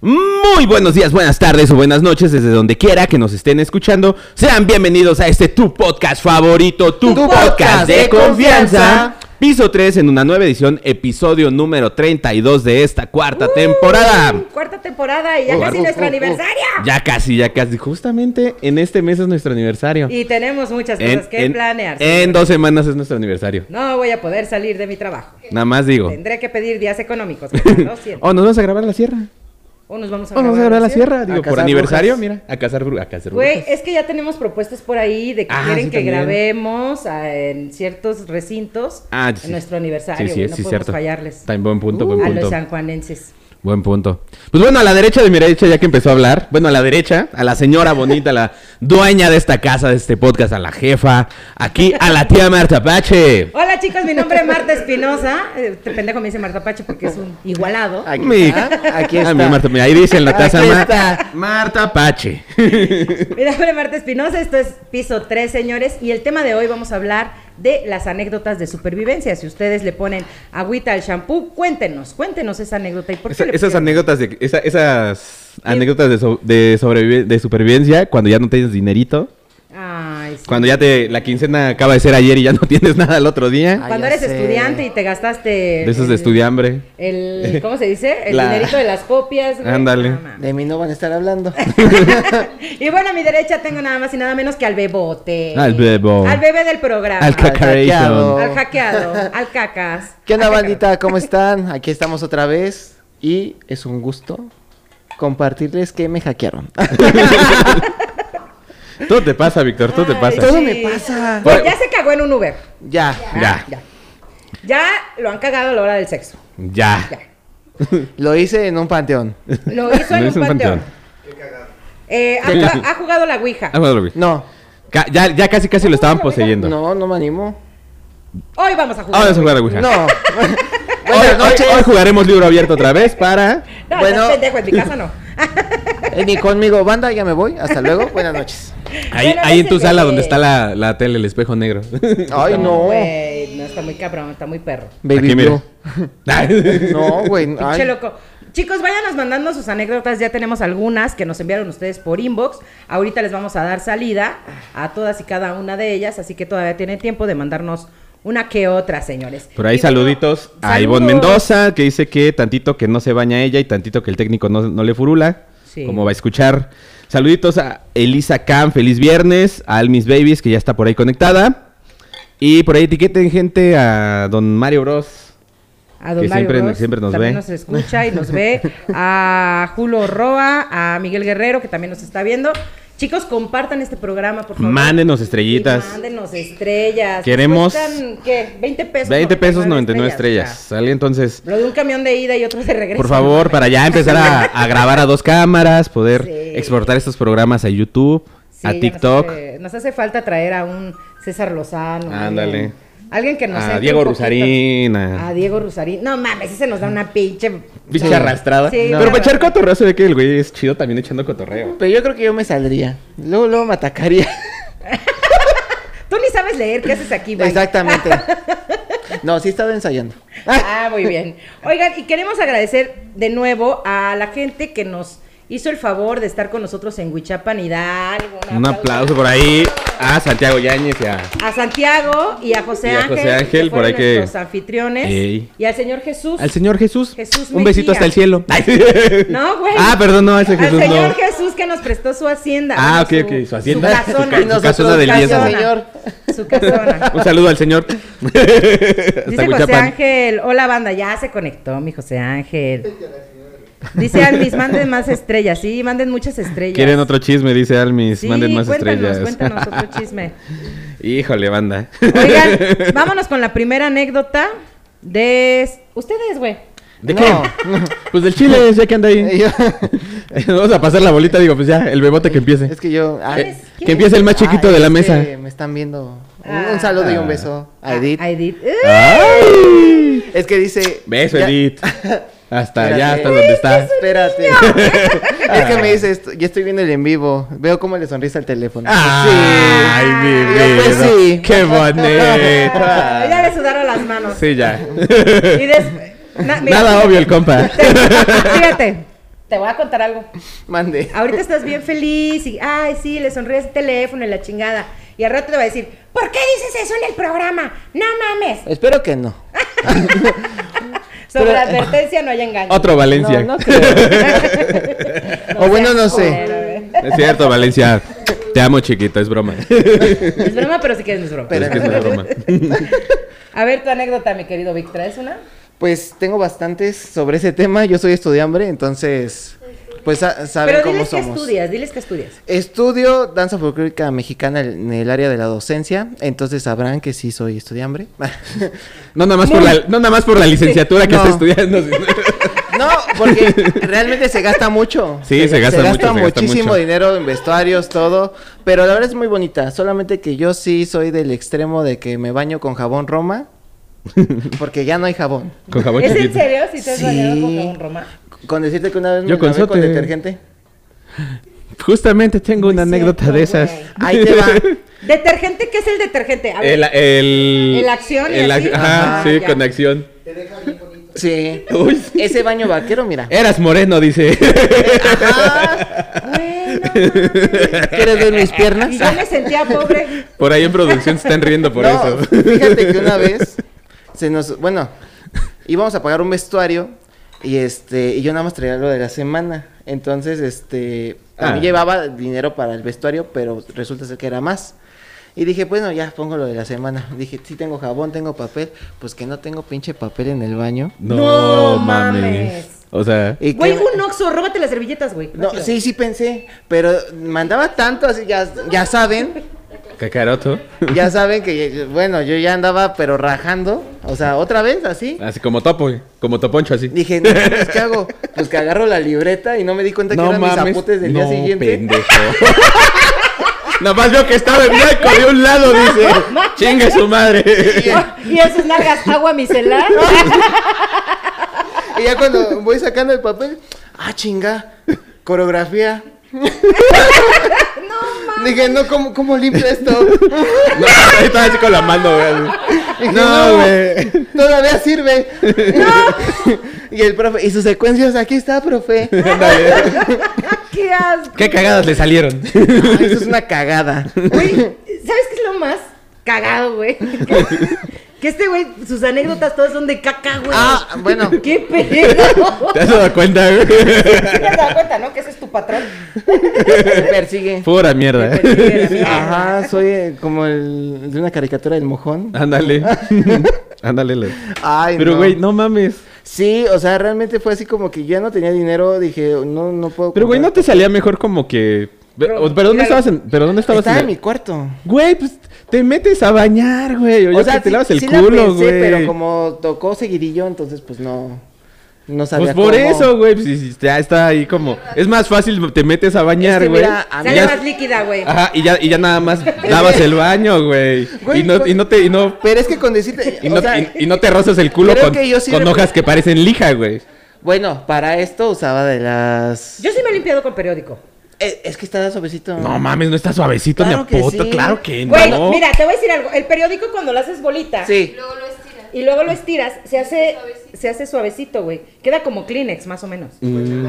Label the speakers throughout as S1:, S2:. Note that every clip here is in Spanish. S1: Muy buenos días, buenas tardes o buenas noches desde donde quiera que nos estén escuchando. Sean bienvenidos a este tu podcast favorito, tu, podcast, de, confianza. Piso 3 en una nueva edición, episodio número 32 de esta cuarta temporada.
S2: Cuarta temporada y ya
S1: Ah. Oh,
S2: casi
S1: oh,
S2: nuestro
S1: oh, oh.
S2: aniversario.
S1: Ya casi, ya casi. Justamente en este mes es nuestro aniversario.
S2: Y tenemos muchas cosas que planear.
S1: en dos semanas es nuestro aniversario.
S2: No voy a poder salir de mi trabajo.
S1: Nada más digo.
S2: Tendré que pedir días económicos. Gerardo, lo siento.
S1: o nos vamos a grabar a la sierra.
S2: O nos vamos a
S1: O nos Oh, vamos a grabar a la sierra. Digo,
S3: A
S1: por
S3: cazar
S1: aniversario,
S3: brujas.
S1: mira. A cazar, bru- a cazar
S2: Güey,
S1: brujas.
S2: es que ya tenemos propuestas por ahí de que
S1: Ah,
S2: quieren
S1: sí,
S2: que
S1: también.
S2: grabemos ah, en ciertos recintos
S1: Ah,
S2: en
S1: sí.
S2: nuestro aniversario.
S1: Sí, sí,
S2: güey,
S1: es-
S2: no
S1: sí,
S2: podemos
S1: cierto.
S2: fallarles. Uh,
S1: También buen punto, buen
S2: a
S1: punto.
S2: los sanjuanenses.
S1: Buen punto. Pues bueno, a la derecha de mi derecha, ya que empezó a hablar, bueno, a la derecha, a la señora bonita, la dueña de esta casa, de este podcast, a la jefa, aquí a la tía Marta Pache.
S2: Hola chicos, mi nombre es Marta Espinosa. Eh, Este pendejo me dice Marta Pache porque es un igualado.
S1: Mi-
S4: aquí
S1: Ah,
S4: está.
S1: mi Marta, mira, ahí dice en la taza
S4: Aquí
S1: Ma-
S4: está.
S1: Marta Pache.
S2: Mi nombre es Marta Espinosa, esto es Piso 3, señores, y el tema de hoy vamos a hablar de las anécdotas de supervivencia. Si ustedes le ponen agüita al shampoo, cuéntenos, cuéntenos esa anécdota y por qué
S1: Esa-
S2: le
S1: esas
S2: pusieron-
S1: anécdotas de, esa- esas anécdotas de, so- de sobrevive- de supervivencia cuando ya no tienes dinerito,
S2: Ay, sí.
S1: cuando ya te la quincena acaba de ser ayer y ya no tienes nada el otro día,
S4: Ay,
S2: Cuando
S4: Ah, ya
S2: eres
S4: sé.
S2: estudiante y te gastaste...
S1: de esos
S2: el-
S1: de estudiambre.
S2: El, ¿cómo se dice? El
S1: La-
S2: dinerito de las copias. güey.
S1: Ándale.
S2: No, mames.
S4: De mí no van a estar hablando.
S2: y bueno, a mi derecha tengo nada más y nada menos que al bebote.
S1: Ah, Al bebo.
S2: Al bebé del programa.
S1: Al cacareito.
S4: cacareado.
S2: Al hackeado. al cacas.
S4: ¿Qué onda,
S2: al caca-
S4: bandita? ¿Cómo están? Aquí estamos otra vez y es un gusto compartirles que me hackearon.
S1: Todo te pasa, Víctor, todo te
S2: Ay,
S1: pasa.
S4: Todo me pasa.
S2: Güey, ya se cagó en un Uber. Ah,
S4: Ya,
S1: Ya.
S2: Ya. Ya lo han cagado a la hora del sexo.
S1: Ya.
S2: Ya.
S4: lo hice en un panteón.
S2: Lo hizo en un panteón. Eh, ha, jugado, ha jugado la Ouija.
S1: Ah, bueno, güey.
S4: No,
S1: Ca- ya, ya casi casi lo estaban poseyendo.
S4: no, no me animo.
S2: Hoy vamos a jugar.
S1: Ahora vamos a jugar a Ouija.
S4: No.
S1: Hoy,
S4: Buenas
S1: hoy-
S4: noches.
S1: hoy jugaremos libro abierto otra vez para.
S2: No,
S4: Bueno.
S2: no, pendejo, en mi casa no.
S4: Eh, Ni conmigo, banda, ya me voy. Hasta luego. Buenas noches.
S1: Ahí,
S2: Bueno,
S1: ahí en tu
S2: ese
S1: sala
S2: que-
S1: donde está la, la tele, el espejo negro.
S4: Ay, no.
S2: Güey, no, está muy cabrón, está muy perro.
S4: Baby
S1: Aquí, mira.
S4: Blue. No, güey. ay.
S2: Pinche loco. Chicos, váyanos mandando sus anécdotas. Ya tenemos algunas que nos enviaron ustedes por inbox. Ahorita les vamos a dar salida a todas y cada una de ellas. Así que todavía tienen tiempo de mandarnos una que otra, señores.
S1: Por ahí
S2: Y bueno,
S1: saluditos a
S2: saludos.
S1: Ivonne Mendoza, que dice que tantito que no se baña ella y tantito que el técnico no, no le furula.
S2: Sí.
S1: Como va a escuchar. Saluditos a Elisa Cam, feliz viernes. A Almis Babies, que ya está por ahí conectada. Y por ahí etiqueten gente a don Mario Bros.
S2: A don
S1: que
S2: Mario
S1: siempre-
S2: Bros,
S1: siempre nos
S2: también
S1: ve.
S2: nos escucha y nos ve. A Julio Roa, a Miguel Guerrero, que también nos está viendo. Chicos, compartan este programa, por favor.
S1: Mándenos estrellitas.
S2: Y mándenos estrellas.
S1: Queremos-
S2: Cuestan, ¿Qué? 20 pesos.
S1: 20 pesos, 99 estrellas.
S2: o sea,
S1: ¿Sale? Entonces,
S2: Lo de un camión de ida y otro de regreso.
S1: por favor, para ya empezar a, a grabar a dos cámaras, poder
S2: Sí.
S1: exportar estos programas a YouTube,
S2: Sí,
S1: a
S2: ya nos
S1: TikTok.
S2: hace- Nos hace, falta traer a un César Lozano.
S1: Ándale.
S2: alguien- Alguien que nos
S1: A
S2: entre un
S1: Diego
S2: poquito.
S1: Rusarín, a-
S2: A Diego Rusarín. No mames, ese nos da una pinche.
S1: Pinche
S4: Sí.
S1: arrastrada.
S2: Sí,
S1: Pero pues,
S2: la
S1: para echar
S2: verdad.
S1: cotorreo se ve que el güey es chido también echando cotorreo.
S4: Pero yo creo que yo me saldría. Luego, luego me atacaría.
S2: Tú ni sabes leer, ¿qué haces aquí, Mike?
S4: Exactamente. No, sí he estado ensayando.
S2: Ah, muy bien. Oigan, y queremos agradecer de nuevo a la gente que nos hizo el favor de estar con nosotros en Huichapan Hidalgo.
S1: Un aplauso por ahí a Santiago Yáñez y a...
S2: A Santiago y a José
S1: Y a
S2: Ángel.
S1: José Ángel, por
S2: fueron
S1: ahí que-
S2: nuestros anfitriones.
S1: Ey.
S2: Y al señor Jesús.
S1: Al Señor Jesús.
S2: Jesús
S1: Un besito
S2: Mejía.
S1: hasta el cielo. Ay.
S2: No, güey.
S1: Ah, perdón, no, ese
S2: Al
S1: Jesús
S2: señor
S1: no.
S2: Jesús que nos prestó su hacienda.
S1: Ah,
S2: bueno,
S1: ok, ok, su hacienda.
S2: Su casona.
S1: Su ca- su casona de
S4: Gracias,
S1: lienzo.
S4: señor.
S2: Su casona.
S1: Un saludo al Señor.
S2: Dice José Ángel, hola banda, ya se conectó mi José Ángel. Dice Alvis, manden más estrellas, sí, manden muchas estrellas.
S1: Quieren otro chisme, dice Almis.
S2: Sí,
S1: Manden más
S2: cuéntanos,
S1: estrellas.
S2: cuéntanos otro chisme.
S1: Híjole, banda.
S2: Oigan, vámonos con la primera anécdota de ustedes, güey.
S1: ¿De
S4: No,
S1: qué? Pues del chile, ya que anda ahí.
S4: Yo-
S1: Vamos a pasar la bolita, digo, pues ya, el bebote que empiece.
S4: es que yo. ah,
S1: Eh,
S2: ¿Quién
S1: que empiece el más chiquito
S4: ah,
S1: de la
S4: es
S1: mesa.
S4: que Me están viendo. Un,
S2: Ah.
S4: un saludo y un beso a Edith.
S2: Ah, Edith. ¡Uy!
S1: ¡Ay!
S4: Es que dice.
S1: Beso,
S4: ya-
S1: Edith. Hasta
S4: Espérate.
S1: allá, hasta donde está.
S4: Espérate. es que me dice esto. Ya estoy viendo el en vivo. Veo cómo le sonrisa al teléfono.
S1: ¡Ay, mi
S4: Yo, pues,
S1: vida!
S4: sí.
S1: ¡Qué bonito!
S2: ¡Eh! Ya le sudaron las manos.
S1: Sí, ya.
S2: Y des- na- mira,
S1: Nada obvio el compa.
S2: Fíjate, te voy a contar algo.
S4: Sí. Mande.
S2: Ahorita estás bien feliz y, ay, sí, le sonríes el teléfono y la chingada. Y al rato te va a decir, ¿por qué dices eso en el programa? No mames.
S4: Espero que no.
S2: Sobre
S4: Pero-
S2: advertencia no hay engaño.
S1: Otro Valencia.
S4: No, no creo. o bueno, no sé.
S2: sé.
S1: Es cierto, Valencia. Te amo, chiquito, es broma.
S2: Es broma, pero sí que es broma.
S1: Pero es que es una broma.
S2: A ver tu anécdota, mi querido Vic, ¿traes una?
S4: Pues tengo bastantes sobre ese tema. Yo soy estudiambre, entonces. Pues sa- saben
S2: Pero
S4: cómo
S2: diles que
S4: somos.
S2: estudias, diles que estudias.
S4: Estudio danza folclórica mexicana en el área de la docencia, entonces sabrán que sí soy estudiambre.
S1: No nada más, por la, no nada más por la licenciatura que
S4: No.
S1: está estudiando.
S4: No, porque realmente se gasta mucho.
S1: Sí, se gasta mucho, se gasta
S4: muchísimo
S1: mucho.
S4: dinero en vestuarios, todo. Pero la verdad es muy bonita. Solamente que yo sí soy del extremo de que me baño con jabón Roma. Porque ya no hay jabón.
S1: Con jabón
S2: ¿Es en
S1: chiquito.
S2: serio? ¿Si te has
S4: Sí.
S2: bañado con jabón Roma?
S4: Con decirte que una vez me
S1: Yo con
S4: lavé con
S1: sote.
S4: detergente.
S1: Justamente tengo una anécdota de esas.
S4: Ahí te va.
S2: ¿Detergente? ¿Qué es el detergente? A ver,
S1: El, el,
S2: El acción y
S1: el
S2: así.
S1: ac- Ajá,
S2: Ah,
S1: sí,
S2: ya.
S1: con acción.
S4: Sí.
S1: Uy, Eh. sí.
S4: Ese baño vaquero, mira.
S1: Eras moreno, dice.
S4: Ajá. ¿Quieres ver mis piernas?
S2: Y yo me sentía pobre.
S1: Por ahí en producción se están riendo por
S4: No,
S1: eso.
S4: Fíjate que una vez se nos, bueno, íbamos a pagar un vestuario y este, y yo nada más traía lo de la semana. Entonces, este, a mí
S1: Ah.
S4: llevaba dinero para el vestuario, pero resulta ser que era más. Y dije, bueno, ya pongo lo de la semana. Dije, sí tengo jabón, tengo papel, pues que no tengo pinche papel en el baño.
S2: No mames.
S1: O sea,
S4: Y
S2: Güey,
S4: que-
S2: un oxo, róbate las servilletas, güey.
S4: No, sí, sí pensé, pero mandaba tanto así, ya, ya saben,
S1: cacaroto.
S4: ya saben que, bueno, yo ya andaba, pero rajando, o sea, otra vez así.
S1: Así como topo, como toponcho así.
S4: Dije, no, mames, ¿qué hago? Pues que agarro la libreta y no me di cuenta que eran mis apuntes del día siguiente.
S1: pendejo. Nada más veo que estaba en blanco de un lado, dice. Chingue su madre.
S2: Oh, y en sus largas agua micelar.
S4: Y ya cuando voy sacando el papel, ah, chinga, coreografía. Dije, no, ¿cómo, cómo limpio esto?
S1: No, ahí estaba así con la mano, güey. así.
S4: Dije,
S1: No, güey.
S4: Todavía sirve. Y el profe, y sus secuencias, aquí está, profe.
S2: ¡Qué asco!
S1: Qué cagadas le salieron.
S4: Ay, eso es una cagada.
S2: Güey, ¿sabes qué es lo más cagado, güey? Que este güey, sus anécdotas todas son de caca, güey.
S4: Ah, bueno.
S2: ¡Qué pedo!
S1: ¿Te has dado cuenta, güey?
S2: ¿Te has dado cuenta, no? Que ese es tu patrón.
S4: Me persigue.
S1: Pura mierda. ¿eh?
S4: Ajá, soy eh, como el de una caricatura del mojón.
S1: Ándale. Ándale. le-
S4: Ay,
S1: Pero,
S4: no.
S1: güey, no mames.
S4: Sí, o sea, realmente fue así como que ya no tenía dinero, dije, no, no puedo.
S1: Pero, güey, ¿no
S4: comprar.
S1: te salía mejor como que... Pero,
S2: Pero-
S1: pero ¿dónde
S2: mira,
S1: estabas en... Pero ¿dónde estabas
S4: Estaba en mi
S1: el-
S4: cuarto.
S1: Güey, pues te metes a bañar, güey. O, ya que te
S4: sí-
S1: lavas el
S4: sí la
S1: culo,
S4: pensé,
S1: güey.
S4: pero como tocó seguidillo, entonces pues no, no
S1: Pues
S4: sabía
S1: por
S4: cómo.
S1: eso, güey. Pues, si- si ya está ahí como... Es más fácil, te metes a bañar,
S4: que
S1: güey.
S4: mira, a
S1: y
S4: mí-
S2: Sale
S1: ya-
S2: más líquida, güey.
S1: Ajá, y ya, y ya nada más dabas el baño, güey.
S4: Güey,
S1: Y no,
S4: pues-
S1: y no te... Y no,
S4: Pero es que con decirte,
S1: y
S4: o
S1: no,
S4: sea,
S1: y- y no te rozas el culo
S4: creo
S1: con,
S4: que yo sí
S1: con
S4: repre-
S1: hojas que parecen lija, güey.
S4: bueno, para esto usaba de las...
S2: Yo sí me he limpiado con periódico.
S4: Eh, es que estaba suavecito.
S1: No mames, no está suavecito
S4: Claro
S1: ni
S4: que
S1: a puto.
S4: sí.
S1: Claro que
S2: Güey,
S1: no.
S2: mira, te voy a decir algo. El periódico cuando lo haces bolita
S4: Sí.
S5: Luego lo estiras.
S2: y luego lo estiras, se hace, se hace suavecito, güey. Queda como Kleenex, más o menos.
S4: Mm.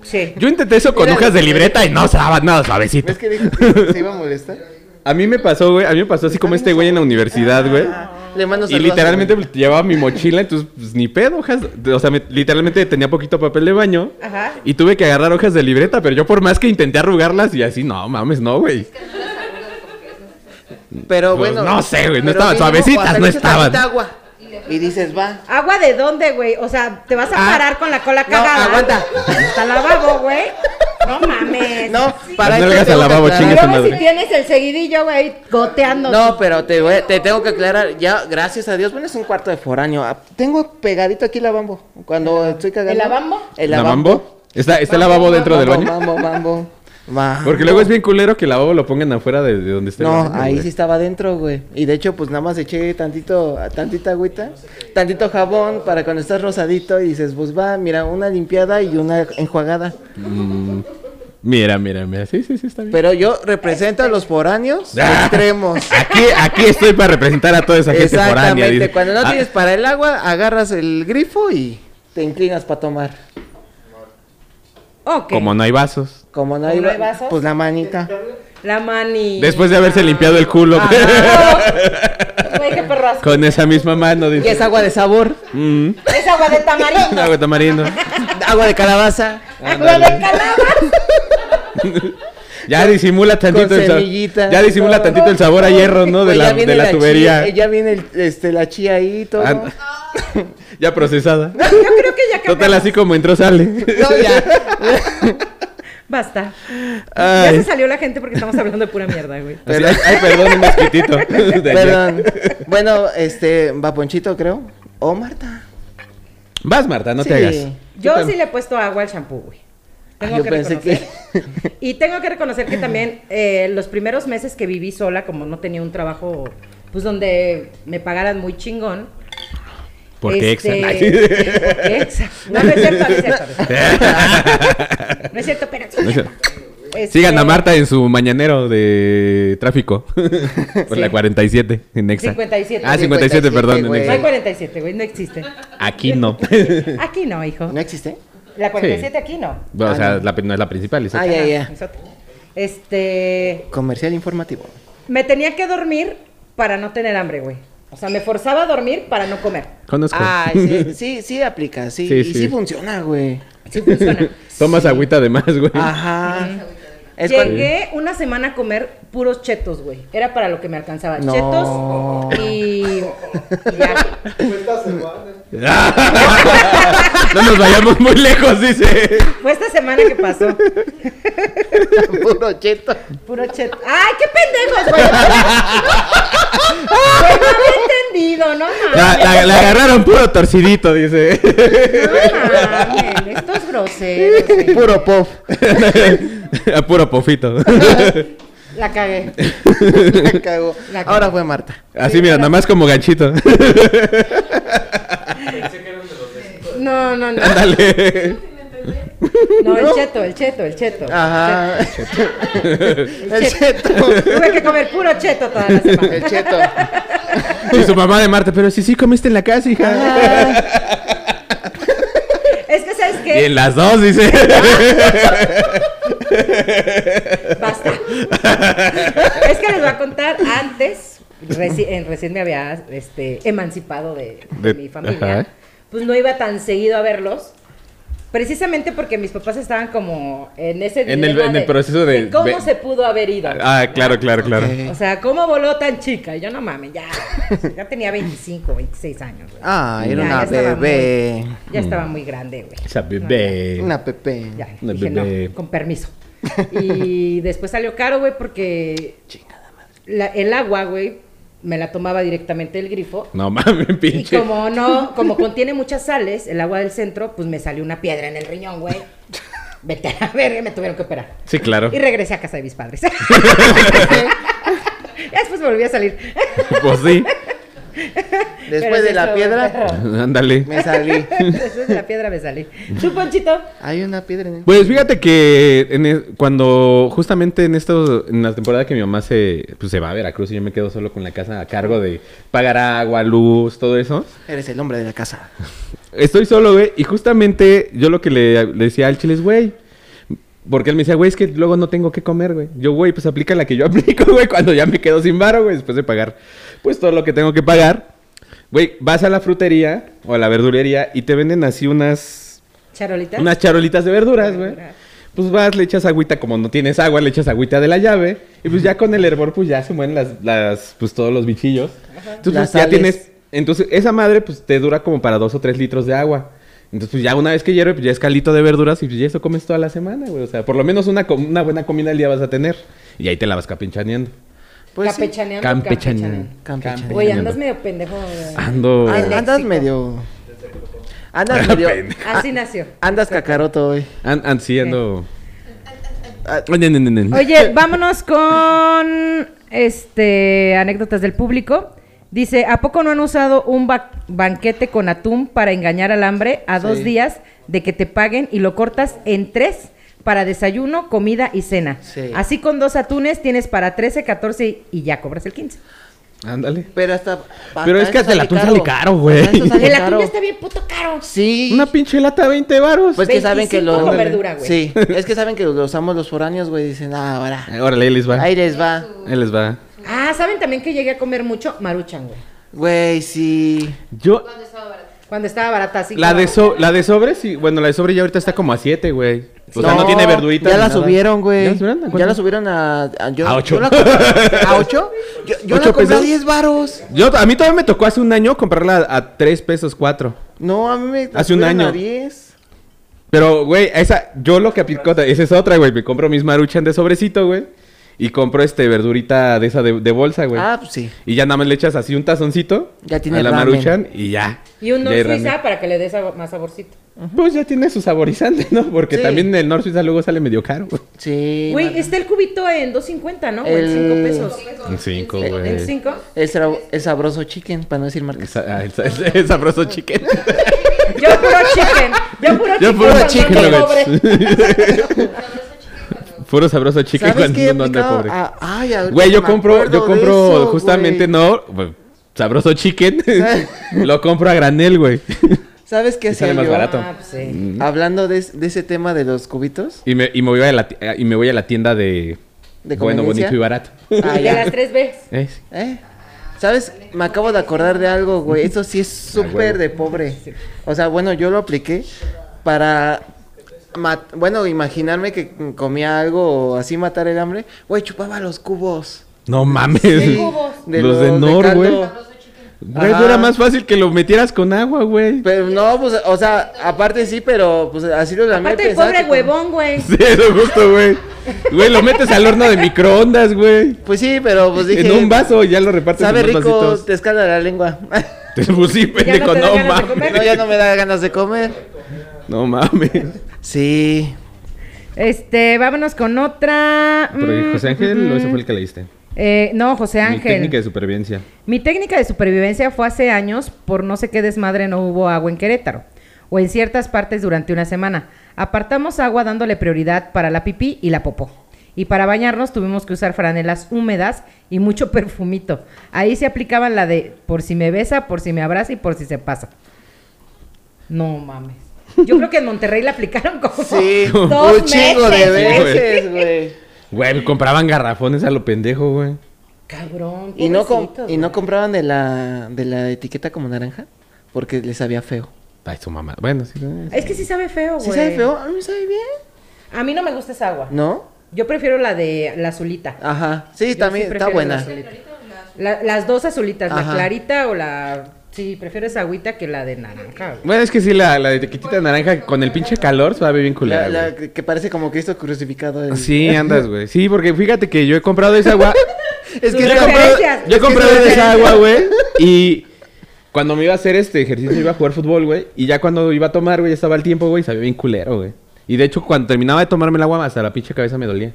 S2: Sí.
S1: Yo intenté eso con
S4: Mira,
S1: hojas de libreta y no estaba nada suavecito.
S4: ¿Ves que dijo que se iba a molestar?
S1: A mí me pasó, güey. A mí me pasó así como este güey en la universidad, güey.
S4: Le mando
S1: Y
S4: Ah, saludos.
S1: literalmente llevaba mi mochila, entonces pues, ni pedo, hojas. O sea, me- literalmente tenía poquito papel de baño.
S2: Ajá.
S1: Y tuve que agarrar hojas de libreta, pero yo por más que intenté arrugarlas y así, no mames, no, güey.
S4: Pero
S1: Pues,
S4: bueno.
S1: no sé, güey, no
S4: pero
S1: estaban
S4: mínimo,
S1: suavecitas,
S4: hasta
S1: no
S4: le echas
S1: estaban.
S4: tantita agua. Y dices, va.
S2: ¿Agua de dónde, güey? O sea, te vas a
S4: Ah.
S2: parar con la cola
S4: No,
S2: cagada.
S4: aguanta.
S2: Hasta lavabo, güey. No mames.
S4: No,
S2: Sí.
S4: para
S1: Las
S4: ello
S1: nalgas
S4: tengo
S1: al
S4: que
S1: lavabo,
S4: aclarar-
S1: chingue su
S2: Luego si
S1: madre.
S2: tienes el seguidillo, güey, goteando.
S4: No, pero te, voy- te tengo que aclarar, ya, gracias a Dios, bueno, es un cuarto de foráneo. Ah, Tengo pegadito aquí la bambo. Cuando estoy cagando.
S2: ¿El lavambo?
S4: El
S1: ¿Lavambo? ¿Está, está el lavabo dentro del baño?
S4: Mambo, mambo, mambo.
S1: Porque luego es bien culero que el lavabo lo pongan afuera de, de donde está el
S4: No,
S1: baño,
S4: ahí
S1: güey.
S4: sí estaba adentro, güey. Y de hecho, pues nada más eché tantito, tantita agüita, tantito jabón para cuando estás rosadito y dices, pues va, mira, una limpiada y una enjuagada.
S1: Mira, mira, mira. Sí, sí, sí, está bien.
S4: Pero yo represento a los foráneos
S1: Ah.
S4: extremos.
S1: Aquí, aquí estoy para representar a toda esa gente foránea.
S4: Exactamente.
S1: dice.
S4: Cuando no
S1: Ah,
S4: tienes para el agua, agarras el grifo y te inclinas para tomar.
S2: Ok.
S1: Como no hay vasos.
S4: Como no
S2: ¿Como
S4: hay,
S2: no hay
S4: va-
S2: vasos?
S4: pues la manita.
S2: La mani.
S1: Después de haberse limpiado el culo
S2: Ajá. Güey, qué perro asco.
S1: con esa misma mano.
S4: Y
S1: Dice.
S4: es agua de sabor,
S1: Mm.
S2: Es agua de
S1: Un
S2: tamarindo.
S1: agua de tamarindo.
S4: agua de calabaza,
S2: Agua de calabaza.
S1: Ya disimula tantito el
S4: semillita.
S1: sabor. Ya disimula tantito el sabor a hierro, ¿no? De
S4: Pues
S1: la,
S4: ya viene
S1: de la tubería.
S4: chía, eh, ya viene el, este, la chía ahí y todo.
S1: Ah, ya procesada.
S2: Yo creo que ya
S1: Total,
S2: cambiamos.
S1: así como entró, sale.
S4: No, ya.
S2: Basta. Ya se
S1: Ay,
S2: salió la gente porque estamos hablando de pura mierda, güey.
S1: así- ay, perdón, un mosquitito. De allá.
S4: Perdón. Bueno, este, Vaponchito, creo. O Marta.
S1: Vas, Marta, no
S4: Sí.
S1: te hagas.
S2: Yo
S1: Total.
S2: sí le he puesto agua al shampoo, güey. Tengo
S4: Ah, yo
S2: que
S4: pensé
S2: reconocer.
S4: que-
S2: Y tengo que reconocer que también eh, los primeros meses que viví sola, como no tenía un trabajo, pues donde me pagaran muy chingón.
S1: Porque
S2: este,
S1: Exa.
S2: porque exa. No, no es cierto, no es cierto. no es cierto. No es cierto, pero sí.
S1: No es cierto.
S2: Este,
S1: Sigan a Marta en su mañanero de tráfico. Por la 47 en Exa.
S2: 57.
S1: Ah, 57, perdón. en
S4: güey. Ah,
S1: Exa.
S2: No hay 47, güey, no existe.
S1: Aquí no.
S2: Aquí no, hijo.
S4: ¿No existe?
S2: La 47 aquí no.
S1: Bueno, o sea, la- no es la principal. es
S4: Ah,
S1: otra.
S4: ya,
S2: Ah,
S4: ya.
S2: es otra. Este,
S4: Comercial informativo.
S2: me tenía que dormir para no tener hambre, güey. O sea, me forzaba a dormir para no comer.
S1: Conozco.
S4: Ay, Ah, sí, sí, sí aplica, sí.
S1: Sí,
S4: y
S1: sí.
S4: sí. funciona, güey.
S2: Sí funciona.
S1: Tomas agüita de más, güey.
S4: Ah. Ajá. Es cuando-
S2: Llegué una semana a comer puros chetos, güey. Era para lo que me alcanzaba.
S4: No.
S2: Chetos y... y ya.
S1: no nos vayamos muy lejos, dice.
S2: Fue esta semana que pasó.
S4: Puro cheto.
S2: Puro cheto. ¡Ay, qué pendejos, güey! Güey, no había entendido, no
S1: La,
S2: mames.
S1: la- la agarraron puro torcidito, dice.
S2: No mames, estos groseros. güey.
S4: Puro pop.
S1: A puro pofito.
S2: La cagué.
S4: La cago.
S2: La cago.
S4: Ahora fue Marta.
S1: Así, mira, nada más como ganchito.
S2: No, no, no.
S1: Ándale.
S2: No, el cheto, el cheto, el cheto.
S4: Ajá. El cheto.
S2: Tuve que comer puro cheto toda la semana.
S4: El cheto.
S1: Y su mamá de Marta, pero si sí comiste en la casa, hija.
S2: Es que, ¿sabes
S1: Y
S2: qué?
S1: en las dos, dice.
S2: Basta. es que les voy a contar antes, reci- en- recién me había este, emancipado de, de
S1: De-
S2: mi familia.
S1: ajá.
S2: Pues no iba tan seguido a verlos. Precisamente porque mis papás estaban como en ese
S1: En el-
S2: dilema
S1: en el proceso de-
S2: ¿Cómo
S1: ve-
S2: se pudo haber ido?
S1: Ah, claro, claro, claro.
S2: O sea, ¿cómo voló tan chica? Y yo no mames, ya. Ya tenía 25, 26 años. güey.
S4: Ah,
S2: Ya,
S4: era una
S2: ya estaba
S4: bebé.
S2: Ya estaba muy grande, güey.
S1: Mm. Esa bebé.
S4: Una pepe.
S2: Ya,
S1: Una
S2: dije,
S1: bebé.
S2: no, con permiso. Y después salió caro, güey, porque la- el agua, güey, me la tomaba directamente del grifo.
S1: No mames,
S2: Y
S1: pinche.
S2: como no, como contiene muchas sales, el agua del centro, pues me salió una piedra en el riñón, güey. Vete a la verga, me tuvieron que operar.
S1: Sí, claro.
S2: Y regresé a casa de mis padres. Ya después me volví a salir.
S1: Pues sí.
S2: Pero
S4: Después
S2: sí
S4: de la
S2: estuvo
S4: piedra,
S2: perro.
S1: Ándale.
S4: me salí.
S2: Después de la piedra me salí. ¿Tú, Ponchito?
S4: Hay una piedra en el.
S1: Pues fíjate que en es- cuando justamente en esto, en la temporada que mi mamá se, pues, se va a Veracruz y yo me quedo solo con la casa a cargo de pagar agua, luz, todo eso,
S4: Eres el hombre de la casa.
S1: estoy solo, güey, y justamente yo lo que le, le decía al chile es, güey, porque él me decía, güey, es que luego no tengo que comer, güey. Yo, güey, pues aplica la que yo aplico, güey, cuando ya me quedo sin varo, güey, después de pagar, pues todo lo que tengo que pagar. Güey, vas a la frutería o a la verdulería y te venden así unas
S2: ¿Charolitas?
S1: unas charolitas de verduras, güey.
S2: Verduras.
S1: Pues vas, le echas agüita, como no tienes agua, le echas agüita de la llave. Y pues ya con el hervor, pues ya se mueren las, las pues todos los bichillos. Entonces
S4: Las
S1: pues, ya
S4: sales.
S1: tienes, entonces esa madre, pues te dura como para dos o tres litros de agua. Entonces, pues ya una vez que hierve, pues ya es calito de verduras y pues ya eso comes toda la semana, güey. O sea, por lo menos una, com- una buena comida al día vas a tener. Y ahí te la vas capinchaneando.
S4: Pues sí.
S2: Campechaneando.
S1: Campechaneando.
S2: campechaneando.
S4: Campechaneando.
S2: Güey, andas medio pendejo. güey.
S1: Ando...
S4: Ah,
S2: El
S4: andas
S2: léxico.
S4: medio. Andas medio.
S1: Ah, Pendejo.
S4: a-
S2: Así nació.
S4: Andas cacaroto hoy.
S1: an- an- sí, ando... Ne, ne, ne, ne, ne.
S2: Oye, vámonos con este anécdotas del público. Dice, ¿a poco no han usado un ba- banquete con atún para engañar al hambre a dos
S4: Sí.
S2: días de que te paguen y lo cortas en tres para desayuno, comida y cena?
S4: Sí.
S2: Así con dos atunes tienes para 13, 14 y ya cobras el 15.
S1: Ándale.
S4: Pero hasta.
S1: Pero es que hasta el atún sale caro, güey.
S2: El atún ya está bien puto caro.
S4: Sí.
S1: Una pinche lata, 20 varos.
S4: Pues que saben que
S2: 25
S4: lo.
S2: con verdura, güey.
S4: Sí. Es que saben que lo usamos los foráneos, güey. Dicen, ah, ahora.
S1: Eh, Órale, ahí les va.
S4: Ahí les va.
S1: Ahí les va.
S2: Ah, ¿saben también que llegué a comer mucho? Maruchan, güey.
S4: Güey, sí.
S1: Yo...
S2: Cuando estaba barata así.
S1: La
S2: como-
S1: de, so- la de sobre, sí. Bueno, la de sobre ya ahorita está como a 7, güey. O sea, no tiene verdurita.
S4: Ya
S1: ni
S4: la
S1: nada.
S4: subieron, güey.
S1: ¿Ya la subieron? ¿A cuánto?
S4: Ya la subieron a. A, yo-
S1: A ocho.
S4: yo la compré- ¿A 8? Yo, yo
S1: ¿Ocho
S4: la compré a
S1: pesos?
S4: 10 varos.
S1: Yo, a mí todavía me tocó hace un año comprarla a 3 pesos 4.
S4: No, a mí me. la
S1: Hace un
S4: subieron
S1: año.
S4: A 10.
S1: Pero, güey, esa, yo lo que aplico, esa es otra, güey. Me compro mis maruchan de sobrecito, güey. Y compro este verdurita de esa de, de bolsa, güey.
S4: Ah, pues sí.
S1: Y ya nada más le echas así un tazoncito
S4: Ya tiene
S1: a la
S4: ramen.
S1: maruchan y ya.
S2: Y un
S1: Ya
S2: Nor
S1: hay
S2: Suiza
S1: ramen.
S2: para que le des sabo- más saborcito.
S1: Pues ya tiene su saborizante, ¿no? Porque
S4: Sí.
S1: también el Nor Suiza luego sale medio caro.
S4: Sí.
S2: Güey, este-
S4: mano.
S2: está el cubito en 2.50, ¿no? O en
S4: El-
S2: 5 pesos.
S1: Un 5,
S2: ¿En 5?
S4: El, sra- el sabroso chicken, para no decir marcas.
S1: ah, Es sabroso chicken.
S2: Yo puro chicken. Yo puro chicken.
S1: Yo puro
S2: cuando
S1: chicken,
S2: ando
S1: güey.
S2: pobre.
S1: Puro sabroso chicken
S4: ¿Sabes
S1: cuando
S4: qué
S1: uno anda
S4: aplicaba?
S1: pobre.
S4: Ah, ay, ahorita
S1: Güey, yo
S4: me
S1: compro,
S4: acuerdo
S1: yo
S4: de
S1: compro
S4: eso,
S1: justamente
S4: güey.
S1: no, bueno, sabroso chicken, lo compro a granel, güey.
S4: ¿Sabes qué
S1: Y sale
S4: hacía
S1: más
S4: yo?
S1: barato.
S2: Ah, pues sí.
S4: Hablando de, es- de ese tema de los cubitos.
S1: Y me, y me voy a la, ti- y me voy a la tienda de,
S4: De
S1: bueno,
S4: conveniencia.
S1: bonito y barato.
S4: Ah,
S2: De las
S4: ya.
S2: tres veces.
S1: Eh,
S4: ¿Eh? ¿Sabes? Me acabo de acordar de algo, güey. Eso sí es súper
S1: huevo.
S4: de pobre. O sea, bueno, yo lo apliqué para... ma- Bueno, imaginarme que comía algo o así matar el hambre. Güey, chupaba los cubos.
S1: No mames.
S4: Sí,
S1: Los de Nor,
S4: caldo.
S1: güey. Güey,
S4: Ajá.
S1: era más fácil que lo metieras con agua, güey.
S4: Pero no, pues, o sea, aparte sí, pero pues así lo llamé.
S2: Aparte, el
S4: pensaba
S2: pobre
S4: que-
S2: huevón, güey.
S1: Sí, eso justo, güey. Güey, lo metes al horno de microondas, güey.
S4: Pues sí, pero pues dije...
S1: en un vaso y ya lo repartes
S4: Sabe
S1: en dos
S4: rico,
S1: vasitos.
S4: te escala la lengua.
S1: Pues sí,
S2: Ya
S1: pendejo,
S2: no te
S1: no
S2: dan ganas de comer.
S1: mames.
S4: no, ya no me da ganas de comer.
S1: No mames.
S4: Sí.
S2: Este, vámonos con otra.
S1: Pero
S2: Mm,
S1: José Ángel,
S2: mm,
S1: ¿o ese fue el que leíste?
S2: Eh, no, José
S1: Mi técnica de
S2: Ángel.
S1: supervivencia.
S2: Mi técnica de supervivencia fue hace años, por no sé qué desmadre no hubo agua en Querétaro, o en ciertas partes durante una semana. Apartamos agua dándole prioridad para la pipí y la popó. Y para bañarnos tuvimos que usar franelas húmedas y mucho perfumito. Ahí se aplicaban la de por si me besa, por si me abraza y por si se pasa. No mames. Yo creo que en Monterrey la aplicaron como
S4: Sí.
S2: dos
S4: un chingo de
S2: meses, ¿eh? güey.
S4: veces, güey.
S1: Güey, compraban garrafones a lo pendejo, güey.
S2: Cabrón.
S4: Y no, com-
S2: pobrecitos,
S4: y no
S2: güey.
S4: compraban de la, de la etiqueta como naranja porque les sabía feo.
S1: Ay, su mamá. Bueno, sí. eh.
S2: Es que sí sabe feo, güey.
S4: ¿Sí sabe feo? A mí me sabe bien.
S2: A mí no me gusta esa agua.
S4: ¿No?
S2: Yo prefiero la de la azulita.
S4: Ajá. Sí,
S2: Yo
S4: también
S2: sí prefiero
S4: está
S2: la
S4: buena.
S2: azulita. La- las dos azulitas, la
S4: Ajá.
S2: clarita o la... Sí, prefiero esa agüita que la de naranja. güey.
S1: Bueno, es que sí, la, la de tequitita naranja con el pinche calor sabe bien
S4: La,
S1: culera,
S4: la
S1: güey.
S4: que que parece como Cristo crucificado. el-
S1: Sí, andas, güey. Sí, porque fíjate que yo he comprado esa agua.
S4: Es
S2: Sus
S4: que
S1: yo he
S4: era-
S1: comprado,
S2: referencias.
S1: yo he
S2: Es que
S1: comprado
S2: sus
S1: esa
S2: referencias.
S1: agua, güey. Y cuando me iba a hacer este ejercicio, iba a jugar fútbol, güey. Y ya cuando iba a tomar, güey, ya estaba el tiempo, güey, y sabía bien culero, güey. Y de hecho, cuando terminaba de tomarme el agua, hasta la pinche cabeza me dolía.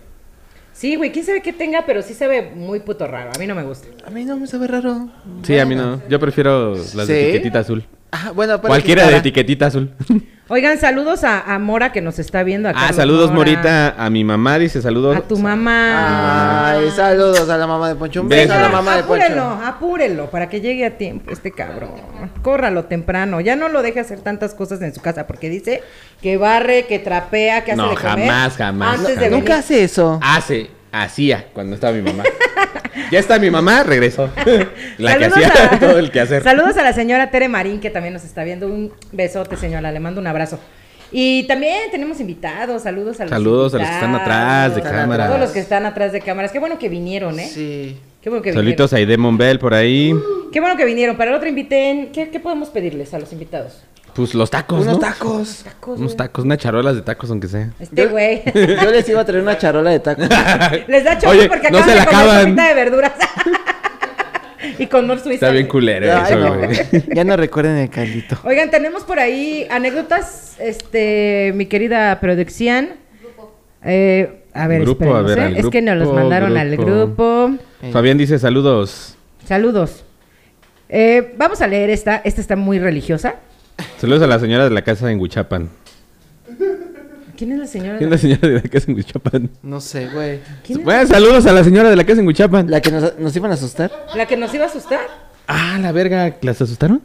S2: Sí, güey, quién sabe qué tenga, pero sí se ve muy puto raro. A mí no me gusta.
S4: A mí no me sabe raro.
S1: Sí, a mí no. Yo prefiero las
S4: ¿Sí?
S1: de etiquetita azul.
S4: Ah, bueno, aparte
S1: Cualquiera
S4: que
S1: de
S4: estaba-
S1: etiquetita azul.
S2: Oigan, saludos a, a Mora que nos está viendo. A
S1: Ah,
S2: Carlos
S1: saludos,
S2: Mora,
S1: Morita. Ah, A mi mamá dice saludos.
S2: A tu mamá.
S4: Ay, saludos a la mamá de Poncho. Un beso
S1: Beso.
S4: a la mamá de
S2: apúrenlo,
S4: Poncho.
S2: apúrenlo para que llegue a tiempo este cabrón. Córralo temprano. Ya no lo deje hacer tantas cosas en su casa porque dice que barre, que trapea, que hace
S1: No,
S2: de comer.
S1: jamás, jamás,
S2: Antes de
S1: jamás.
S2: venir.
S4: Nunca hace eso.
S1: Hace, Ah, hacía cuando estaba mi mamá. ya está mi mamá, regresó. la que
S2: Saludos
S1: hacía
S2: a-
S1: todo el que hacer.
S2: Saludos a la señora Tere Marín que también nos está viendo. Un besote, señora. Le mando un abrazo. Y también tenemos invitados. Saludos a los
S1: Saludos a los que están
S2: invitados,
S1: atrás de cámaras.
S2: A todos los que están atrás de cámaras. Qué bueno que vinieron, ¿eh?
S4: Sí.
S2: Qué bueno que
S1: Solitos ahí de Monbel por ahí.
S2: vinieron. Qué bueno que vinieron. Para el otro inviten, ¿qué, qué podemos pedirles a los invitados?
S1: Pues los tacos,
S4: Unos
S1: ¿no?
S4: tacos.
S2: Tacos, eh.
S1: Unos
S2: güey.
S1: tacos, unas charolas de tacos, aunque sea.
S2: Este güey.
S4: Yo les iba a traer una charola de tacos.
S2: Les da choque
S1: Oye,
S2: porque
S1: no
S2: acaban
S1: se la
S2: de comer
S1: acaban.
S2: sopita de verduras. y con Mor Suiza.
S1: Está bien
S2: güey.
S1: culero
S4: Ay,
S1: eso,
S4: no.
S1: güey.
S4: Ya no recuerden el caldito.
S2: Oigan, tenemos por ahí anécdotas, este, mi querida Prodexian. Eh, a ver,
S1: Grupo,
S2: espérenos,
S1: a ver,
S2: ¿eh?
S1: al
S2: es que nos los
S1: grupo,
S2: mandaron al
S1: grupo.
S2: grupo.
S1: Fabián dice saludos.
S2: Saludos. Eh, vamos a leer esta. Esta está muy religiosa.
S1: Saludos a la señora de la casa en Huichapan.
S2: ¿Quién es la señora?
S1: ¿Quién es la señora de la casa en Huichapan?
S4: No sé, güey.
S2: ¿Quién es?
S1: Bueno, saludos a la señora de la casa en Huichapan.
S4: ¿La que nos, nos iban a asustar?
S2: ¿La que nos iba a asustar?
S1: Ah, la verga, ¿las asustaron?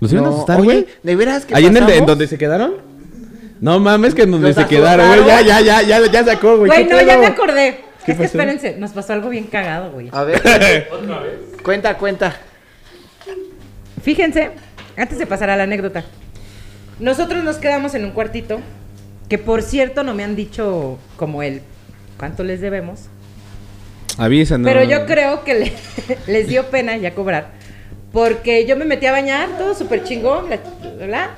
S1: ¿Los iban a
S4: No.
S1: asustar,
S4: Oye,
S1: güey?
S4: ¿de veras que
S1: ¿Ahí en, el de- en
S4: pasamos?
S1: donde se quedaron? No mames, que en donde
S4: Nos
S1: se quedaron, güey. Ya, ya, ya, ya, ya sacó, güey.
S2: Güey,
S1: ¿qué
S2: no, ya
S1: pedo?
S2: me acordé.
S1: ¿Qué
S2: Es que
S1: pasó?
S2: espérense, nos pasó algo bien cagado, güey.
S4: A ver. ¿Otra vez? Cuenta, cuenta.
S2: Fíjense, antes de pasar a la anécdota, nosotros nos quedamos en un cuartito, que por cierto no me han dicho como él cuánto les debemos,
S1: Avísanos.
S2: pero yo creo que le- les dio pena ya cobrar, porque yo me metí a bañar, todo súper chingón, bla, bla, bla.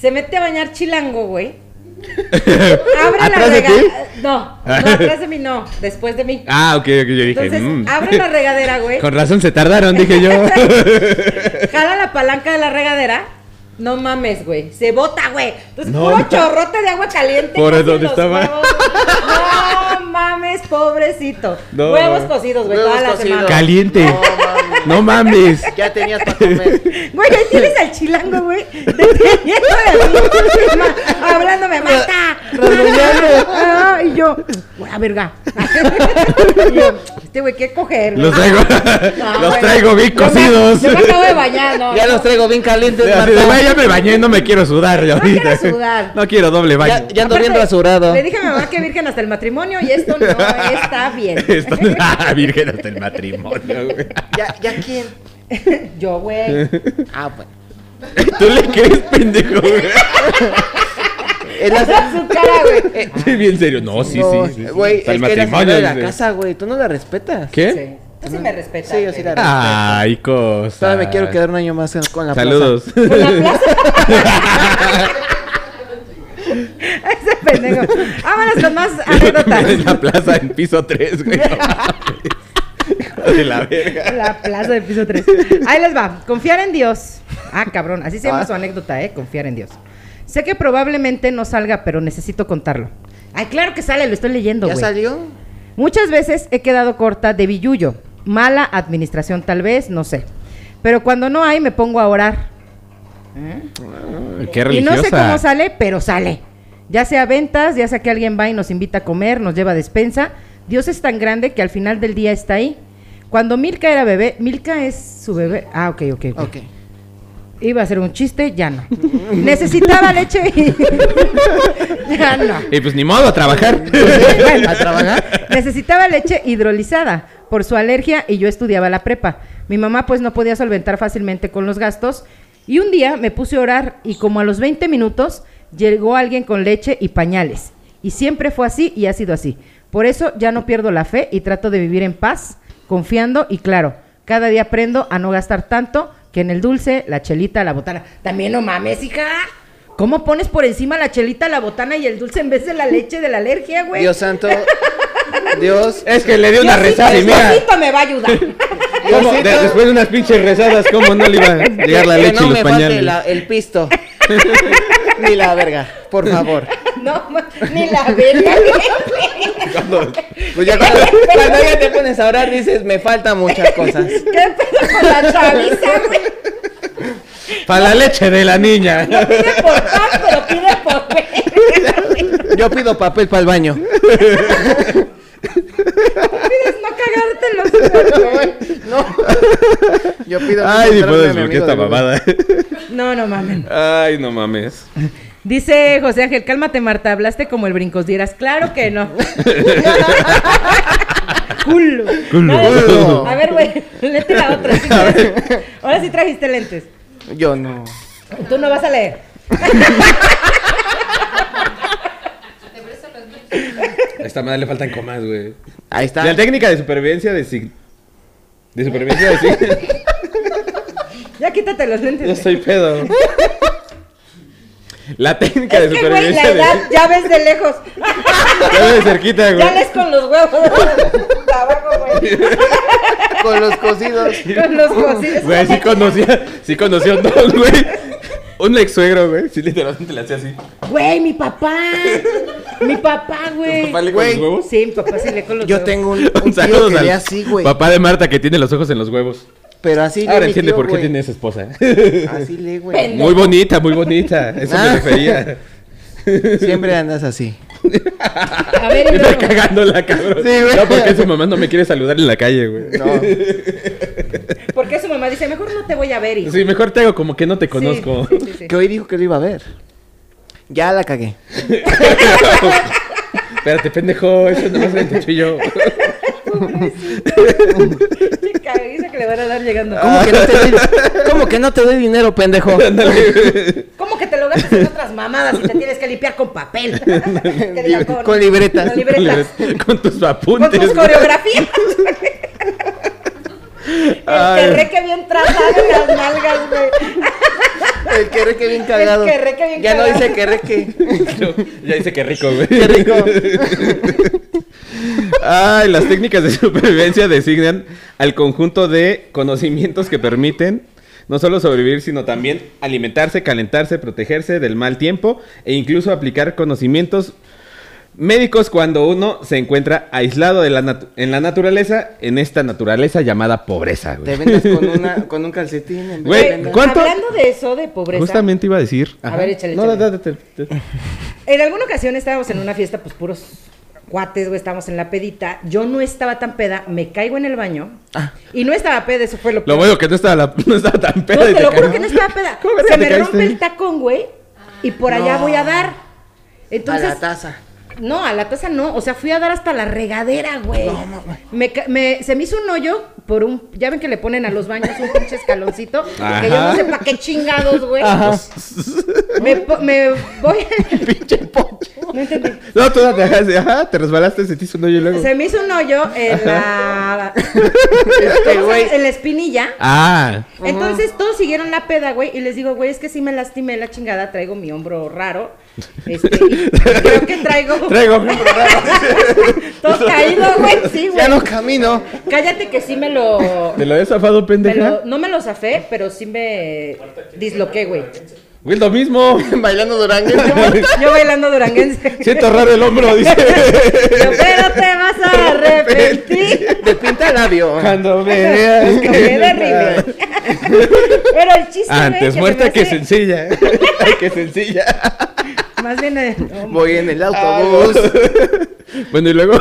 S2: Se mete a bañar chilango, güey. Abre la
S1: ¿Atrás de ti?
S2: regadera. No, no, atrás de mí no, después de mí.
S1: Ah, ok, ok, yo dije.
S2: Entonces,
S1: mm.
S2: abre la regadera, güey.
S1: Con razón se tardaron, dije yo.
S2: Jala la palanca de la regadera. No mames, güey. Se bota, güey. Entonces,
S1: No,
S2: puro
S1: no.
S2: chorrote de agua caliente.
S1: Por
S2: casi
S1: donde
S2: los
S1: estaba.
S2: huevos. No mames, pobrecito.
S1: No.
S2: Huevos cocidos, güey,
S4: Huevos
S2: toda la
S4: cocidos.
S2: semana.
S1: Caliente.
S4: No mames.
S1: No mames.
S4: Ya tenías para comer.
S2: Güey, ahí tienes al chilango, güey. Deteniendo de mí. Ma- Hablándome, mata. Ah, y yo, güey, a verga. Y yo, Este güey, ¿qué coger? güey?
S1: Los traigo.
S2: No,
S1: los
S2: güey.
S1: traigo bien
S2: Yo me-
S1: cocidos.
S2: Yo me acabo de bañar, no.
S4: Ya los traigo bien calientes,
S1: Así de,
S4: Marta.
S1: "Güey, ya me bañé, no me quiero sudar ya
S2: No quiero
S1: ahorita".
S2: sudar.
S1: No quiero doble baño.
S4: Ya, ya ando
S2: Aparte,
S4: bien rasurado.
S2: Le dije a mi mamá que virgen hasta el matrimonio y esto no está bien.
S1: Esto- Ah, virgen hasta el matrimonio, güey.
S4: ¿Ya, ¿Ya quién?
S2: Yo, güey.
S4: Ah, bueno.
S1: ¿Tú le crees, pendejo? güey?
S4: Es la-
S2: Esa es su cara, güey.
S1: Sí, bien serio. No, Oh, sí,
S4: No,
S1: sí. sí, sí.
S4: Güey,
S1: Hasta
S4: es que es la señora de la
S1: dice.
S4: casa, güey. Tú no la respetas.
S1: ¿Qué?
S2: Sí. Tú sí me respetas.
S4: Sí, yo sí la
S2: güey.
S1: Ay, cosa.
S4: Todavía me quiero quedar un año más en- con la plaza.
S1: Ah. Saludos.
S2: Una plaza. Ese pendejo. Vámonos con más
S1: en
S2: anécdotas.
S1: la plaza en piso 3, güey. no mames. Hijo de la verga.
S2: La plaza de piso 3. Ahí les va. Confiar en Dios. Ah, cabrón. Así se llama su anécdota, ¿eh? Confiar en Dios. Sé que probablemente no salga, pero necesito contarlo. Ay, claro que sale, lo estoy leyendo,
S4: ¿Ya
S2: güey.
S4: salió?
S2: Muchas veces he quedado corta de billuyo. Mala administración tal vez, no sé. Pero cuando no hay me pongo a orar.
S1: Qué
S2: Y
S1: religiosa.
S2: no sé cómo sale, pero sale. Ya sea ventas, ya sea que alguien va y nos invita a comer, nos lleva a despensa. Dios es tan grande que al final del día está ahí. Cuando Milka era bebé, Milka es su bebé. Ah, ok, ok. ok.
S4: Ok.
S2: Iba a ser un chiste, ya no. Necesitaba leche y... ya no.
S1: Y pues ni modo a trabajar.
S2: ¿A trabajar? Necesitaba leche hidrolizada por su alergia y yo estudiaba la prepa. Mi mamá pues no podía solventar fácilmente con los gastos y un día me puse a orar y como a los 20 minutos llegó alguien con leche y pañales. Y siempre fue así y ha sido así. Por eso ya no pierdo la fe y trato de vivir en paz, confiando y claro, cada día aprendo a no gastar tanto que en el dulce, la chelita, la botana. También no mames, hija. ¿Cómo pones por encima la chelita, la botana y el dulce en vez de la leche de la alergia, güey?
S4: Dios santo. Dios.
S1: Es que le di una
S2: Diosito,
S1: rezada y mira.
S2: Diosito me va a ayudar.
S1: ¿cómo? De- después de unas pinches rezadas, ¿cómo no le iba a llegar la
S4: que
S1: leche
S4: no
S1: y los
S4: me falte
S1: pañales?
S4: la- el pisto. Ni la verga, por favor.
S2: No, ma- ni la verga.
S1: Cuando-
S4: Pues ya cuando, cuando ya te pones a orar dices, me faltan muchas cosas.
S2: ¿Qué pedo con la chaviza, güey?
S1: Para la leche de la niña.
S2: No pide por pan, pero pide por verga, güey.
S4: Yo pido papel para el baño.
S2: Pides no cagarte en los ojos, güey.
S4: No. Yo pido
S1: Ay, ni puedo
S4: encontrarme a mi
S1: desbloquear
S4: amigo
S1: esta
S4: del Uber.
S1: babada.
S2: No, no mamen.
S1: Ay, no mames.
S2: Dice José Ángel, cálmate Marta, hablaste como el brincos dieras. Claro que no. Culo.
S1: Culo.
S2: No, A ver, güey, lente la otra. sí, güey. Ahora sí trajiste lentes.
S4: Yo no.
S2: Tú no vas a leer.
S1: A esta madre le faltan comas, güey.
S4: Ahí está.
S1: La técnica de supervivencia de sig- De supervivencia de sig-
S2: Ya quítate los lentes.
S1: Yo
S2: güey.
S1: soy pedo. La técnica
S2: Es
S1: de
S2: que, güey, la
S1: supervivencia de...
S2: edad ya ves de lejos.
S1: Ya ves de cerquita, güey.
S2: Ya les con los huevos de abajo, güey.
S4: Con los cocidos.
S2: Con los cocidos.
S1: Güey, sí conocía, sí conocía un don, güey. Un ex suegro, güey. Sí, literalmente le hacía así.
S2: Güey, mi papá. Mi papá, güey.
S1: Papá le con los
S4: Güey.
S1: huevos.
S2: Sí, mi papá sí le con los
S4: Yo
S2: huevos.
S4: tengo un, un
S1: Un
S4: tío
S1: saludo
S4: que
S1: al
S4: ve así, güey.
S1: papá de Marta que tiene los ojos en los huevos.
S4: Pero así
S1: Ahora
S4: mi
S1: entiende
S4: tío,
S1: por qué
S4: güey.
S1: tiene esa esposa. ¿eh?
S4: Así le, güey.
S2: Pendejo.
S1: Muy bonita, muy bonita. Eso me
S4: Ah.
S1: refería.
S4: Siempre andas así.
S2: A ver, y
S1: Está
S2: luego.
S1: cagándola, cabrón.
S4: Sí, güey.
S1: No, porque su mamá no me quiere saludar en la calle, güey.
S4: No.
S2: Porque su mamá dice, mejor no te voy a ver, hijo.
S1: Sí, mejor te hago como que no te conozco.
S2: Sí, sí, sí.
S4: Que hoy dijo que lo iba a ver. Ya la cagué.
S1: Espérate, pendejo, eso no más entre tú y yo.
S2: Qué caguiza que le van a dar llegando.
S4: ¿Cómo que no te doy, cómo que no te doy dinero, pendejo?
S2: ¿Cómo que te lo gastas en otras mamadas y te tienes que limpiar con papel? Que diga,
S4: Con libretas.
S2: Con libretas.
S1: Con tus
S2: Con
S1: apuntes.
S2: tus
S1: güey.
S2: coreografías.
S1: Ay.
S2: El que que bien trazado en las nalgas, güey.
S4: El que reque bien
S2: cagado. El que reque bien Ya no cagado. dice
S4: que reque.
S1: No, ya dice que rico, güey.
S4: Qué rico.
S1: Ay, las técnicas de supervivencia designan al conjunto de conocimientos que permiten no solo sobrevivir, sino también alimentarse, calentarse, protegerse del mal tiempo e incluso aplicar conocimientos médicos cuando uno se encuentra aislado de la nat- en la naturaleza, en esta naturaleza llamada pobreza,
S4: Te
S1: güey.
S4: vendas con, una, con un calcetín. en vez
S1: Güey,
S4: de vendas-
S1: ¿cuánto?
S2: Hablando de eso, de pobreza.
S1: Justamente iba a decir.
S2: A ver, échale,
S1: No,
S2: échale.
S1: da- da- da- da- da.
S2: En alguna ocasión estábamos en una fiesta, pues puros cuates, güey, estábamos en la pedita. Yo no estaba tan peda, me caigo en el baño. Y no estaba peda, eso fue Ah. lo
S1: Lo
S2: peor.
S1: bueno que no estaba, la- no estaba tan
S2: No,
S1: pedo.
S2: te lo juro que no estaba peda. Se me rompe el tacón, güey, y por allá
S4: No.
S2: voy a dar. Entonces,
S4: a la taza.
S2: No, a la taza no. O sea, fui a dar hasta la regadera, güey. me, ca- me- se me hizo un hoyo por un. Ya ven que le ponen a los baños un pinche escaloncito.
S1: Ajá.
S2: Que yo no sé para qué chingados, güey. Me, po- me voy.
S1: Pinche poncho.
S2: no entendí.
S1: No, tú no te dejaste, ajá, te resbalaste, se te hizo un hoyo y luego.
S2: Se me hizo un hoyo en la.
S4: Este,
S2: ¿cómo se
S4: güey.
S2: llama? en la espinilla.
S1: Ah,
S2: Entonces todos siguieron la peda, güey, y les digo, güey, es que sí me lastimé la chingada, traigo mi hombro raro. Este, y creo que traigo.
S1: traigo mi programa.
S2: Todo caído, güey, sí, güey.
S4: Ya no camino.
S2: Cállate que sí me lo.
S1: Te lo he zafado,
S2: Me
S1: pendeja.
S2: lo- no me lo zafé, pero sí me disloqué, güey.
S1: Güey, lo mismo.
S4: Bailando durango.
S2: Yo bailando duranguense.
S1: Siento raro el hombro, dice.
S2: Yo, pero te vas a arrepentir.
S4: Te pinta el labio.
S1: Cuando me veas
S2: Es que me
S1: que-
S2: derribe. Pero el chiste, güey,
S1: Antes
S2: se
S1: muerta
S2: me
S1: que
S2: hace-
S1: sencilla. Ay, que sencilla.
S2: Más bien, eh, no,
S4: Voy en el autobús.
S1: Bueno, y luego.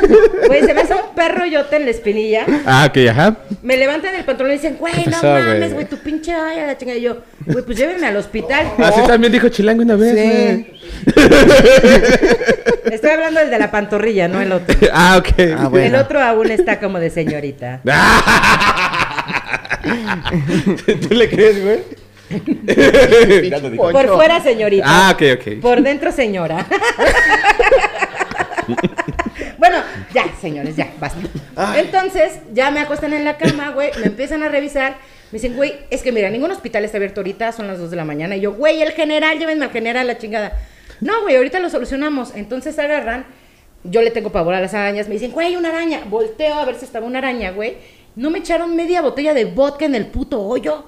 S2: güey, se me hace un perro yote en la espinilla.
S1: Ah, ok, ajá.
S2: Me levantan el pantalón y dicen, güey, no
S1: pasó,
S2: mames,
S1: güey?
S2: güey, tu pinche vaya la chingada. Y yo, güey, pues llévenme al hospital.
S1: Así también dijo Chilango una vez.
S4: Sí.
S2: Estoy hablando del de la pantorrilla, no el otro.
S1: güey. Ah, ok.
S4: Ah, bueno.
S2: El otro aún está como de señorita.
S1: ¿Tú le crees, güey? Ya lo dijo.
S2: Por
S4: Poncho.
S2: fuera, señorita.
S1: Ah, ok, ok.
S2: Por dentro, señora. bueno, ya, señores, ya, basta. Entonces, ya me acuestan en la cama, güey, me empiezan a revisar. Me dicen, güey, es que mira, ningún hospital está abierto ahorita, son las 2 de la mañana. Y yo, güey, el general, llévenme al general, la chingada. No, güey, ahorita lo solucionamos. Entonces agarran, yo le tengo pavor a las arañas. Me dicen, güey, una araña. Volteo a ver si estaba una araña, güey. No me echaron media botella de vodka en el puto hoyo.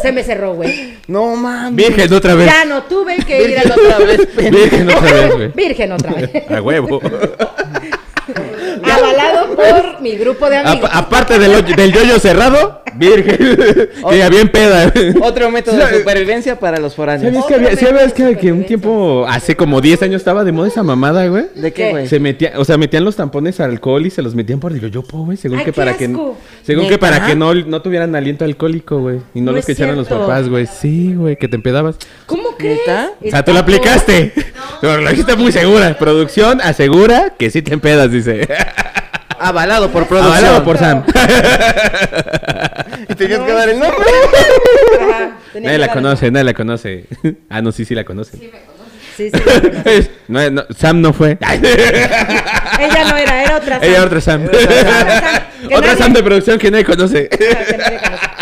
S2: Se me cerró, güey.
S4: No mames.
S1: Virgen otra vez.
S2: Ya no tuve que ir al
S4: Virgen
S2: hospital.
S4: otra vez.
S1: Virgen otra vez, güey.
S2: Virgen otra vez.
S1: A huevo.
S2: Avalado por mi grupo de amigos.
S1: A- aparte del, hoyo- del yoyo cerrado, virgen. que ya bien peda.
S4: Otro método de supervivencia para los
S1: ¿Sabías
S4: foráneos.
S1: que, había,
S2: Otro
S1: ¿sabías
S2: método de
S1: que, que un tiempo, hace como 10 años estaba de moda esa mamada, güey?
S4: ¿De
S2: ¿Qué?
S4: qué, güey?
S1: Se metía, o sea, metían los tampones al alcohol y se los metían por el yoyopo, güey, según
S2: Ay,
S1: que
S2: qué
S1: para que
S2: asco.
S1: según que
S4: ¿Neta?
S1: para que no, no tuvieran aliento alcohólico, güey, y no,
S2: No
S1: los
S2: es
S1: que echaran los
S2: cierto.
S1: papás, güey. Sí, güey, que te empedabas.
S2: ¿Cómo crees?
S4: ¿Neta?
S1: O sea,
S2: Está
S1: tú lo
S2: por-
S1: aplicaste. Pero lo dijiste muy segura. Producción asegura que sí te empedas, dice.
S4: Avalado por producción.
S1: Avalado por Sam.
S4: Y tenías que dar el nombre.
S2: Ajá, tenía
S1: Nadie
S2: que
S1: la
S2: dar-
S1: conoce, nadie la conoce. Ah, no, sí, sí la conoce.
S2: Sí, sí, la conoce.
S1: Es- no, no, Sam no fue.
S2: Ella no era, era otra. Sam.
S1: Ella otra Sam.
S2: Otra Sam. Que
S1: Otra
S2: nadie-
S1: Sam de producción que nadie conoce.
S2: Que nadie conoce.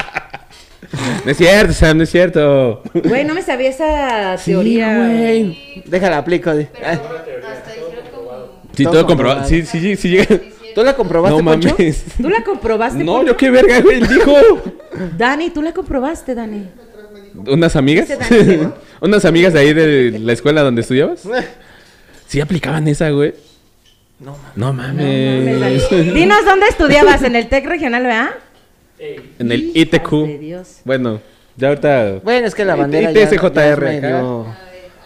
S1: No es cierto, Sam, no es cierto.
S2: Güey, no me sabía esa
S1: Sí,
S2: teoría.
S1: güey.
S4: Déjala, aplico. di. Ay,
S5: Hasta dijeron como.
S1: Sí,
S4: Todo
S1: todo comprobado.
S4: comprobado.
S1: Sí, sí, sí, sí llega.
S4: ¿Tú la comprobaste,
S1: No
S4: Poncho?
S1: mames.
S2: ¿Tú la comprobaste?
S1: No,
S2: Poncho?
S1: yo qué verga, güey, él dijo.
S2: Dani, tú la comprobaste, Dani.
S1: ¿Unas amigas? ¿Unas amigas de ahí de la escuela donde estudiabas? Sí aplicaban esa, güey. No mames.
S2: Dinos dónde estudiabas, en el TEC regional, ¿verdad?
S1: En el
S2: Hijas de Dios.
S1: ITQ. Bueno, ya ahorita.
S4: Bueno, es que la
S1: Y-
S4: bandera
S1: y
S4: ya- ya es
S1: TSJR,
S4: medio-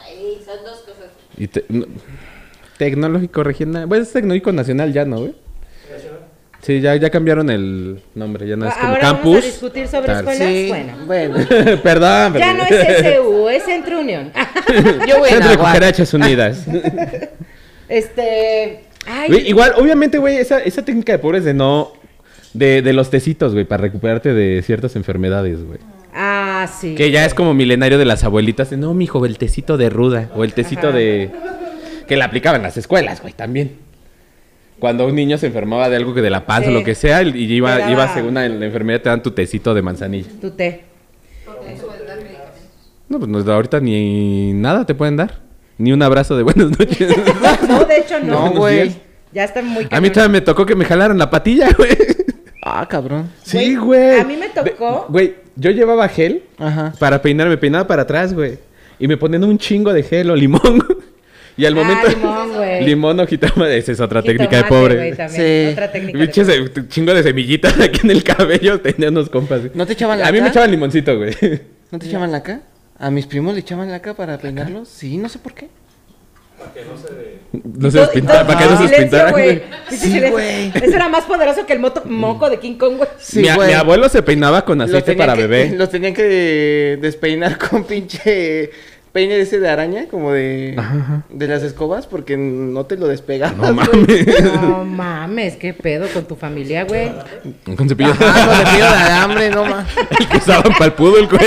S5: Ay, son dos cosas.
S1: Y te- no- tecnológico regional. Bueno, es tecnológico nacional ya, ¿no, güey? Sí, ya, ya cambiaron el nombre, ya no es como
S2: Ahora
S1: campus.
S2: vamos a discutir sobre
S1: tal.
S2: escuelas.
S4: Sí,
S2: Bueno.
S4: bueno.
S1: Perdón, perdón.
S2: Ya no es SU, es Centro Unión.
S4: Yo voy a
S1: Centro de
S4: Nahuatl.
S1: Cucarachas Unidas.
S2: este. Ay,
S1: Güey, igual, obviamente, güey, esa, esa técnica de pobres de no. De, de los tecitos, güey, para recuperarte de ciertas enfermedades, güey.
S2: Ah, sí.
S1: Que ya es como milenario de las abuelitas. de, no, mijo, el tecito de ruda. O el tecito de. Que la aplicaban en las escuelas, güey, también. Cuando un niño se enfermaba de algo que de la panza
S2: Sí.
S1: o lo que sea, y
S2: Te
S1: iba,
S2: daba-
S1: iba según la, la enfermedad, te dan tu tecito de manzanilla.
S2: Tu té.
S1: No, pues no, ahorita ni nada te pueden dar. Ni un abrazo de buenas noches.
S2: No, de hecho no.
S4: No,
S1: Buenos
S4: güey.
S1: días.
S2: Ya está
S1: A
S2: muy
S1: mí
S2: cañón.
S1: todavía me tocó que me jalaron la patilla, güey.
S4: Ah, cabrón.
S1: Sí,
S2: Güey,
S1: güey.
S2: a mí me tocó-
S1: Ve- Güey, yo llevaba gel
S4: Ajá.
S1: para peinar, me peinaba para atrás, güey. Y me ponían un chingo de gel o limón. Y al
S2: Ah,
S1: momento.
S2: limón, güey.
S1: Limón o jitomate. Esa es otra técnica de
S2: Jitomate,
S1: pobre.
S2: güey, también,
S4: Sí.
S2: Otra técnica. de
S1: Pinches
S2: pobre.
S1: de- chingo de semillitas aquí en el cabello. Tenía unos compas. güey.
S4: ¿No te echaban la
S1: A mí me
S4: acá?
S1: echaban limoncito, güey.
S4: ¿No te echaban la acá? A mis primos le echaban la acá para peinarlos. Sí, no sé por qué.
S1: No se despintaba. ¿Para qué no se
S2: Silencio,
S1: despintara,
S2: güey.
S1: güey?
S2: Sí,
S4: Sí,
S2: silencio.
S4: güey.
S2: Eso era más poderoso que el moto- moco de King Kong, güey.
S4: Sí,
S1: mi, a-
S4: güey.
S1: mi abuelo se peinaba con
S4: Los
S1: aceite
S4: tenían
S1: para
S4: que-
S1: bebé.
S4: Los tenían que despeinar con pinche peine ese de araña, como de, de las escobas, porque no te lo despegabas.
S1: No
S4: güey.
S1: mames.
S2: No mames, qué pedo con tu familia, güey.
S1: Con cepillo.
S4: Ah, con el filo de alambre, no mames.
S1: El que usaban para el pudul, güey.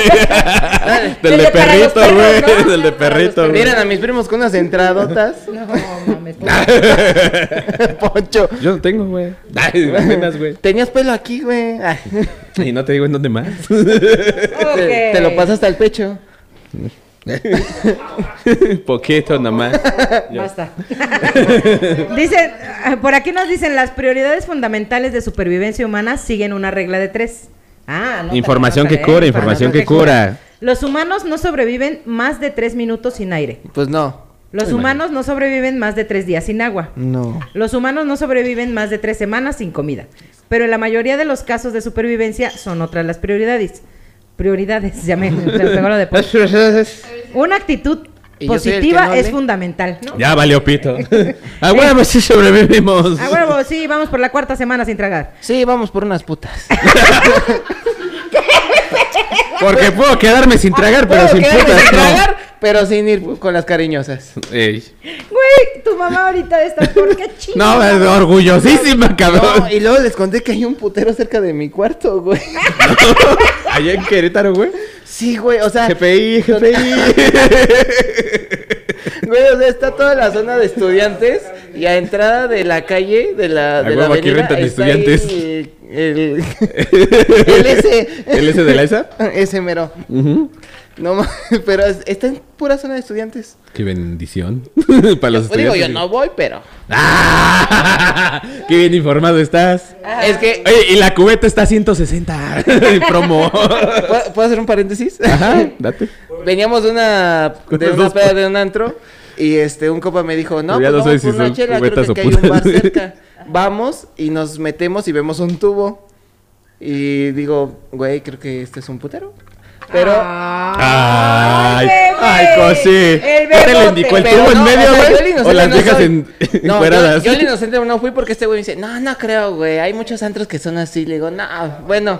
S1: Del
S2: El
S1: de
S2: de para los
S1: perrito, güey.
S2: perros, ¿no?
S1: Del de
S2: Para los
S1: perrito, güey.
S4: Miren a mis primos con unas entradotas.
S2: No mames. pobre.
S4: Poncho.
S1: Yo no tengo, güey. Ay, buenas, güey.
S4: Tenías pelo aquí, güey. Ay,
S1: Y no te digo en dónde más.
S2: Ok.
S4: te, te lo pasas hasta el pecho.
S1: Poquito nomás.
S2: Basta. dicen, ah, por aquí nos dicen, las prioridades fundamentales de supervivencia humana siguen una regla de tres. Ah, no.
S1: Información que cura, información que cura.
S2: Los humanos no sobreviven más de tres minutos sin aire.
S4: Pues no.
S2: Los humanos no sobreviven más de tres días sin agua.
S4: No.
S2: Los humanos no sobreviven más de tres semanas sin comida. Pero en la mayoría de los casos de supervivencia son otras las prioridades. Prioridades, ya me me pegó lo de po- Una actitud
S4: Y yo soy el que
S2: positiva
S4: no
S2: es
S4: lee.
S2: fundamental, ¿no?
S1: Ya valió pito. A huevo, sí sobrevivimos.
S2: A huevo, Ah, pues sí, vamos por la cuarta semana sin tragar.
S4: Sí, vamos por unas putas.
S1: Porque puedo quedarme sin tragar, pero
S4: Puedo
S1: sin
S4: quedarme
S1: putas,
S4: sin
S1: no.
S4: tragar, pero sin ir con las cariñosas.
S1: Ey.
S2: Güey, tu mamá ahorita está por qué chingada.
S1: No, es orgullosísima, cabrón.
S4: No, y luego les conté que hay un putero cerca de mi cuarto, güey.
S1: Allá en Querétaro, güey.
S4: Sí, güey, o sea,
S1: GPI, GPI.
S4: güey, o sea, está toda la zona de estudiantes y a entrada de la calle, de la,
S1: Ah,
S4: de la
S1: huevo, aquí
S4: avenida,
S1: rentan
S4: está ahí
S1: estudiantes.
S4: el, el ese,
S1: ¿El ese de la ESA?
S4: ese mero.
S1: Ujú.
S4: No, ma- pero es- está en pura zona de estudiantes.
S1: Qué bendición. Para los
S4: Pues digo, yo
S1: estudiantes.
S4: no voy, pero.
S1: ¡Ah! ¡Qué bien informado estás!
S4: Es que,
S1: Oye, y la cubeta está a 160. promo.
S4: ¿puedo, puedo hacer un paréntesis?
S1: Ajá, date.
S4: Veníamos de una,
S1: Con
S4: de
S1: los
S4: una
S1: dos
S4: peda
S1: por-
S4: de un antro y este un copa me dijo, no,
S1: Pero ya
S4: pues
S1: no
S4: vamos
S1: sé
S4: por
S1: si
S4: una
S1: son
S4: chela, creo
S1: cubetas
S4: que
S1: o
S4: hay un bar
S1: putas".
S4: cerca. Vamos y nos metemos y vemos un tubo. Y digo, güey, creo que este es un putero. Pero,
S2: Ah.
S1: ¡Ay!
S4: pues
S2: bebé!
S1: ¡Ay, cosi!
S2: El
S1: ¿Qué te
S2: bebote.
S1: le indicó el
S4: pero
S1: tubo en
S4: no,
S1: medio,
S4: o sea, yo
S1: güey? O,
S4: el inocente
S1: las
S4: no
S1: dejas
S4: soy.
S1: en
S4: No,
S1: encueradas.
S4: Yo, yo el inocente no fui porque este güey me dice, no, no creo, güey, hay muchos antros que son así. Le digo, no, bueno,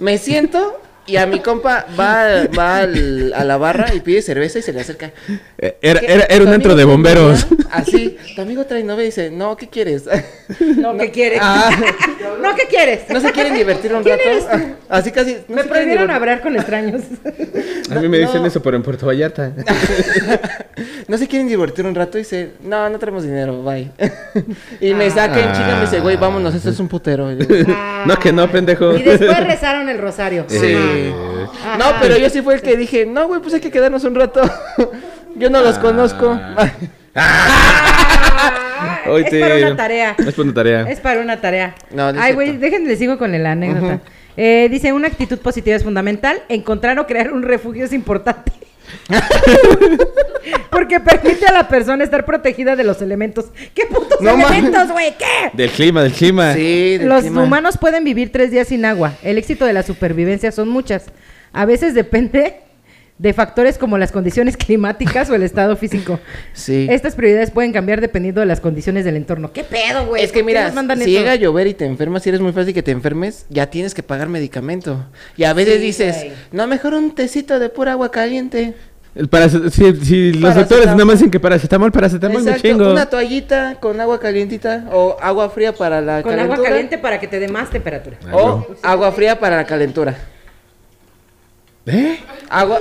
S4: me siento y a mi compa va, va al- a la barra y pide cerveza y se le acerca.
S1: Eh, Era,
S4: ¿Qué?
S1: era, era un
S4: ¿Tu
S1: antro de
S4: amigo trae
S1: bomberos.
S4: novia? Así, tu amigo trae novia y dice, no, ¿qué quieres?
S2: No, ¿qué quieres?
S4: Ah,
S2: No, ¿qué quieres?
S4: ¿No se quieren divertir un
S2: ¿Quién
S4: rato?
S2: eres tú?
S4: Ah, Así casi. ¿no
S2: Me
S4: se quieren
S2: prohibieron
S4: divert-
S2: hablar con extraños.
S1: A mí me dicen
S4: no.
S1: eso, pero en Puerto Vallarta.
S4: no se quieren divertir un rato y dice, no, no tenemos dinero, bye. y me saca en chica y me dice, güey, vámonos, esto es un putero. Y yo,
S2: Ah.
S1: No, que no, pendejo.
S6: Y después rezaron el rosario.
S4: Sí. No, pero yo sí fue el que dije, no, güey, pues hay que quedarnos un rato. yo no los conozco.
S1: Hoy
S2: es
S1: te-
S2: para una tarea.
S1: Es para una tarea.
S2: Es para una tarea.
S4: No, no es
S2: Ay, güey,
S4: cierto.
S2: déjenme les sigo con la anécdota. Eh, dice, una actitud positiva es fundamental. Encontrar o crear un refugio es importante. Porque permite a la persona estar protegida de los elementos. ¿Qué putos
S1: No mames.
S2: elementos, güey? ¿Qué?
S1: Del clima, del clima.
S4: Sí, del
S2: Los
S4: clima.
S2: humanos pueden vivir tres días sin agua. El éxito de la supervivencia son muchas. A veces depende de factores como las condiciones climáticas o el estado físico.
S4: Sí.
S2: Estas prioridades pueden cambiar dependiendo de las condiciones del entorno. ¿Qué pedo, güey?
S4: es que
S2: ¿Por qué
S4: mira,
S2: nos mandan
S4: si
S2: eso?
S4: llega a llover y te enfermas, si eres muy fácil que te enfermes, ya tienes que pagar medicamento. Y a veces
S2: Sí,
S4: dices,
S2: güey.
S4: no, mejor un tecito de pura agua caliente.
S1: El paracet- si, si los doctores
S4: Paracetamol.
S1: nada más dicen que paracetamol, paracetamol me chingo.
S4: una toallita con agua calientita o agua fría para la
S2: Con
S4: calentura.
S2: agua caliente para que te dé más temperatura.
S4: O agua fría para la calentura.
S1: ¿Eh?
S4: Agua.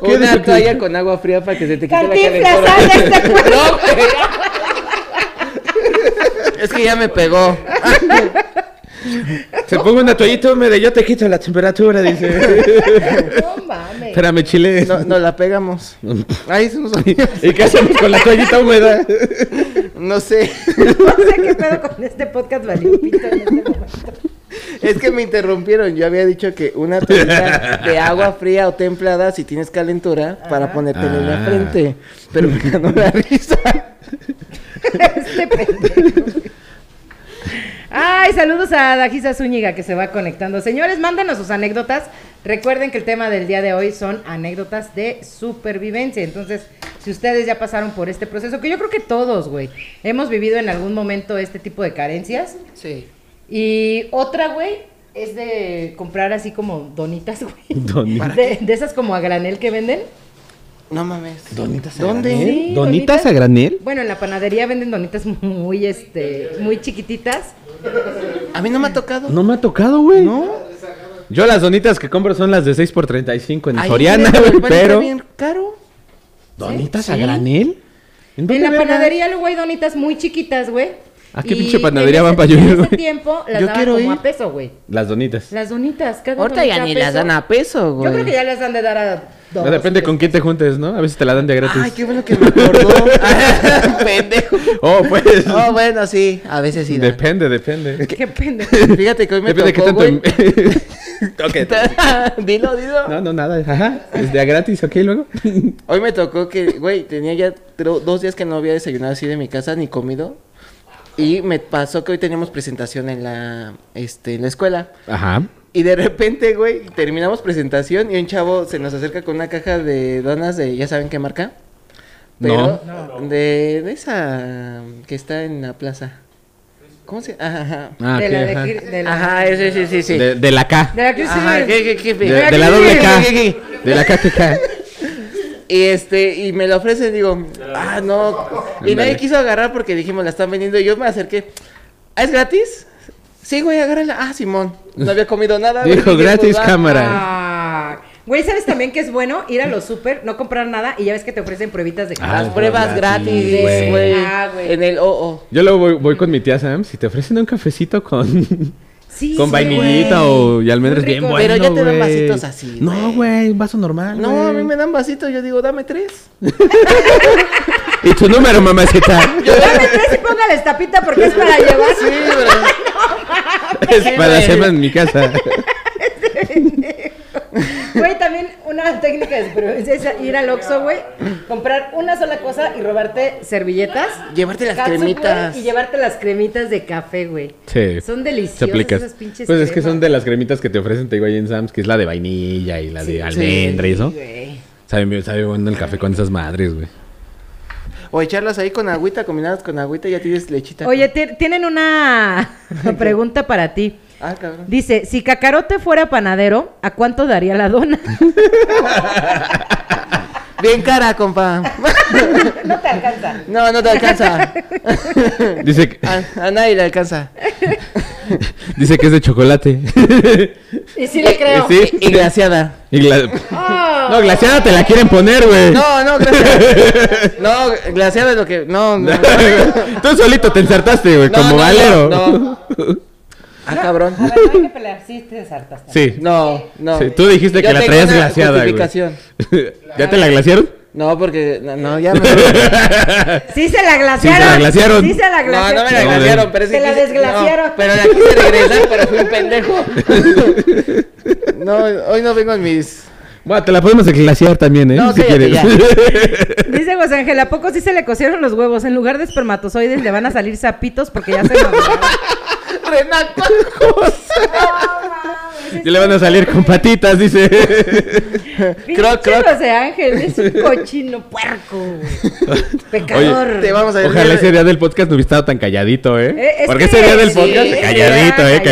S4: Una toalla con agua fría para que se te quite la calentura.
S7: este
S4: No, güey. es que ya me pegó.
S1: Se pongo una toallita húmeda y yo te quito la temperatura, dice. Espérame, chile.
S4: No, nos la pegamos. Ay, eso no sabía.
S1: ¿Y qué hacemos con la toallita húmeda?
S4: No sé.
S2: No sé qué pedo con este podcast valió pito en este momento.
S4: Es que me interrumpieron. Yo había dicho que una toallita de agua fría o templada, si tienes calentura, para ponerte en la
S1: Ah.
S4: frente. Pero me ganó la risa.
S2: Este pendejo. Ay, saludos a Dajisa Zúñiga que se va conectando. Señores, mándenos sus anécdotas. Recuerden que el tema del día de hoy son anécdotas de supervivencia. Entonces, si ustedes ya pasaron por este proceso, que yo creo que todos, güey, hemos vivido en algún momento este tipo de carencias.
S4: Sí.
S2: Y otra, güey, es de comprar así como donitas, güey.
S1: Donitas.
S2: De, de esas como a granel que venden.
S4: No mames.
S1: ¿Donitas a
S4: ¿Dónde?
S1: granel?
S2: Sí,
S1: ¿Donitas a granel?
S2: Bueno, en la panadería venden donitas muy, este, muy chiquititas.
S4: A mí no me ha tocado.
S1: No me ha tocado, güey. No. Yo las donitas que compro son las de 6 por 35 en
S4: Ahí
S1: Soriana,
S4: viene,
S1: güey,
S4: el pan está
S1: pero
S4: bien caro.
S1: ¿donitas a granel?
S2: En la
S1: dónde verga?
S2: panadería luego hay donitas muy chiquitas, güey.
S1: ¿A Ah, qué
S2: Y
S1: pinche
S2: en
S1: panadería
S2: ese-
S1: van para yo ir,
S2: En ese
S1: güey?
S2: tiempo las
S4: Yo
S2: daban
S4: quiero
S2: como
S4: ir.
S2: a peso, güey.
S1: Las donitas.
S2: Las donitas, cada
S4: Ahorita ya
S2: donita
S4: ni
S2: peso.
S4: las dan a peso, güey.
S2: Yo creo que ya las han de dar a dos.
S1: Bueno, Depende con quién te juntes, ¿no? A veces te la dan de gratis.
S4: Ay, qué bueno que me acordó. Pendejo.
S1: Oh, pues.
S4: Oh, bueno, sí. A veces sí. da.
S1: depende, depende.
S2: Qué pendejo.
S4: Fíjate que hoy me
S1: Depende de qué
S4: tocó,
S1: tanto.
S4: güey.
S1: Ok.
S4: dilo, dilo.
S1: No, no, nada. Ajá. Es de a gratis, ok, luego.
S4: Hoy me tocó que, güey, tenía ya tro- dos días que no había desayunado así de mi casa ni comido. Y me pasó que hoy teníamos presentación en la, este, en la escuela.
S1: Ajá.
S4: Y de repente, güey, terminamos presentación y un chavo se nos acerca con una caja de donas de, ya saben qué marca. Pero De, de esa que está en la plaza. ¿Cómo se? Ajá, ajá.
S1: Ah,
S2: de,
S1: ok,
S2: la de,
S1: ajá.
S2: Kir- de la
S4: Ajá, sí, sí, sí, sí.
S1: De, de la K.
S2: de la Kir-
S4: Ajá, ¿qué, qué, qué?
S1: De,
S2: la
S1: de la
S2: K.
S1: doble K.
S4: Sí, sí,
S1: De la KKK.
S4: Y este, y me lo ofrecen, digo, ah, no. Y nadie quiso agarrar porque dijimos, la están vendiendo. Y yo me acerqué. "Ah, ¿Es gratis? Sí, güey, agárrala. Ah, Simón. No había comido nada. güey.
S1: Dijo
S4: Dije,
S1: gratis
S4: "Pues, va".
S1: cámara.
S2: Ah, Güey, ¿sabes también que es bueno ir a los súper, no comprar nada y ya ves que te ofrecen pruebitas de
S1: Ah,
S4: Las
S2: casa?
S4: pruebas
S1: gratis,
S4: gratis,
S1: güey.
S4: güey.
S2: Ah, güey.
S4: En el OO.
S1: Yo luego voy, voy con mi tía Sam. Si te ofrecen un cafecito con,
S2: Sí,
S1: con
S2: sí,
S1: vainillita
S2: güey.
S1: o y almendras,
S2: Muy
S1: bien
S2: rico.
S1: bueno.
S4: Pero ya te
S1: güey.
S4: dan vasitos así,
S1: No,
S4: güey.
S1: güey, un vaso normal.
S4: No,
S1: güey.
S4: a mí me dan vasito. Yo digo, dame tres.
S1: ¿Y tu número, mamacita?
S2: Dame tres y póngales tapita porque es para llevar.
S4: Sí, güey.
S1: es para
S4: güey.
S1: hacerlo en mi casa.
S2: Güey, también una técnica de supervivencia es ir al Oxxo, güey, comprar una sola cosa y robarte servilletas.
S4: Llevarte las
S2: catsup,
S4: cremitas.
S2: güey, y llevarte las cremitas de café, güey.
S1: Sí.
S2: Son
S1: Se
S2: deliciosas
S1: aplicas.
S2: esas pinches
S1: Pues es que son de las cremitas que te ofrecen, te digo, ahí en Sam's, que es la de vainilla y la de almendra y eso. Sabe, bien- sabe bueno el café con esas madres, güey.
S4: O echarlas ahí con agüita, combinadas con agüita, ya tienes lechita.
S2: Oye, ti- tienen una pregunta para ti.
S4: Ah, cabrón.
S2: Dice, si Cacarote fuera panadero, ¿a cuánto daría la dona?
S4: Bien cara, compa.
S7: No te alcanza.
S4: No, no te alcanza.
S1: Dice, que-
S4: A, a nadie le alcanza.
S1: dice que es de chocolate.
S6: Y sí le creo.
S1: Sí.
S4: Y glaciada.
S1: Y gla-
S6: Ah.
S1: No, glaciada te la quieren poner, güey.
S4: No, no, glaciada. No, glaciada es lo que. No, no.
S1: Tú solito te ensartaste, güey,
S4: No,
S1: como
S4: no,
S1: valero.
S4: no, Ah, cabrón.
S7: A ver, no hay que pelear. Sí, te desartaste.
S1: Sí.
S4: No, no.
S1: Sí, tú dijiste
S4: Yo
S1: que la
S4: tengo
S1: traías
S4: una
S1: glaciada, güey.
S4: justificación.
S1: ¿Ya te la glaciaron?
S4: No, porque. No, no, ya me.
S2: Sí se la glaciaron.
S1: Sí se la glaciaron.
S2: Sí se la
S4: No,
S2: glaciaron.
S4: no me la
S1: No,
S4: glaciaron,
S1: de-
S4: pero es que.
S2: Te la
S4: quise-
S2: desglaciaron.
S4: no, pero la quise regresar, pero fui un pendejo. No, hoy no vengo en mis.
S1: Bueno, te la podemos glaciar también, ¿eh?
S4: No, cállate
S2: Dice José Ángel, ¿a poco sí se le cocieron los huevos? En lugar de espermatozoides le van a salir sapitos porque ya se maduraron.
S4: Renato.
S1: Y le van a salir con patitas, dice.
S2: Pinche
S4: Croc, croc.
S2: José Ángel, es un cochino puerco. güey. Pecador.
S4: Te vamos a
S1: Ojalá ese día del podcast no hubiera estado tan calladito, ¿eh?
S2: Eh, es
S1: Porque
S2: que
S1: ese día del
S2: sí,
S1: podcast,
S2: sí,
S1: calladito, ¿eh?
S2: era
S1: Calladito.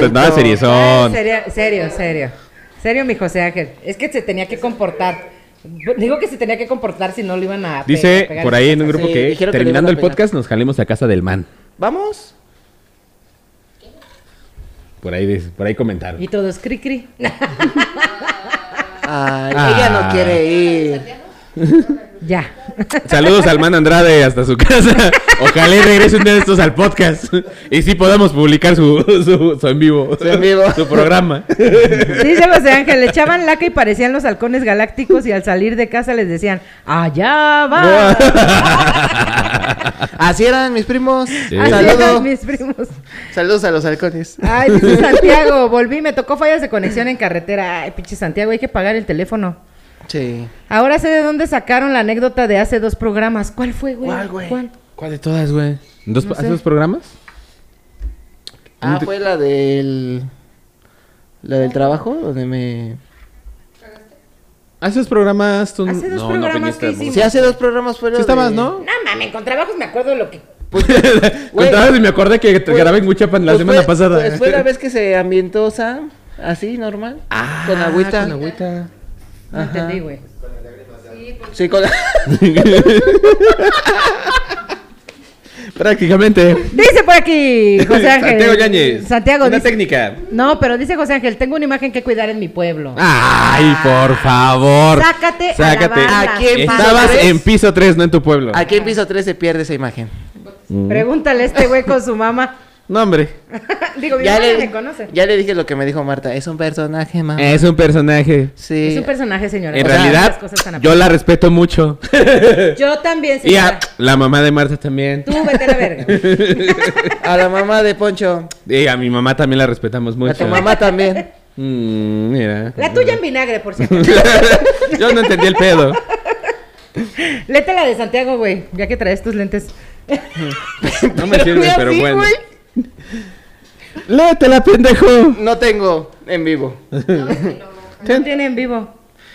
S2: calladito.
S1: No, seriezón.
S2: Serio, serio, serio. Serio, mi José Ángel. Es que se tenía que comportar. Digo que se tenía que comportar si no lo iban a. pe-
S1: Dice
S2: pegar.
S1: por ahí en un grupo
S4: Sí,
S1: que
S4: dijeron que le
S1: terminando el
S4: iban a pegar.
S1: podcast nos jalemos a casa del man.
S4: Vamos.
S1: Por ahí, dice- por ahí comentaron.
S2: Y todos cri cri.
S4: Ay,
S1: Ah.
S4: ella no quiere ir.
S2: Ya.
S1: Saludos al man Andrade hasta su casa. Ojalá y regrese un día de estos al podcast. Y sí podamos publicar su, su, su en vivo.
S4: Su en vivo.
S1: Su programa.
S2: Dice José Ángel, le echaban laca y parecían los halcones galácticos y al salir de casa les decían, allá va.
S4: Así eran mis primos.
S2: Así
S1: Este,
S4: Saludos.
S2: eran mis primos.
S4: Saludos a los halcones.
S2: Ay, dice Santiago, volví, me tocó fallas de conexión en carretera. Ay, pinche Santiago, hay que pagar el teléfono.
S4: Sí.
S2: Ahora sé de dónde sacaron la anécdota de hace dos programas. ¿Cuál fue, güey?
S4: ¿Cuál, güey?
S1: ¿Cuál de todas, güey? ¿Dos,
S2: No
S1: ¿hace
S2: sé.
S1: dos programas?
S4: Ah, fue la del. La del trabajo, donde me.
S1: ¿Hace dos programas? tú-
S2: Hace dos programas que
S1: viniste
S2: hicimos.
S4: Sí, hace dos programas fueron.
S1: Sí estabas,
S4: de-
S1: ¿no?
S2: No mames, con trabajos me acuerdo lo que.
S4: pues Güey.
S1: Contabas y me acordé que te
S4: Pues-
S1: grabé en Huichapan la
S4: Pues
S1: semana
S4: fue-
S1: pasada.
S4: Pues fue la vez que se ambientó Sam, así, normal.
S1: Ah,
S4: con agüita. Con agüita.
S2: No entendí, güey.
S4: Sí, con
S1: Prácticamente.
S2: Dice por aquí, José Ángel.
S1: Santiago Yáñez.
S2: Santiago
S1: Una
S2: dice-
S1: técnica.
S2: No, pero dice José Ángel, tengo una imagen que cuidar en mi pueblo.
S1: Ah. Ay, por favor.
S2: Sácate a
S1: Sácate.
S2: la banda.
S4: Aquí en
S1: Estabas
S4: Piso tres.
S1: en piso 3, no en tu pueblo.
S4: Aquí en piso 3 se pierde esa imagen.
S2: Pregúntale a este güey con su mamá.
S1: No, hombre.
S2: Digo, mi
S4: Ya
S2: mamá
S4: le,
S2: me conoce.
S4: ya le dije lo que me dijo Marta. Es un personaje, mamá.
S1: Es un personaje.
S4: sí.
S2: Es un personaje, señora.
S1: En
S2: Ah. O sea,
S1: realidad,
S2: esas cosas tan
S1: yo la respeto mucho.
S2: ap- Yo también,
S1: y a
S2: señora.
S1: la mamá de Marta también.
S2: Tú vete a la verga.
S4: A la mamá de Poncho.
S1: Y a mi mamá también la respetamos
S4: A tu
S1: mucho.
S4: mamá también.
S1: Mm, mira.
S2: La tuya en vinagre, por cierto.
S1: Yo no entendí el pedo.
S2: Léete la de Santiago, güey, ya que traes tus lentes.
S1: No me sirve,
S4: fui
S1: pero
S4: así,
S1: bueno.
S4: güey.
S1: Léetela, pendejo.
S4: No tengo en vivo.
S2: No tiene en vivo.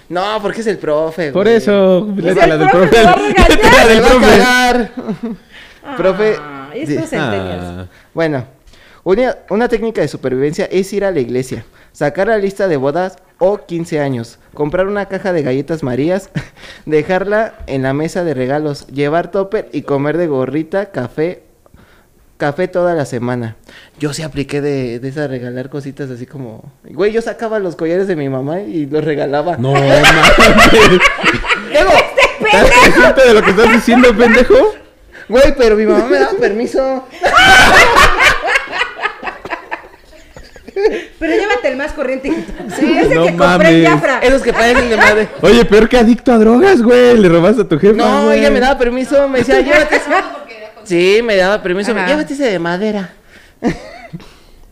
S4: No, porque es el profe.
S1: Por
S4: güey.
S1: eso, léetela
S2: el
S1: del
S2: profe,
S1: profe.
S2: me va a regañar.
S1: Léetela
S4: Me
S1: del
S4: va a
S1: profe.
S4: cagar. Profe.
S2: Ah, estos
S4: Sí.
S2: centenios.
S4: Bueno, una, una técnica de supervivencia es ir a la iglesia, sacar la lista de bodas o 15 años, comprar una caja de galletas marías, dejarla en la mesa de regalos, llevar topper y comer de gorrita, café, café toda la semana. Yo sí apliqué de, de esa regalar cositas así como... Güey, yo sacaba los collares de mi mamá y los regalaba.
S1: Ah. No, mames.
S4: Luego,
S1: ¿Te das consciente de lo que estás diciendo, pendejo?
S4: Güey, pero mi mamá me daba permiso.
S2: Pero llévate el más corriente. Sí, ese
S1: No
S2: que compré en
S1: mames.
S2: Jafra.
S4: Esos que parecen de madre.
S1: Oye, peor que adicto a drogas, güey. Le robaste a tu jefa.
S4: No,
S1: güey.
S4: ella me daba permiso, me decía, llévate ese- Sí, me daba permiso, me-
S2: Ajá.
S4: llévate ese de madera.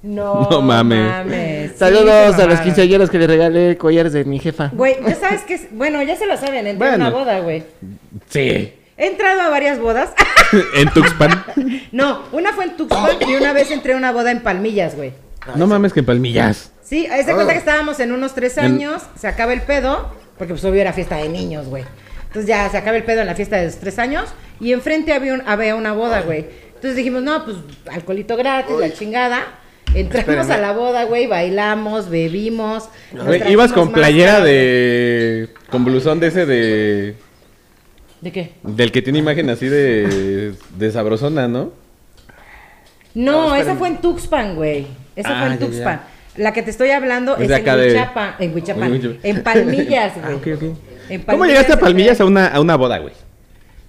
S2: No,
S1: No mames.
S2: mames. Sí, se
S4: Saludos a los
S2: mamaron.
S4: quinceañeros que le regalé collares de mi jefa.
S2: Güey, ya sabes que. es- Bueno, ya se lo saben, entré a una
S1: Bueno.
S2: boda, güey.
S1: Sí.
S2: He entrado a varias bodas.
S1: En Tuxpan.
S2: no, una fue en Tuxpan y una vez entré a una boda en Palmillas, güey.
S1: No mames que en Palmillas.
S2: Sí, a ese cuenta
S1: Ah.
S2: que estábamos en unos tres años, se acaba el pedo, porque pues obvio era fiesta de niños, güey. Entonces ya se acaba el pedo en la fiesta de los tres años y enfrente había, un- había una boda, güey. Entonces dijimos, no, pues alcoholito gratis, la chingada. Entramos a la boda, güey, bailamos, bebimos. nos
S1: Güey, ibas
S2: trajimos
S1: con
S2: más,
S1: playera
S2: güey.
S1: de... Con blusón de ese de...
S6: ¿De qué?
S1: Del que tiene imagen así de, de sabrosona, ¿no?
S2: No, esa fue en Tuxpan, güey. Esa
S1: Ah,
S2: fue
S1: ya,
S2: en
S1: ya.
S2: Tuxpan. La que te estoy hablando
S1: Es
S2: es,
S1: de
S2: en
S1: acá de-
S2: Huichapa- en Huichapan,
S1: Uy, uy.
S2: en Palmillas, güey. En
S1: ¿Cómo llegaste a
S2: güey.
S1: Palmillas a una, a una boda, güey?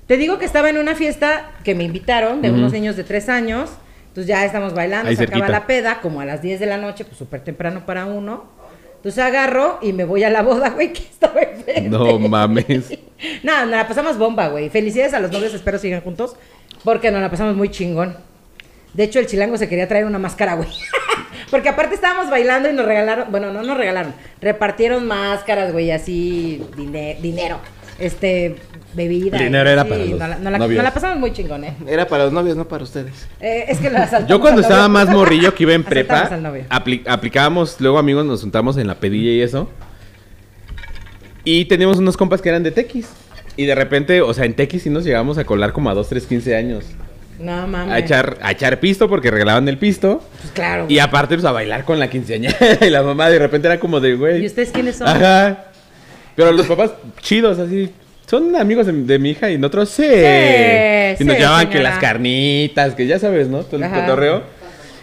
S2: Te digo que estaba en una fiesta que me invitaron de unos niños de tres años. Entonces ya estamos bailando,
S1: Ahí
S2: se acaba
S1: cerquita.
S2: la peda, como a las 10 de la noche, pues súper temprano para uno. Entonces agarro y me voy a la boda, güey, que estaba enfrente.
S1: No mames.
S2: Nada, nos la pasamos bomba, güey. Felicidades a los novios, espero sigan juntos, porque nos la pasamos muy chingón. De hecho, el chilango se quería traer una máscara, güey. porque aparte estábamos bailando y nos regalaron, bueno, no nos regalaron, repartieron máscaras, güey, así, dine- dinero, este, bebida.
S1: Dinero
S2: y
S1: era
S2: así,
S1: para los
S2: no la- no la-
S1: novios.
S2: nos la pasamos muy chingón, ¿eh?
S4: Era para los novios, no para ustedes.
S2: Eh, es que lo asaltamos
S1: Yo cuando
S2: al
S1: estaba
S2: novio.
S1: más morrillo que iba en prepa,
S2: Asaltamos al novio.
S1: apli- aplicábamos, luego amigos nos juntamos en la pedilla y eso. Y teníamos unos compas que eran de Tequis. Y de repente, o sea, en Tequis sí nos llegábamos a colar como a 2, 3, 15 años.
S2: No
S1: A
S2: mames.
S1: echar, a echar pisto porque regalaban el pisto.
S2: Pues claro.
S1: Y
S2: güey.
S1: aparte, pues a bailar con la quinceañera. Y la mamá de repente era como de, güey.
S2: ¿Y ustedes quiénes son?
S1: Ajá. Pero los papás chidos, así. Son amigos de, de mi hija y nosotros sí. y nos
S2: sí,
S1: llevaban
S2: señora.
S1: que las carnitas, que ya sabes, ¿no? Todo el
S2: Ajá.
S1: cotorreo.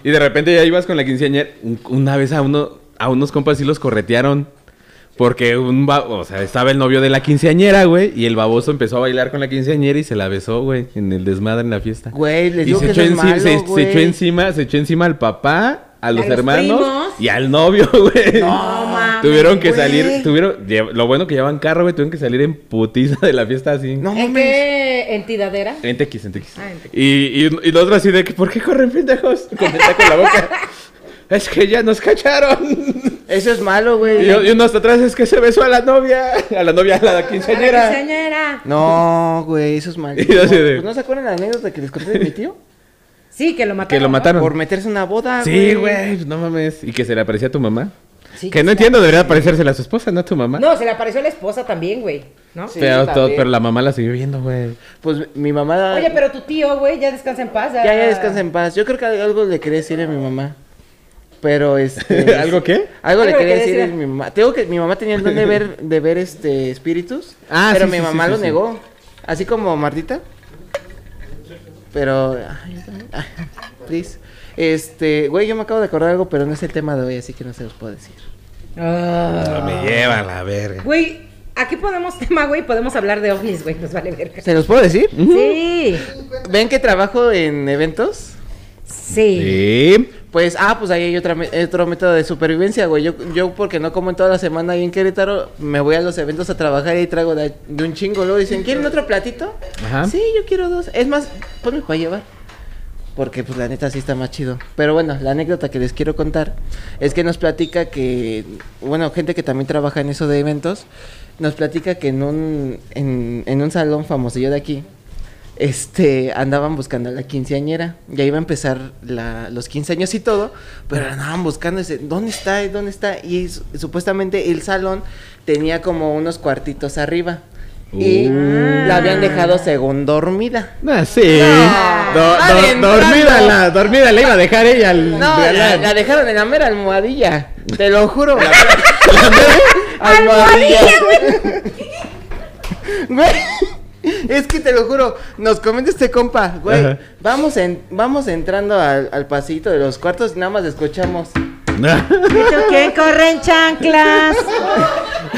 S1: Y de repente ya ibas con la quinceañera. Un- Una vez a uno, a unos compas sí los corretearon. Porque un ba- o sea, estaba el novio de la quinceañera, güey, y el baboso empezó a bailar con la quinceañera y se la besó, güey, en el desmadre en la fiesta.
S4: Güey, les
S1: y
S4: digo
S1: se
S4: que
S1: echó,
S4: eso es
S1: enci-
S4: malo,
S1: se- se
S4: güey.
S1: echó encima, se echó encima al papá, a los
S2: los
S1: hermanos
S2: primos.
S1: y al novio, güey.
S2: No mames,
S1: Tuvieron que
S2: güey.
S1: salir, tuvieron, lle- lo bueno que llevan carro, güey, tuvieron que salir en putiza de la fiesta así.
S4: No
S2: ¿En
S4: mames.
S2: qué entidadera?
S1: En TX, en TX.
S2: Ah, en TX.
S1: Y, y, y los otros así de que, ¿por qué corren pendejos? Con el taco en la boca. es que ya nos cacharon.
S4: Eso es malo,
S1: y,
S4: güey.
S1: y uno hasta atrás es que se besó a la novia. A la novia, a la
S2: A la
S1: quinceañera.
S2: quinceañera.
S4: No, güey, eso es malo.
S1: Y así de-
S4: Pues, ¿No se acuerdan la anécdota que les conté de mi tío?
S2: Sí, que lo mataron.
S1: Que lo
S2: ¿no?
S1: mataron.
S4: Por meterse en una boda,
S1: Sí, güey, no mames. Y que se le aparecía a tu mamá.
S2: Sí,
S1: que no entiendo, debería parecérsela a su esposa, no a tu mamá.
S2: No, se le apareció la esposa también, güey. ¿No?
S4: Sí,
S1: pero, todo-
S4: también.
S1: pero la mamá la siguió viendo, güey.
S4: Pues mi mamá.
S2: Oye, pero tu tío, güey, ya descansa en paz. ah.
S4: Ya, ya descansa en paz. Yo creo que algo le quería decir a mi mamá. Pero este.
S1: ¿Algo qué?
S4: Algo le quería decir a mi mamá. Tengo que mi mamá tenía el don de ver, de ver este espíritus,
S1: Ah,
S4: pero
S1: sí,
S4: mi
S1: sí,
S4: mamá
S1: sí,
S4: lo
S1: sí, sí.
S4: negó. Así como Martita. Pero ay, ay, please. Este, güey, yo me acabo de acordar algo, pero no es el tema de hoy, así que no se los puedo decir.
S2: Ah.
S1: No, me lleva a la verga.
S2: Güey, aquí podemos tema, güey, podemos hablar de ovnis, güey, nos vale verga.
S4: ¿Se los puedo decir?
S2: Sí,
S4: ¿Ven que trabajo en eventos?
S2: sí.
S1: Sí.
S4: Pues, ah, pues ahí hay otra me- otro método de supervivencia, güey. Yo, yo, porque no como en toda la semana ahí en Querétaro, me voy a los eventos a trabajar y ahí traigo de, de un chingo. Luego dicen, ¿quieren otro platito?
S1: Ajá.
S4: Sí, yo quiero dos. Es más, ponme para llevar. Porque, pues, la neta sí está más chido. Pero bueno, la anécdota que les quiero contar es que nos platica que, bueno, gente que también trabaja en eso de eventos, nos platica que en un, en, en un salón famosillo de aquí, este, andaban buscando a la quinceañera. Ya iba a empezar la- los 15 años y todo, pero andaban buscando ese, ¿dónde está? ¿Dónde está? Y su- supuestamente el salón tenía como unos cuartitos arriba. Y la habían dejado según dormida.
S1: Ah, sí. Do-
S4: Van
S1: do-
S4: entrando.
S1: dormida, la, dormida la iba a dejar ella al.
S4: No, la, la dejaron en la mera almohadilla. Te lo juro. La, almohadilla, güey. Es que te lo juro, nos comenta este compa, güey.
S1: Ajá.
S4: Vamos, en, vamos entrando al, al pasito de los cuartos y nada más escuchamos.
S2: ¿Quién corre en chanclas?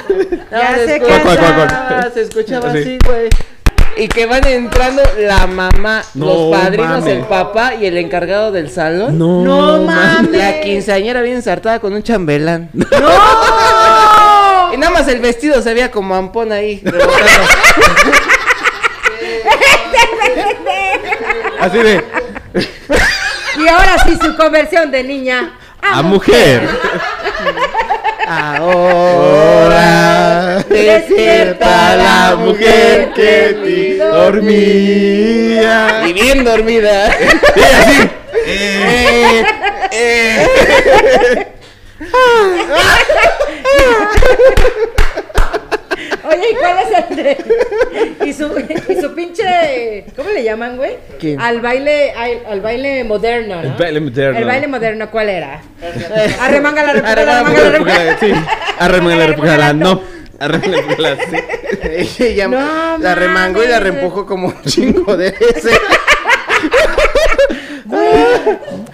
S1: Pues
S4: Nada más
S2: Ya sé que
S4: escu-
S1: ¿Cuál, cuál, cuál?
S4: nada más Se escuchaba
S1: Sí.
S4: así, güey. Y que van entrando la mamá,
S1: No
S4: los padrinos,
S1: mames.
S4: el papá y el encargado del salón.
S1: No,
S2: No mames.
S4: La quinceañera bien ensartada con un chambelán. ¡No! Y nada más el vestido se veía como ampón ahí. rebotando.
S1: Así de.
S2: Y ahora sí su conversión de niña.
S1: A mujer.
S4: Ahora despierta la mujer que en ti
S1: dormía.
S4: Y bien dormida.
S1: Y así.
S2: Oye, ¿y cuál es el de- Y su, y su pinche... ¿Cómo le llaman, güey?
S4: ¿Quién?
S2: Al baile, al, al baile moderno, ¿no?
S1: El baile moderno.
S2: El baile moderno, ¿cuál era? Arremanga la
S4: Arremanga
S2: república,
S4: la
S2: arremanga la república.
S1: Sí. Arremanga la república. No. Arregla la- sí.
S4: Ella
S2: No
S4: la remangó y la
S2: mames.
S4: reempujó como un chingo de veces.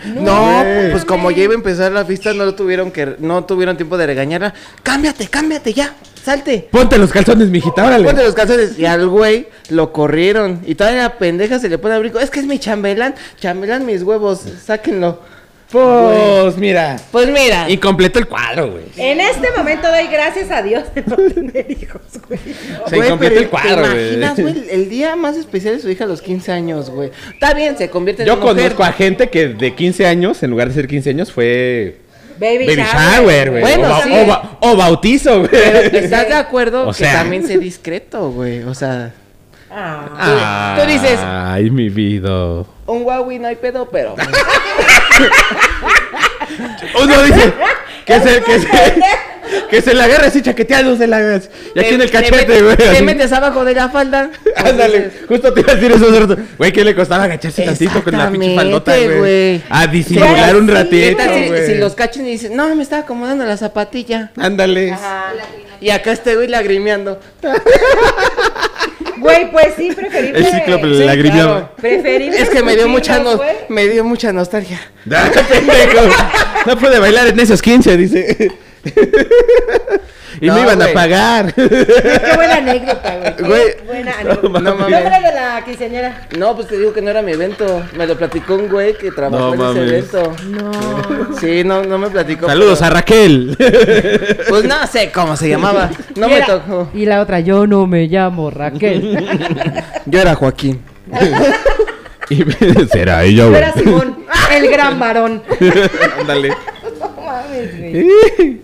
S4: No, pues como ya iba a empezar la fiesta, no tuvieron que, no tuvieron tiempo de regañarla. Cámbiate, cámbiate ya, salte.
S1: Ponte los calzones, mijita, órale.
S4: Ponte los calzones. Y al güey lo corrieron. Y todavía la pendeja se le pone a brinco. Es que es mi chambelán. Chambelán mis huevos. Sáquenlo.
S1: Pues mira.
S4: Pues mira.
S1: Y completó el cuadro, güey.
S2: En este momento doy gracias a Dios de no tener hijos, güey.
S1: Se completó el cuadro,
S4: ¿te imaginas,
S1: güey.
S4: güey? El día más especial de su hija a los 15 años, güey. Está bien, se convierte en
S1: Yo
S4: una mujer.
S1: conozco a gente que de 15 años, en lugar de ser 15 años, fue
S2: Baby,
S1: baby shower, güey.
S4: Bueno,
S1: o, ba-
S4: sí.
S1: o ba- o bautizo, güey.
S4: Pero estás de acuerdo
S1: O sea.
S4: que también sé discreto, güey. O sea,
S2: Ah.
S4: tú dices-
S1: Ay, mi vida.
S4: un Huawei no hay pedo, pero.
S1: Uno dice que se, que se, que se la agarre así chaqueteados de la. Y aquí en el
S4: Te- te
S1: cachete,
S4: metes-
S1: güey.
S4: Te
S1: así.
S4: metes abajo de la falda.
S1: Ándale, justo te iba a decir eso hace rato. Güey, ¿qué le costaba agacharse tantito con la pinche
S4: Exactamente,
S1: faldota, güey?
S4: güey.
S1: A disimular un
S4: ¿Qué
S1: ratito,
S4: tal si-
S1: güey.
S4: si los cachan y dicen, no, me estaba acomodando la zapatilla?
S1: Ándale.
S4: Y acá este güey lagrimeando.
S2: Güey, pues sí, preferible.
S1: El cíclope
S4: Sí,
S1: le lagrimeaba.
S4: claro.
S2: Preferible
S4: Es que me dio
S2: escucharlos,
S4: mucha no-
S2: güey.
S4: me dio mucha nostalgia.
S1: Ah, pendejo. No pude bailar en esos 15, dice. Y
S4: No,
S1: me iban a
S4: güey.
S1: pagar.
S2: Qué buena anécdota, güey. Qué
S4: Güey,
S2: buena anécdota.
S4: No
S2: ¿Qué
S4: mames.
S2: era de la quinceañera?
S4: No, pues te digo que no era mi evento. Me lo platicó un güey que trabajó
S1: No
S4: en ese
S1: mames.
S4: evento. No. Sí, no, no me platicó.
S1: Saludos a
S4: pero-
S1: Raquel.
S4: Pues no sé cómo se llamaba. No me tocó.
S7: Y la otra, yo no me llamo Raquel.
S4: Yo era Joaquín.
S1: Y me- será ella,
S2: Yo
S1: güey.
S2: era Simón, el gran varón.
S1: Ándale.
S2: No mames, güey.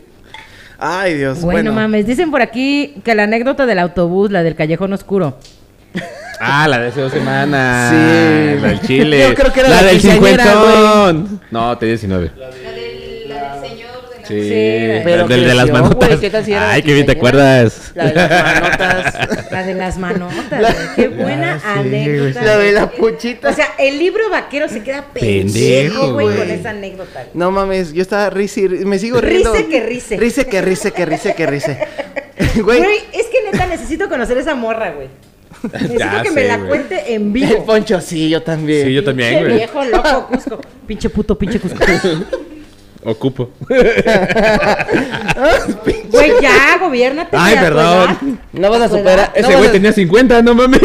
S4: Ay, Dios.
S2: Güey, no mames. Dicen por aquí que la anécdota del autobús, la del callejón oscuro.
S1: Ah, la de hace dos semanas.
S4: Sí.
S1: La del chile.
S4: Yo creo que era
S1: la,
S4: la
S1: del
S4: quinceañera,
S1: cincuentón. No, te di 19.
S5: La del, la del señor de la
S1: Sí.
S2: Sí,
S4: pero
S1: la del de las
S4: creció, güey,
S1: manotas.
S4: ¿qué tal si era la
S1: Ay, qué bien te
S4: quinceañera?
S1: acuerdas.
S4: La de las manotas.
S2: La de las manotas, güey. Qué buena anécdota.
S4: La de
S2: Ah, güey.
S4: la puchita.
S2: O sea, el libro vaquero se queda
S1: Pendejo,
S2: pendejo, güey,
S1: güey.
S2: con esa anécdota. güey.
S4: No mames, yo estaba risa y ri- me sigo
S2: Rice
S4: riendo.
S2: que rice.
S4: Rice que rice que rice que rice. Güey,
S2: Güey, es que neta necesito conocer esa morra, güey. Necesito
S1: Ya
S2: que
S1: sé,
S2: me la
S1: güey.
S2: cuente en
S4: el
S2: vivo.
S4: poncho sí, yo también.
S1: Sí, yo también,
S2: Pinche
S1: güey.
S2: viejo loco, Cusco. Pinche puto, pinche Cusco.
S1: Ocupo.
S2: Güey, ya, gobiernate.
S1: Ay,
S2: ya,
S1: perdón.
S2: pues,
S4: No vas a superar. no
S1: Ese
S4: vas
S1: güey
S4: a-
S1: tenía 50, no mames.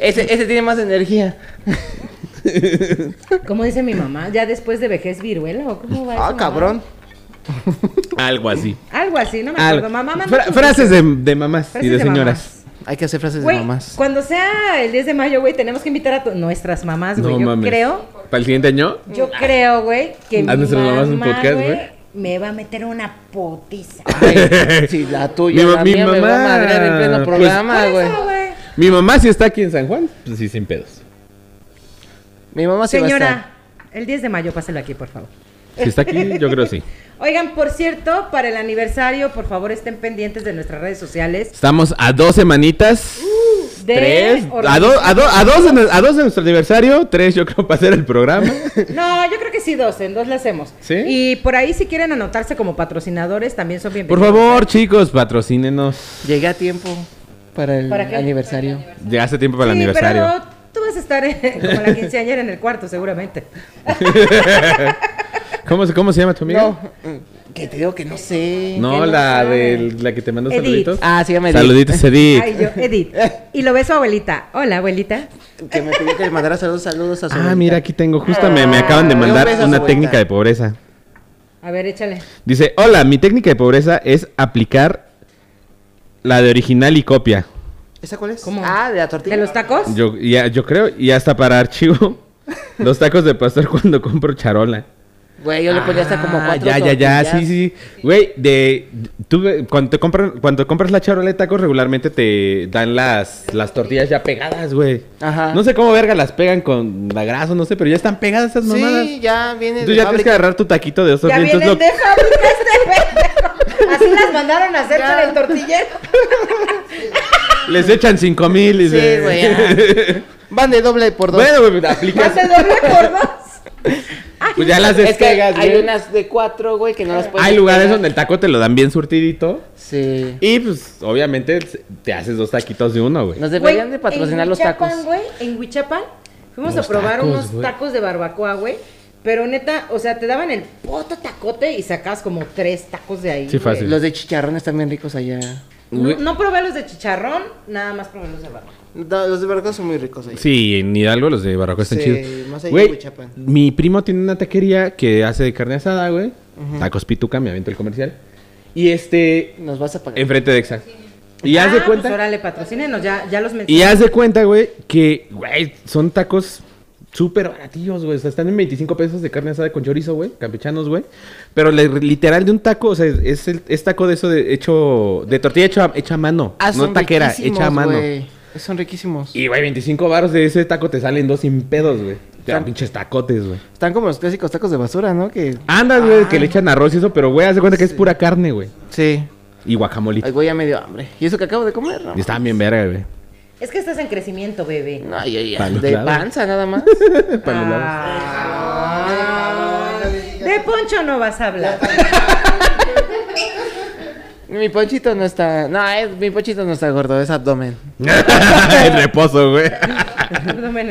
S4: ese, ese tiene más energía.
S2: ya. ¿Cómo dice mi mamá? ¿Ya después de vejez viruela o cómo va esa
S4: Ah,
S2: mamá?
S4: cabrón.
S1: Algo así.
S2: Algo así, no me acuerdo.
S1: Algo.
S2: Mamá, manda
S1: Fra-
S2: tus-
S1: frases de, de mamás
S2: frases
S1: y de,
S2: de
S1: señoras.
S4: Hay que hacer frases
S2: Güey,
S4: de mamás.
S2: cuando sea el 10 de mayo, güey, tenemos que invitar a tu- nuestras mamás, güey.
S1: No
S2: yo
S1: mames.
S2: creo,
S1: ¿Para el siguiente año?
S2: yo creo, güey, que mi
S1: A nuestras
S2: mamá,
S1: mamás un podcast,
S2: güey,
S1: güey.
S2: me va a meter una putiza.
S4: Ay, sí, la tuya,
S1: Mi ma-
S4: la
S1: mi
S4: mía me va a
S1: mamá,
S4: madrear en pleno
S1: pues-
S4: programa,
S2: Por
S4: güey.
S2: eso, güey.
S1: Mi mamá sí está aquí en San Juan. Pues sí, sin pedos.
S4: Mi mamá sí va a estar.
S2: Señora, el 10 de mayo, páselo aquí, por favor.
S1: Si está aquí, yo creo sí.
S2: Oigan, por cierto, para el aniversario, por favor, estén pendientes de nuestras redes sociales.
S1: Estamos a dos semanitas.
S2: De
S1: tres. A, do-
S2: organización.
S1: a, do- a dos de, nu- a dos de nuestro aniversario. Tres, yo creo, para hacer el programa.
S2: No, yo creo que sí, dos, en dos la hacemos.
S1: ¿Sí?
S2: Y por ahí, si quieren anotarse como patrocinadores, también son
S1: Por
S2: bienvenidos. ¿eh?
S1: favor, chicos, patrocínenos.
S4: Llegué a tiempo para el
S2: ¿Para qué?
S4: aniversario.
S1: Ya hace tiempo para el
S2: sí,
S1: aniversario.
S2: Pero tú vas a estar en- como la quinceañera en el cuarto, seguramente.
S1: ¿Cómo, se- ¿Cómo se llama tu amiga?
S4: No, mm, que te digo que no sé.
S1: No,
S2: que no
S1: la,
S2: sabe.
S1: del- la que te mandó
S2: Edith.
S1: saluditos.
S4: Ah, sí, ya me di.
S1: saluditos, Edith.
S2: Ay, yo, Edith. Y lo ves su abuelita. Hola, abuelita.
S4: Que me pidió que le mandara saludos, saludos a su
S1: Ah,
S4: abuelita.
S1: mira, aquí tengo. Justo me, me acaban de
S4: Un
S1: mandar
S4: beso a su
S1: una
S4: abuelita.
S1: técnica de pobreza.
S2: A ver, échale.
S1: Dice, hola, mi técnica de pobreza es aplicar la de original y copia.
S4: ¿Esa cuál es?
S2: ¿Cómo?
S4: Ah, de la tortilla.
S2: ¿De los tacos?
S1: Yo, y a- yo creo, y hasta para archivo, los tacos de pastor cuando compro charola.
S4: Güey, yo le ponía hasta como
S1: Ah,
S4: cuatro
S1: ya, ya, ya,
S4: tortillas.
S1: sí, sí. Güey, de, tú, eh, cuando, te compran, cuando compras la charola de tacos, regularmente te dan las, las tortillas ya pegadas, güey.
S4: Ajá.
S1: No sé cómo verga las pegan con la grasa, no sé, pero ya están pegadas esas mamadas.
S4: Sí, ya viene
S1: Tú
S4: de
S1: ya tienes que
S4: fábrica.
S1: agarrar tu taquito de osos
S2: Ya
S1: vientos.
S2: vienen
S1: lo-
S2: de fábrica este pendejo. Así las mandaron a hacer con el tortillero.
S1: Les echan cinco mil. y
S4: Sí,
S1: se-
S4: güey, ajá. Van de doble por dos.
S1: bueno, güey, aplicas.
S2: Hace doble por dos. Ay,
S1: Pues ya las
S4: ah, Es que
S1: despegas,
S4: hay
S1: güey.
S4: unas pues, de cuatro, güey, que no las puedes.
S1: Hay lugares
S4: despegar.
S1: donde el taco te lo dan bien surtidito.
S4: Sí.
S1: Y pues, obviamente, te haces dos taquitos de uno, güey.
S4: Nos deberían
S2: Güey,
S4: de patrocinar
S2: en
S4: los
S2: Huichapan,
S4: tacos.
S2: güey, en Huichapan fuimos a probar unos tacos de barbacoa, güey. Pero neta, o sea, te daban el puto tacote y sacabas como tres tacos de ahí.
S3: Sí,
S2: güey.
S3: fácil.
S4: Los de chicharrón están bien ricos allá.
S2: No, no probé los de chicharrón, nada más probé los de barbacoa.
S4: No, los de Veracruz son muy ricos allá.
S1: Sí, en Hidalgo los de Barroco están
S4: Sí,
S1: chidos.
S4: más allá de
S1: Güey,
S4: Huichapan.
S1: mi primo tiene una taquería que hace de carne asada, güey. Tacos Pituca, me avento el comercial. Y este,
S4: Nos vas a pagar.
S1: enfrente de Exa. Y haz
S2: Ah,
S1: de cuenta.
S2: Pues órale, patrocínenos, ya, ya los mencioné.
S1: Y haz de cuenta, güey, que, güey, son tacos súper baratillos, güey. O sea, están en 25 pesos de carne asada con chorizo, güey. Campechanos, güey. Pero le- literal de un taco, o sea, es, el- es taco de eso de hecho, de tortilla hecho a- hecha a mano.
S4: Ah,
S1: no
S4: son
S1: taquera,
S4: riquísimos,
S1: hecha a mano.
S4: güey. Son riquísimos.
S1: Y, güey, 25 baros de ese taco te salen dos sin pedos, güey. Ya, pinches tacotes, güey.
S4: Están como los clásicos tacos de basura, ¿no? Que.
S1: Andas, güey, que le echan arroz y eso, pero, güey, haz de cuenta que es pura carne, güey.
S4: Sí.
S1: Y guacamolito.
S4: Ay, güey, ya me dio hambre. ¿Y eso que acabo de comer? No,
S1: Y estaban bien verga, güey.
S2: Es que estás en crecimiento, bebé.
S4: no ay, ay, ay,
S1: Para los
S4: De
S1: lados.
S4: panza nada más.
S1: Para los lados.
S2: Ah. de Poncho no vas a hablar.
S4: mi ponchito no está. No, es- mi ponchito no está gordo, es abdomen.
S1: en reposo, güey.
S2: Abdomen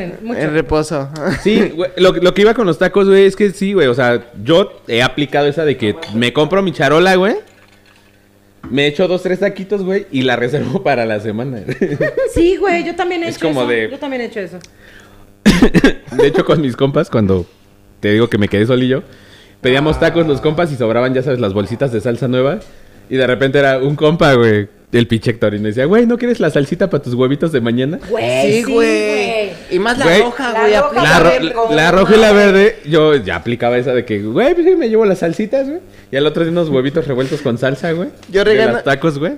S2: en- mucho.
S1: Eh,
S4: En reposo.
S1: Sí, güey, lo, lo que iba con los tacos, güey, es que sí, güey. O sea, yo he aplicado esa de que me compro mi charola, güey. Me echo dos, tres taquitos, güey, y la reservo para la semana. De
S2: Sí, güey, yo también he
S1: Es
S2: hecho
S1: como
S2: eso.
S1: de-
S2: Yo también he hecho eso.
S1: hecho, con mis compas, cuando te digo que me quedé solillo, pedíamos tacos los compas y sobraban, ya sabes, las bolsitas de salsa nueva. Y de repente era un compa, güey, el pinche Héctor. Y me decía, güey, ¿no quieres la salsita para tus huevitos de mañana?
S4: Sí, güey. Y más la
S1: Güey.
S4: roja, güey.
S2: La
S4: aplica-
S1: La, ro-
S2: verde, como
S1: la roja y la verde, yo ya aplicaba esa de que, güey, pues, yo me llevo las salsitas, güey. Y al otro día unos huevitos revueltos con salsa, güey.
S4: Yo
S1: De
S4: regalo-
S1: las tacos, güey.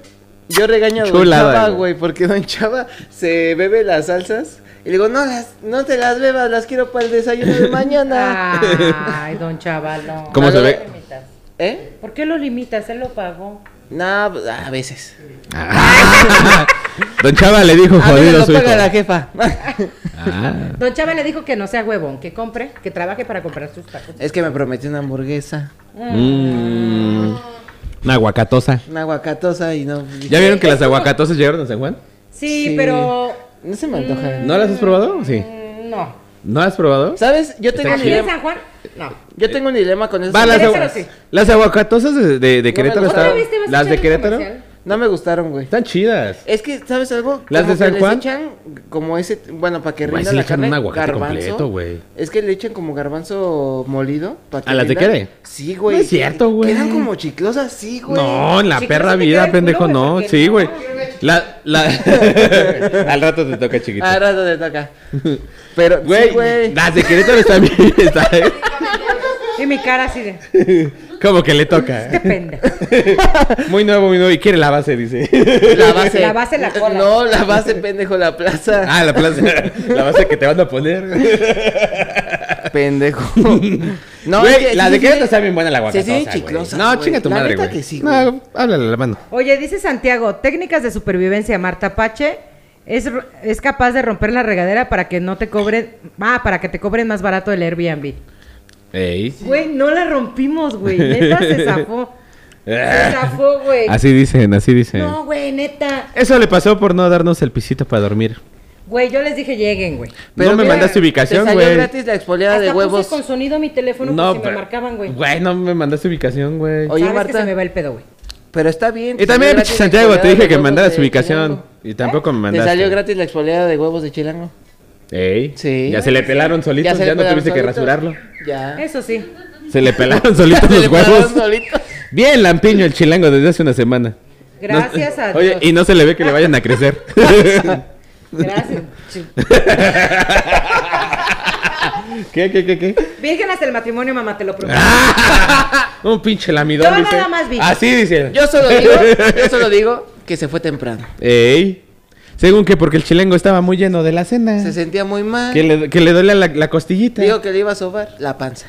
S4: Yo regaño a Don
S1: Chulada,
S4: Chava,
S1: güey.
S4: güey, porque Don Chava se bebe las salsas. Y le digo, no, las- no te las bebas, las quiero para el desayuno de mañana.
S2: Ay, don chaval, no.
S1: ¿Cómo
S2: ¿Por
S1: se
S2: qué
S1: ve?
S2: lo limitas?
S4: ¿Eh?
S2: ¿Por qué lo limitas? Él lo pagó.
S4: No, a veces.
S1: Don Chava le dijo
S4: A veces
S1: jodido a
S4: lo
S1: su
S4: paga la
S1: hijo.
S4: jefa.
S1: Ah.
S2: Don Chava le dijo que no sea huevón, que compre, que trabaje para comprar sus tacos.
S4: es que me prometió una hamburguesa,
S1: Mm. Una aguacatosa.
S4: una aguacatosa y no.
S1: ¿Ya vieron que las aguacatosas llegaron a San Juan?
S2: Sí,
S4: Sí.
S2: pero.
S4: No se me antoja.
S1: ¿No las has probado? Sí.
S2: mm, No.
S1: ¿No las has probado?
S4: ¿Sabes? Yo tengo, un
S2: ¿Aquí en
S4: dilema,
S2: San Juan? No.
S4: yo tengo un dilema con
S1: Va,
S4: esas.
S1: las,
S2: Querétaro,
S1: aguas-
S2: sí.
S1: las aguacatosas de, de- de Querétaro
S4: gusta.
S1: están.
S2: ¿Otra vez te vas a
S1: Las
S2: echar
S1: de
S2: un
S1: Querétaro
S2: comercial? Eh,
S4: No me gustaron, güey.
S1: están chidas.
S4: Es que, ¿sabes algo?
S1: ¿Las
S4: Como
S1: de San
S4: que les
S1: Juan?
S4: echan como ese, bueno, para que
S1: Güey,
S4: rinda
S1: sí le
S4: la
S1: echan
S4: carne,
S1: un aguacate
S4: garbanzo.
S1: completo, güey.
S4: Es que le echan como garbanzo molido. para
S1: ¿A las de
S4: rinda.
S1: Quere?
S4: Sí, güey.
S1: No es cierto, güey.
S4: Quedan como chiclosas, sí, güey.
S1: No, en la
S2: Chiquito,
S1: perra
S2: se te queda
S1: vida,
S2: el culo,
S1: pendejo,
S2: güey,
S1: no.
S2: porque
S1: Sí,
S2: no,
S1: güey.
S2: yo
S1: La, la... Al rato te toca, chiquito.
S4: A rato te toca. Pero,
S1: Güey,
S4: sí, güey.
S1: las de Querétaro están bien, ¿sabes?
S2: Y mi cara así de.
S1: Como que le toca. eh.
S2: Este pendejo.
S1: Muy nuevo, muy nuevo. Y quiere la base, dice.
S4: La base.
S2: La base, la cola.
S4: No, la base, pendejo, la plaza.
S1: Ah, la plaza. La base que te van a poner.
S4: pendejo. No,
S1: güey,
S4: es que
S1: la
S4: sí,
S1: de
S4: sí,
S1: Querétaro
S4: sí.
S1: está bien buena la
S4: Sí, sí,
S1: guacatosa, güey.
S4: chiclosa,
S1: No,
S4: güey.
S1: chinga tu
S4: La
S1: madre,
S4: neta
S1: güey.
S4: que sí, güey.
S1: no, háblale a la mano.
S2: Oye, dice Santiago, técnicas de supervivencia. Marta Pache es, r- es capaz de romper la regadera para que no te cobren. Ah, para que te cobren más barato el Airbnb.
S1: Ey.
S2: Güey, no la rompimos, güey. Neta se zafó. Se zafó, güey.
S1: Así dicen, así dicen.
S2: No, güey, neta.
S1: Eso le pasó por no darnos el pisito para dormir.
S2: Güey, yo les dije lleguen, güey.
S1: no me
S4: mira,
S1: mandaste
S4: Te
S1: ubicación,
S4: salió
S1: güey.
S4: gratis la expoliada
S2: Hasta
S4: de huevos.
S2: puse con sonido mi teléfono no, si me
S1: pero-
S2: marcaban, güey.
S1: Güey, no me mandaste ubicación, güey.
S4: Oye,
S2: Sabes que
S4: Marta.
S2: se me va el pedo, güey.
S4: Pero está bien.
S1: Y
S4: te
S1: también, pinche
S4: salió gratis la
S1: Santiago, te
S4: exfoliada
S1: dije
S4: de
S1: que
S4: huevos
S1: mandaras
S4: de
S1: ubicación.
S4: Chilango.
S1: Y tampoco me
S4: Te
S1: mandaste.
S4: salió gratis la exfoliada de huevos de Chilango.
S1: Ey.
S4: Sí.
S1: Ya se le pelaron solitos, ya,
S4: se le
S1: no
S4: pelaron
S1: tuviste que
S4: solitos.
S1: rasurarlo.
S4: Ya.
S2: Eso sí.
S1: Se le pelaron solitos
S4: Se le
S1: los huevos.
S4: pelaron solitos.
S1: Bien lampiño el chilango desde hace una semana.
S2: Gracias
S1: No-
S2: a Dios.
S1: Oye, y no se le ve que le vayan a crecer.
S2: Gracias.
S1: ¿Qué, qué, qué, qué?
S2: Virgen hasta el matrimonio, mamá, te lo prometo.
S1: Un pinche lamidón,
S2: Yo
S1: dice.
S2: nada más vi.
S1: Así dice.
S4: Yo solo digo, yo solo digo que se fue temprano.
S1: Ey. Según que porque el chilango estaba muy lleno de la cena.
S4: Se sentía muy mal.
S1: Que le, que le duele la, la costillita.
S4: Digo que le iba a sobar la panza.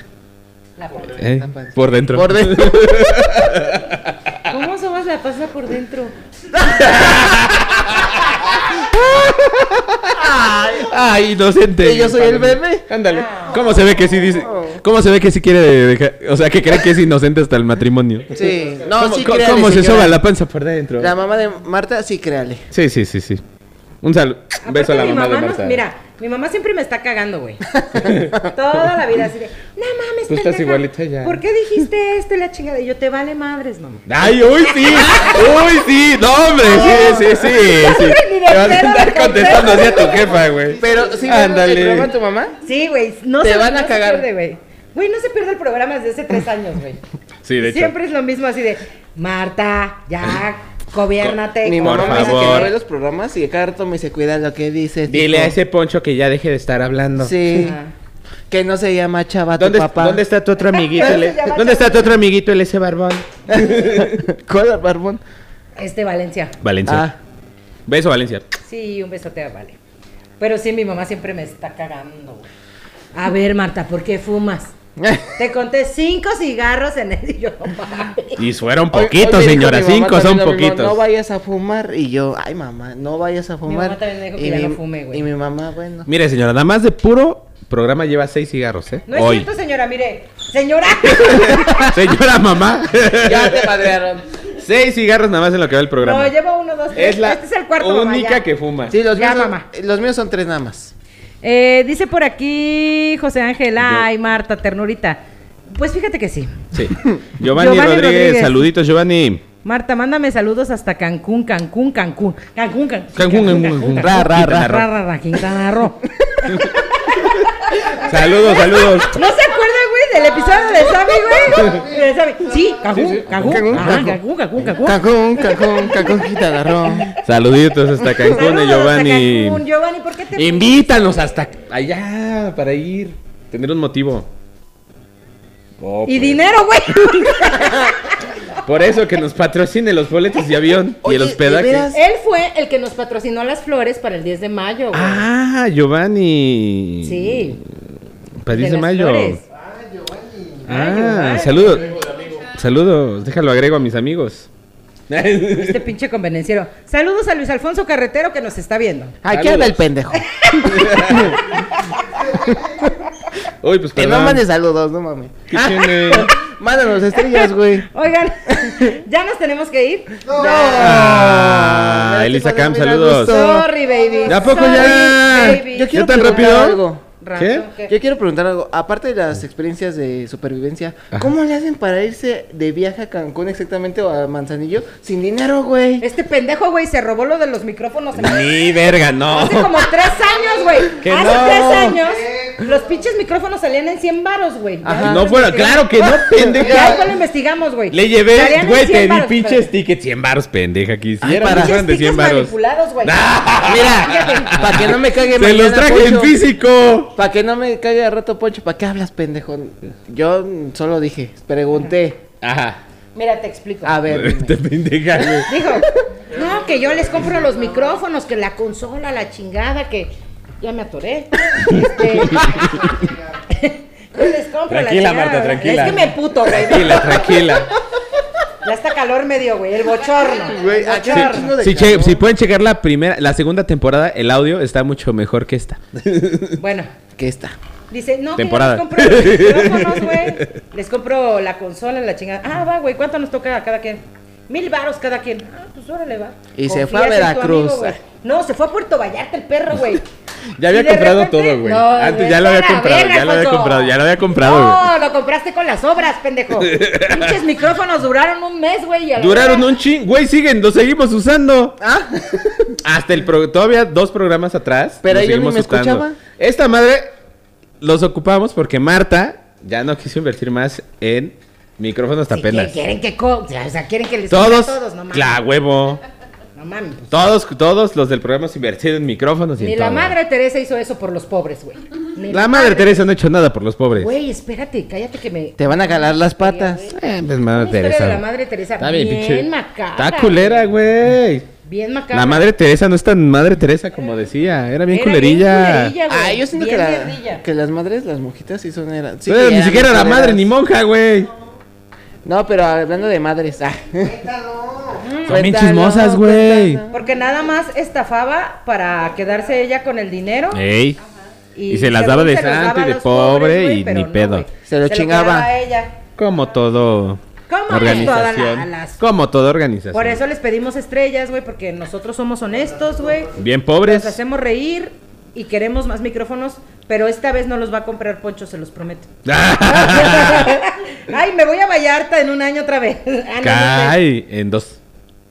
S1: Ey, por dentro.
S4: Por dentro.
S2: ¿Cómo sobas la pasa por dentro?
S1: Ay, inocente.
S4: Que yo soy el bebé.
S2: Ah.
S4: Oh.
S1: Ándale. ¿Cómo se ve que sí dice? ¿Cómo se ve que sí quiere dejar? O sea, que cree que es inocente hasta el matrimonio.
S4: Sí, no,
S1: ¿Cómo,
S4: sí
S1: cómo-
S4: créale,
S1: cómo se
S4: señora.
S1: soba la panza por dentro?
S4: La mamá de Marta, sí, créale.
S1: Sí, sí, sí, sí. Un saludo. Beso a la
S2: mi
S1: mamá, de
S2: nos-
S1: Marta.
S2: mira, mi mamá siempre me está cagando, güey. Toda la vida así de, no mames,
S1: Tú estás
S2: pendeja,
S1: igualita ya.
S2: ¿Por qué dijiste esto y la chingada? Y yo, te vale madres, mamá.
S1: ¡Ay, hoy sí! ¡Hoy sí! ¡No, hombre! Sí, sí, sí. sí.
S2: ni me
S1: Te vas a
S2: entero de
S1: estar
S2: contestar.
S1: contestando así a tu jefa, güey.
S4: Pero si
S1: Ándale.
S4: el programa a tu mamá,
S2: Sí, güey, no
S4: Te
S2: se,
S4: van a
S2: no se
S4: cagar.
S2: pierde, güey. Güey, no se pierde el programa desde hace tres años, güey.
S1: Sí, de hecho.
S2: Siempre es lo mismo así de, Marta, ya, gobiérnate.
S4: mi
S1: Por
S4: mamá me dice que
S1: favor.
S4: no ve los programas y cada rato me dice, cuida lo que dices.
S8: Dile
S4: hijo".
S8: a ese poncho que ya deje de estar hablando.
S4: Sí. Que no se llama Chava tu
S8: ¿Dónde,
S4: papá.
S8: ¿Dónde está tu otro amiguito?
S2: Pero
S8: el- e-
S2: se llama
S8: ¿Dónde está tu otro amiguito, el ese barbón?
S4: ¿Cuál barbón?
S2: Este Valencia.
S1: Valencia.
S4: Ah,
S1: Beso, Valencia.
S2: Sí, un besote a Vale. Pero sí, mi mamá siempre me está cagando, güey. A ver, Marta, ¿por qué fumas? Te conté cinco cigarros en el y yo, no mames.
S1: Y fueron
S4: Hoy- hoy
S1: poquitos,
S4: me dijo
S1: señora.
S4: mi mamá
S1: Cinco son
S4: también lo mismo,
S1: poquitos.
S4: No vayas a fumar. Y yo, ay mamá, no vayas a
S2: mamá
S4: fumar.
S2: también me dijo que
S4: Y
S2: ya
S4: mi-
S2: no fume, güey.
S4: Y mi mamá, bueno.
S1: Mire, señora, nada más de puro programa lleva seis cigarros, ¿eh?
S2: No es cierto, señora, mire. Señora.
S1: señora mamá.
S4: Ya te madrearon.
S1: seis cigarros nada más en lo que va el programa.
S2: No, llevo uno, dos, tres.
S1: es la
S2: este es el cuarto, mamá,
S1: única
S2: ya.
S1: que fuma.
S4: Sí, los
S2: Ya,
S4: míos, son-
S2: mamá.
S4: los míos son tres nada más.
S2: Eh, dice por aquí José Ángel, ay, Marta, ternurita. Pues fíjate que sí.
S1: Sí. Giovanni,
S2: Giovanni
S1: Rodríguez,
S2: Rodríguez.
S1: saluditos, Giovanni.
S2: Marta, mándame saludos hasta Cancún, Cancún, Cancún. Cancún, Can- Cancún.
S1: Cancún, Cancún,
S2: Ra, ra, ra,
S1: Quintana Roo.
S2: ra, ra, Quintana Roo.
S1: Saludos, saludos.
S2: ¿No se acuerdan, güey, del episodio de Sammy, güey? Del Sammy. Sí, Cancún, Cancún,
S4: Cancún,
S2: ajá, Cancún, Cancún, Cancún.
S4: Cancún, Cancún, Cancún, Quintana Roo.
S1: Saluditos hasta Cancún,
S2: Saludos
S1: eh,
S2: hasta
S1: Giovanni.
S2: Cancún, Giovanni, ¿por qué te
S1: Invítanos hasta allá para ir. Tener un motivo. Oh,
S2: Y
S1: pues.
S2: dinero, güey.
S1: Por eso que nos patrocine los boletos de avión y
S4: Oye,
S1: el
S4: ¿de
S1: hospedaje.
S4: veras?
S2: Él fue el que nos patrocinó las flores para el 10 de mayo, güey.
S1: Ah, Giovanni.
S2: Sí.
S1: Para el 10
S2: de
S1: de
S2: las
S1: mayo.
S2: flores. Ah,
S1: Ah,
S2: Giovanni.
S1: saludos. Saludos. Déjalo agrego a mis amigos.
S2: Este pinche convenenciero. Saludos a Luis Alfonso Carretero que nos está viendo.
S4: Aquí anda el pendejo.
S1: Uy, pues
S4: Que no
S1: perdón.
S4: mandes saludos, no mames.
S1: ¿Qué tiene?
S4: Mándanos estrellas, güey.
S2: Oigan, ya nos tenemos que ir.
S4: No.
S1: Ah,
S4: Me da
S1: Elisa
S4: tiempo de
S1: Cam,
S4: dormir a
S1: saludos.
S4: gusto.
S2: Sorry, baby.
S1: ¿A poco ya?
S2: Sorry, baby.
S1: Yo
S4: quiero
S1: ¿Ya tan
S4: preguntar
S1: rápido?
S4: algo.
S2: Rato,
S1: ¿Qué?
S2: ¿qué?
S4: Yo quiero preguntar algo. Aparte de las experiencias de supervivencia, ¿cómo le hacen para irse de viaje a Cancún exactamente o a Manzanillo sin dinero, güey?
S2: Este pendejo, güey, se robó lo de los micrófonos. en-
S1: Ni verga, no.
S2: Hace como tres años, güey.
S1: Que
S2: Hace
S1: no.
S2: tres años, los pinches micrófonos salían en 100 varos, güey. Ya
S1: No
S2: lo
S1: fuera, claro
S2: investigamos.
S1: que no,
S2: Ya
S1: pendeja.
S2: después lo investigamos, güey.
S1: Le
S2: Salían
S1: llevé,
S2: en
S1: güey,
S2: 100
S1: te di
S2: varos,
S1: pinches
S2: pero-
S1: tickets 100 baros, pendeja. Quisiera que
S2: Pinches
S1: fueran de 100
S2: tickets
S1: baros.
S2: manipulados, güey.
S4: Mira, para que no me cague
S1: Se los
S4: mañana,
S1: traje en
S4: Poncho.
S1: físico.
S4: Para que no me caiga de rato, Poncho, ¿para qué hablas, pendejo? Yo mm, solo dije, pregunté.
S1: Ajá.
S2: Mira, te explico.
S1: Ah,
S4: A ver,
S1: Te Este pendeja, güey.
S2: Dijo, no, que yo les compro los micrófonos, que la consola, la chingada, que ya me atoré. Este, yo les compro la
S1: Tranquila,
S2: chingada,
S1: Marta,
S2: ¿verdad?
S1: tranquila.
S2: Es que me puto, güey.
S1: Tranquila, tranquila.
S2: Ya está calor medio, güey. El bochorno.
S4: güey,
S2: el
S4: aquí
S2: bochorno.
S4: un chingo de
S1: Si, ah, che-
S4: calor.
S1: si pueden checar la primera, la segunda temporada, el audio está mucho mejor que esta.
S2: Bueno,
S4: ¿Qué está?
S2: dice, no,
S1: Temporada.
S2: que yo les compro los micrófonos, güey. Les compro la consola, la chingada. Ah, va, güey, ¿cuánto nos toca a cada quien? Mil varos cada quien. Ah, pues órale, va.
S4: Y se
S2: Confías
S4: fue a
S2: en tu
S4: Veracruz.
S2: güey. no, se fue a Puerto Vallarta el perro, güey.
S1: Ya
S2: Y
S1: había
S2: de
S1: comprado
S2: repente-
S1: todo, güey.
S2: No,
S1: Antes
S2: güey,
S1: ya lo había
S2: está la
S1: comprado,
S2: verga,
S1: ya lo había
S2: Alfonso.
S1: comprado, ya lo había comprado, güey.
S2: No, lo compraste con las obras, pendejo. Pinches micrófonos duraron un mes, güey. y a la
S1: Duraron
S2: verga-
S1: un ching, güey, siguen, lo seguimos usando.
S4: Ah.
S1: Hasta el pro- todavía dos programas atrás.
S4: Pero
S1: lo
S4: ellos ni
S1: seguimos
S4: me escuchaban.
S1: Esta madre los ocupamos porque Marta ya no quiso invertir más en micrófonos
S2: Sí, que
S1: tapenas.
S2: quieren que co- o sea, quieren que les
S1: Todos,
S2: compre a todos, no mames.
S1: la huevo.
S2: No mames.
S1: Todos, todos los del programa se invirtieron en micrófonos y en
S2: Ni la
S1: todo.
S2: madre Teresa hizo eso por los pobres, güey. Ni
S1: La madre Teresa no ha hecho nada por los pobres.
S2: Güey, espérate, cállate que me.
S4: Te van a jalar las patas.
S1: Eh, pues, madre
S2: La historia
S1: Teresa.
S2: de la madre Teresa.
S1: Está
S2: bien,
S1: bien, pinche.
S2: macabra.
S1: Está culera, güey.
S2: Bien macabra.
S1: La madre Teresa no es tan madre Teresa como decía. Era bien
S2: Era
S1: culerilla.
S2: culerilla, güey.
S4: Ah, yo siento
S2: Bien
S4: que, la,
S2: mierdilla.
S4: que las madres, las monjitas sí son... Era, sí
S1: No era
S4: que
S1: ni
S4: eran
S1: siquiera la
S4: culeras.
S1: madre ni monja, güey.
S4: No, pero hablando de madres. Ah.
S1: Son bien
S4: Cuéntalo,
S1: chismosas, güey.
S4: cuéntalo.
S2: Porque nada más estafaba para quedarse ella con el dinero.
S1: Ey.
S2: Y,
S1: Eh, se las
S2: según
S1: daba de
S2: se los daba
S1: santo y
S2: a
S1: de
S2: los pobres,
S1: pobre
S2: güey,
S1: y
S2: pero
S1: ni
S2: no,
S1: pedo.
S2: güey.
S4: Se lo chingaba.
S2: quedaba a ella.
S1: Como todo.
S2: Como toda
S1: organización.
S2: la- las-
S1: Como toda organización.
S2: Por eso les pedimos estrellas, güey, porque nosotros somos honestos, güey.
S1: Bien
S2: Nos
S1: pobres.
S2: hacemos reír y queremos más micrófonos, pero esta vez no los va a comprar Poncho, se los prometo. Ay, me voy a Vallarta en un año otra vez. Ah, no, no sé.
S1: Cae en dos.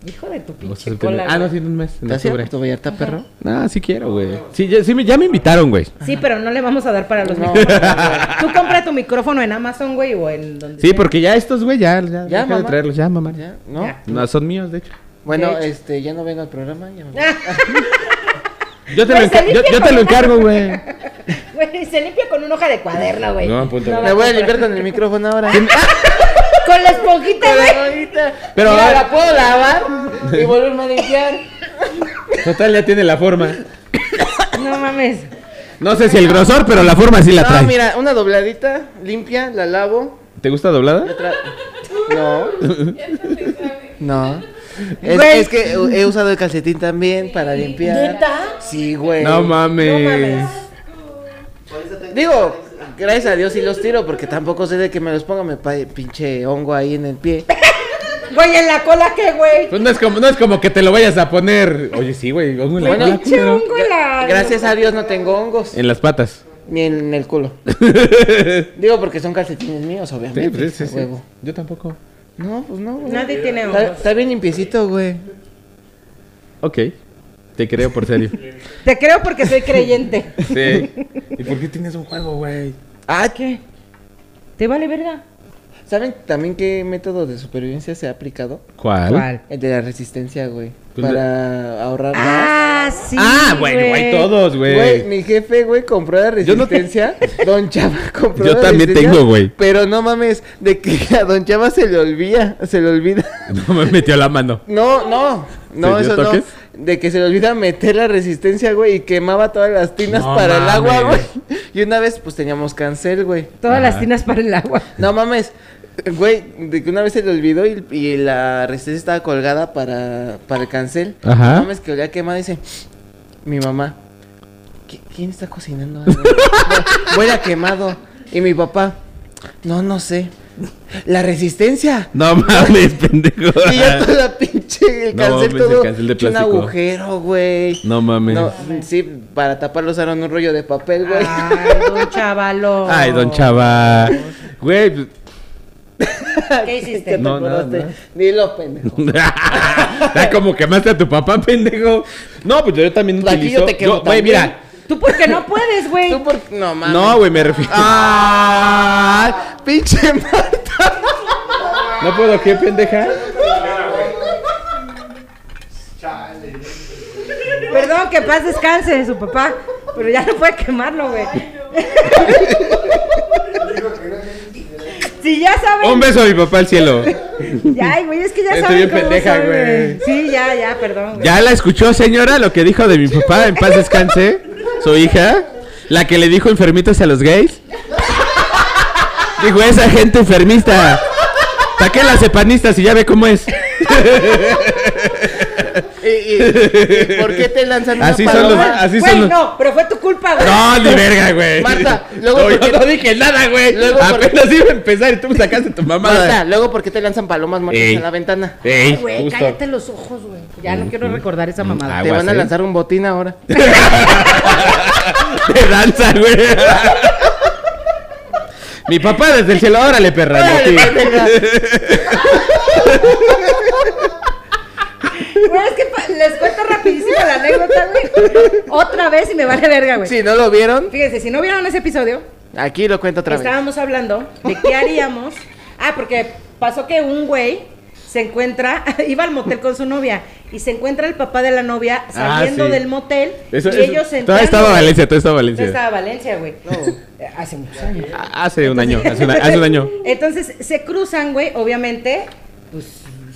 S2: Hijo de tu
S1: no sé,
S2: pinche
S1: el
S2: cola.
S1: primer- Ah, no,
S2: güey.
S1: sí, en un mes. En
S4: ¿Te hacía
S1: octubre.
S4: tu Vallarta, perro?
S1: Ah, sí quiero, güey. Sí, ya, sí me- ya me invitaron, güey.
S2: Sí, pero no le vamos a dar para los
S4: No,
S2: micrófonos. güey. Tú compra tu micrófono en Amazon, güey, o en donde
S1: Sí, porque ya estos, güey, ya, ya, deja de
S4: mamá.
S1: traerlos, ya, mamá.
S4: ¿Ya? ¿No?
S2: Ya.
S1: No, son míos, de hecho.
S4: Bueno,
S2: De hecho.
S4: este, ya no vengo al programa. Ya me voy.
S1: Yo te, lo,
S2: Pues,
S1: enca-
S2: te
S1: yo,
S2: dije,
S1: yo te lo
S2: mamá.
S1: encargo, güey.
S2: Güey, se limpia con una hoja de cuaderno, güey.
S1: No, apunta.
S2: va
S4: Me voy a
S2: comprar.
S4: limpiar con el micrófono ahora.
S2: Con la esponjita, güey.
S1: Pero
S4: Mira,
S1: ahora-
S4: la puedo lavar y volverme a limpiar.
S1: Total, ya tiene la forma.
S2: No mames.
S1: No sé si el grosor, pero la forma sí la
S4: No,
S1: trae.
S4: mira, una dobladita, limpia, la lavo.
S1: ¿Te gusta doblada?
S4: otra- No. No. Es,
S2: Güey.
S4: es que he usado el calcetín también para limpiar.
S6: ¿Neta?
S4: Sí, güey.
S1: No mames.
S4: Digo, gracias a Dios sí los tiro porque tampoco sé de que me los ponga me pa- pinche hongo ahí en el pie.
S2: Güey, en la cola, ¿qué, güey?
S1: Pues no es como, no es como que te lo vayas a poner. Oye, sí, güey. pongo en la
S4: Bueno,
S1: cola,
S2: Pinche
S1: culero.
S2: hongo en la-
S4: Gracias a Dios no tengo hongos
S1: En las patas.
S4: ni en el culo. Digo porque son calcetines míos, obviamente.
S1: Sí, pues, sí,
S4: a
S1: sí.
S4: huevo.
S1: Yo tampoco.
S4: No, pues no, güey.
S2: Nadie tiene
S4: Está,
S2: hongos.
S4: está bien limpiecito, güey.
S1: Ok. Te creo por serio.
S2: Te creo porque soy creyente.
S1: sí. ¿Y por qué tienes un juego, güey?
S4: Ah, ¿qué?
S2: ¿Te vale verga?
S4: ¿Saben también qué método de supervivencia se ha aplicado?
S1: ¿Cuál?
S4: El de la resistencia, güey.
S1: Pues
S4: para ahorrar más.
S2: Ah, sí.
S1: ah, bueno, hay todos,
S4: Güey,
S1: güey.
S4: mi jefe, güey, compró la
S1: Yo no te-
S4: resistencia. Don Chava compró
S1: Yo
S4: la
S1: también
S4: resistencia,
S1: tengo, güey.
S4: Pero no mames, de que a Don Chava se le olvida, se le olvida.
S1: No me metió la mano.
S4: No, no, no,
S1: ¿Se dio
S4: eso no.
S1: toques?
S4: De que se le olvida meter la resistencia, güey, y quemaba todas las tinas
S1: No
S4: para el agua, güey.
S1: mames.
S4: Y una vez, pues teníamos cancel, güey.
S2: Todas las tinas para el agua.
S4: No mames. Güey, de que una vez se le olvidó y, y la resistencia estaba colgada para, para el cancel.
S1: Ajá.
S4: No mames, que olía quemada. Dice mi mamá: "¿Qui- ¿Quién está cocinando algo? No, Huele a quemado. Y mi papá: No, no sé. La resistencia.
S1: No mames, pendejo.
S4: Y ya toda pinche el
S1: No
S4: cancel
S1: mames, el
S4: todo.
S1: cancel de
S4: hecho un
S1: plástico.
S4: agujero, güey.
S1: No mames.
S4: No, sí, para taparlo usaron un rollo de papel, güey.
S2: Ay, don chavalo.
S1: Ay, don Chava. Güey. pues-
S2: ¿Qué
S4: ¿Qué
S2: hiciste?
S4: te
S1: No, nada,
S4: acordaste?
S1: nada.
S4: Dilo, pendejo.
S1: Está como quemaste a tu papá, pendejo. No, pues yo también
S4: Aquí
S1: utilizo.
S4: yo te quemo
S1: yo- güey,
S4: también.
S1: mira.
S2: Tú porque no puedes, güey.
S4: Tú por- No mames.
S1: No, güey, me refiero.
S4: ¡Ah! ¡Pinche madre!
S1: No puedo, ¿qué pendeja?
S2: Perdón, que paz descanse su papá. Pero ya no puede quemarlo, güey. Si ya saben.
S1: Un beso a mi papá al cielo.
S2: Ya, ay, güey, es que ya
S1: Estoy
S2: saben
S1: bien
S2: cómo
S1: pendeja,
S2: soy,
S1: güey.
S2: Sí, ya, ya, perdón. güey.
S1: ¿Ya la escuchó, señora, lo que dijo de mi papá? En paz descanse. Su hija. La que le dijo enfermitos a los gays. Dijo, esa gente enfermista. Saqué las cepanistas y ya ve cómo es.
S4: ¿Y, y- y por qué te lanzan una
S1: Así son
S4: paloma?
S1: los- así
S2: Güey,
S1: son los-
S2: no, pero fue tu culpa, güey.
S1: No, ni verga, güey.
S4: Marta, luego
S1: No,
S4: porque-
S1: yo no dije nada, güey.
S4: Luego porque-
S1: Apenas iba a empezar y tú me sacaste tu mamada.
S4: Marta, luego por qué te lanzan palomas muertas
S1: Ey.
S4: en la ventana.
S1: Ey,
S2: Güey,
S1: justo.
S2: cállate los ojos, güey. Ya no quiero recordar esa mamada.
S1: Ah,
S4: Te
S1: Aguas,
S4: van a
S1: ¿eh?
S4: lanzar un botín ahora.
S1: De danza, güey. Mi papá desde el cielo, órale, perra. de ti.
S2: Güey, es que pa- les cuento rapidísimo la anécdota, güey. Otra vez y me vale verga,
S1: Pues
S2: güey.
S4: Si no lo vieron,
S2: Fíjense, si no vieron ese episodio,
S4: aquí lo cuento otra vez.
S2: estábamos hablando de qué haríamos. Ah, porque pasó que un güey se encuentra, iba al motel con su novia y se encuentra el papá de la novia saliendo
S1: Ah, sí.
S2: del motel
S1: Eso-
S2: y
S1: eso-
S2: ellos
S1: Todavía
S2: entrando,
S1: estaba
S2: güey.
S1: Valencia, todavía estaba
S2: No
S1: Valencia.
S2: estaba Valencia, güey. Eh, Hace muchos años.
S1: Ah, Hace un año, hace, una- hace un año.
S2: Entonces se cruzan, güey, obviamente, pues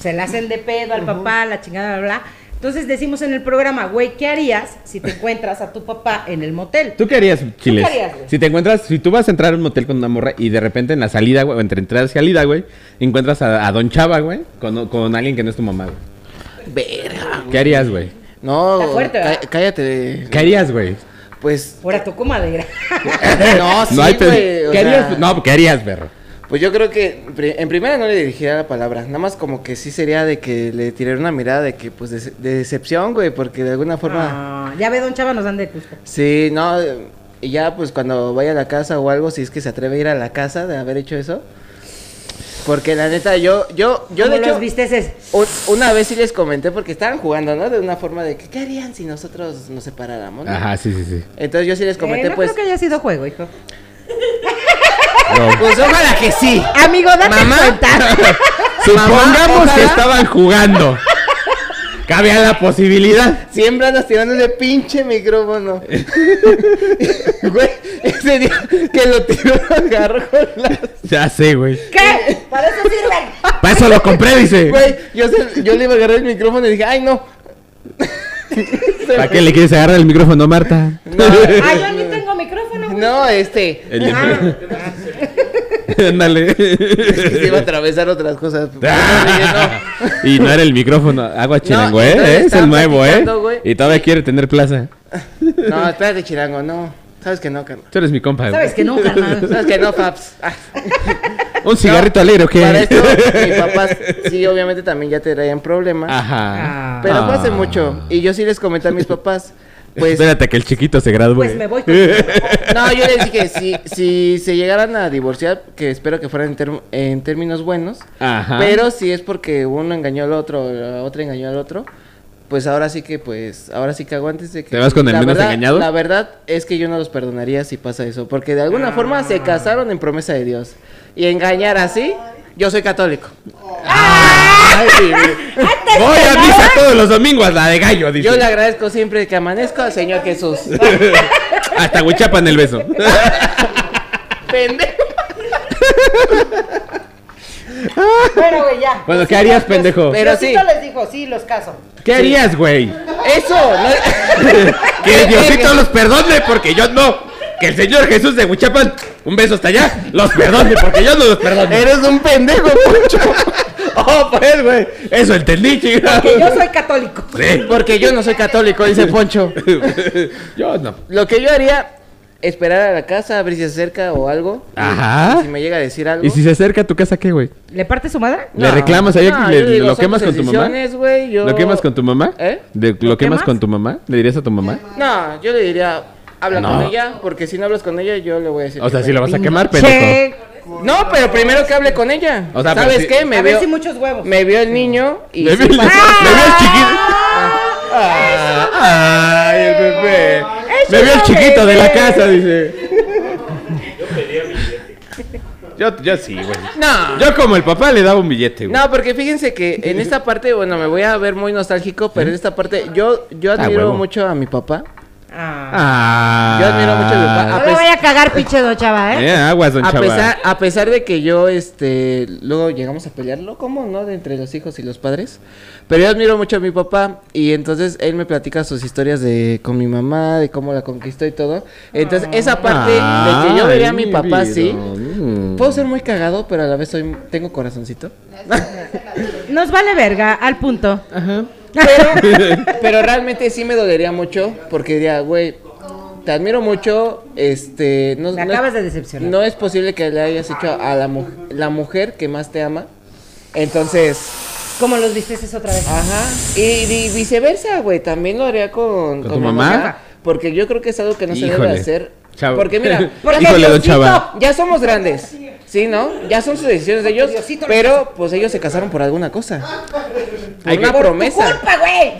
S2: se la hacen de pedo al papá, la chingada, bla, bla. Entonces decimos en el programa, güey, ¿qué harías si te encuentras a tu papá en el motel?
S1: ¿Tú qué harías, Chiles?
S2: harías, güey?
S1: si te encuentras, si tú vas a entrar a un motel con una morra y de repente en la salida, güey, o entre entrada y salida, güey, encuentras a, a Don Chava, güey, con, con alguien que no es tu mamá, güey.
S4: Verga.
S1: ¿Qué harías, güey?
S4: No,
S2: Está fuerte,
S4: cá-
S2: ¿verdad?
S4: cállate.
S1: ¿Qué harías, güey?
S4: Pues.
S2: Ahora tocó madera.
S4: Eh, No, sí,
S1: no hay
S4: güey,
S1: pedo.
S4: o
S1: ¿Qué harías?
S4: sea,
S1: No, ¿qué harías, perro?
S4: Pues yo creo que pri- en primera no le dirigiría la palabra, nada más como que sí sería de que le tirara una mirada de que pues de, de decepción, güey, porque de alguna forma
S2: Ah, ya ve, don Chava, nos dan de Cusco.
S4: sí, no y ya pues cuando vaya a la casa o algo, si es que se atreve a ir a la casa de haber hecho eso. Porque la neta yo yo yo de
S2: ¿Cómo
S4: hecho pues,
S2: los visteces?
S4: un- una vez sí les comenté porque estaban jugando, ¿no? De una forma de que qué harían si nosotros nos separáramos. no?
S1: Ajá, sí, sí, sí.
S4: Entonces yo sí les comenté
S2: Eh, no
S4: pues
S2: creo que haya sido juego, hijo.
S4: pues ojalá que sí.
S2: Amigo, date cuenta.
S1: Supongamos que estaban jugando. Cabía la posibilidad.
S4: Siempre andas tirándole pinche micrófono. Güey, ese día que lo tiró, lo agarró con la...
S1: Ya sé, güey.
S2: ¿Qué? Para eso sirven.
S1: Para eso lo compré, dice.
S4: Güey, yo, se- yo le iba a agarrar el micrófono y dije, ay, no.
S1: ¿Para qué le quieres agarrar el micrófono, Marta?
S4: No,
S2: Ah, yo ni tengo micrófono. güey.
S4: no, este.
S1: El de- Ándale.
S4: Ah. Es que se iba a atravesar otras cosas.
S1: y no era el micrófono. Agua chilango, ¿eh?
S4: entonces
S1: Es
S4: estaba
S1: el nuevo, ¿eh?
S4: platicando, güey.
S1: Y todavía quiere tener plaza.
S4: no, no, espérate, chirango, no. Sabes que no, carnal.
S1: Tú eres mi compa, güey.
S2: Sabes que no, carnal.
S4: Sabes que no, Paps. Ah,
S1: ¿Un cigarrito alegre o qué?
S4: Para esto, mis papás, sí, obviamente también ya te traían problemas.
S1: Ajá.
S4: Pero fue hace
S1: Ah.
S4: mucho. Y yo sí les comenté a mis papás. Pues
S1: Espérate que el chiquito se gradúe.
S2: Pues me voy.
S4: No, yo les dije, si, si se llegaran a divorciar, que espero que fueran en, term- en términos buenos,
S1: Ajá.
S4: pero si es porque uno engañó al otro, la otra engañó al otro, pues ahora sí que, pues, ahora sí que aguantes de que...
S1: ¿Te vas con el
S4: la
S1: menos
S4: verdad-
S1: engañado?
S4: La verdad es que yo no los perdonaría si pasa eso, porque de alguna forma se casaron en promesa de Dios. Y engañar así, yo soy católico.
S1: Voy a misa todos los domingos, la de gallo, dice.
S4: Yo le agradezco siempre que amanezco al Señor Jesús.
S1: Hasta Huichapan el beso.
S4: Pendejo.
S2: Bueno, güey, ya.
S1: Bueno, ¿qué harías, pendejo?
S4: Pero sí,
S2: Diosito les dijo, sí, los caso.
S1: ¿Qué harías, güey?
S4: eso, no-
S1: Que Diosito los perdone porque yo no. Que el Señor Jesús de Huichapan, un beso hasta allá, los perdone porque yo no los perdono.
S4: eres un pendejo, Poncho.
S1: Oh, pues, güey. Eso entendí, chica.
S2: Que yo soy católico.
S1: Sí.
S4: Porque yo no soy católico, dice Poncho.
S1: Yo no.
S4: Lo que yo haría, esperar a la casa, a ver si se acerca o algo.
S1: Ajá.
S4: Si me llega a decir algo.
S1: ¿Y si se acerca a tu casa, qué, güey?
S2: ¿Le parte su madre?
S1: ¿Le reclamas ahí?
S4: yo
S1: ¿Le-
S4: digo,
S1: ¿Lo
S4: son
S1: quemas
S4: tus
S1: con tu mamá?
S4: decisiones, güey, yo-
S1: ¿Lo quemas con tu mamá?
S4: ¿Eh?
S1: ¿De- ¿Lo, quemas
S2: quemas?
S1: con tu mamá? ¿Le dirías a tu mamá?
S4: No, yo le diría, habla
S1: No.
S4: con ella, porque si no hablas con ella, yo le voy a decir.
S1: O sea,
S4: que
S1: si lo
S4: fue.
S1: vas a quemar, pendejo.
S4: No, pero primero que hable con ella.
S1: O sea, pero
S4: ¿Sabes
S1: si-
S4: qué? Me
S2: a
S4: vio,
S2: ver si muchos huevos.
S4: me vio el niño y.
S1: Me
S4: sí Ah.
S1: vi, me vi el
S4: pasó.
S1: chiquito. Ay, el bebé. Me vio el chiquito de la casa, dice. Yo, yo sí, güey.
S4: No.
S1: Yo como el papá le daba un billete, güey.
S4: No, porque fíjense que en esta parte, bueno, me voy a ver muy nostálgico, pero en esta parte yo, yo
S1: ¿Eh? Ah,
S4: admiro
S1: huevo.
S4: mucho a mi papá.
S2: Ah.
S1: Ah.
S4: Yo admiro mucho a mi papá.
S1: Ah,
S2: No le vaya a cagar, pinche don Chava, ¿eh?
S1: Eh, aguas, don
S4: a
S1: chaval.
S4: pesar, a pesar de que yo, este, luego llegamos a pelearlo, ¿cómo no? De entre los hijos y los padres. Pero yo admiro mucho a mi papá y entonces él me platica sus historias de con mi mamá, de cómo la conquistó y todo. Entonces esa parte de que yo veía a mi papá así, puedo ser muy cagado, pero a la vez soy, tengo corazoncito.
S2: Nos vale verga, al punto.
S4: Pero, pero realmente sí me dolería mucho porque diría, güey, te admiro mucho, este, no,
S2: Me
S4: no es-
S2: acabas de decepcionar.
S4: No es posible que le hayas hecho a la, mu- la mujer que más te ama. Entonces,
S2: Como los visteces otra
S1: Ah,
S2: vez.
S4: ajá. Y, y viceversa, güey. También lo haría con,
S1: tu
S4: mi
S1: mamá?
S4: Porque yo creo que es algo que no se debe
S1: Híjole.
S4: hacer.
S1: Chavo.
S4: Porque mira,
S2: Porque
S1: Híjole, don
S2: Diosito-
S1: Chava.
S4: ya somos grandes. Sí, ¿no? Ya son sus decisiones de ellos. Pero pues ellos se casaron por alguna cosa. Por
S1: Hay que-
S4: una promesa.
S2: ¡Culpa, güey!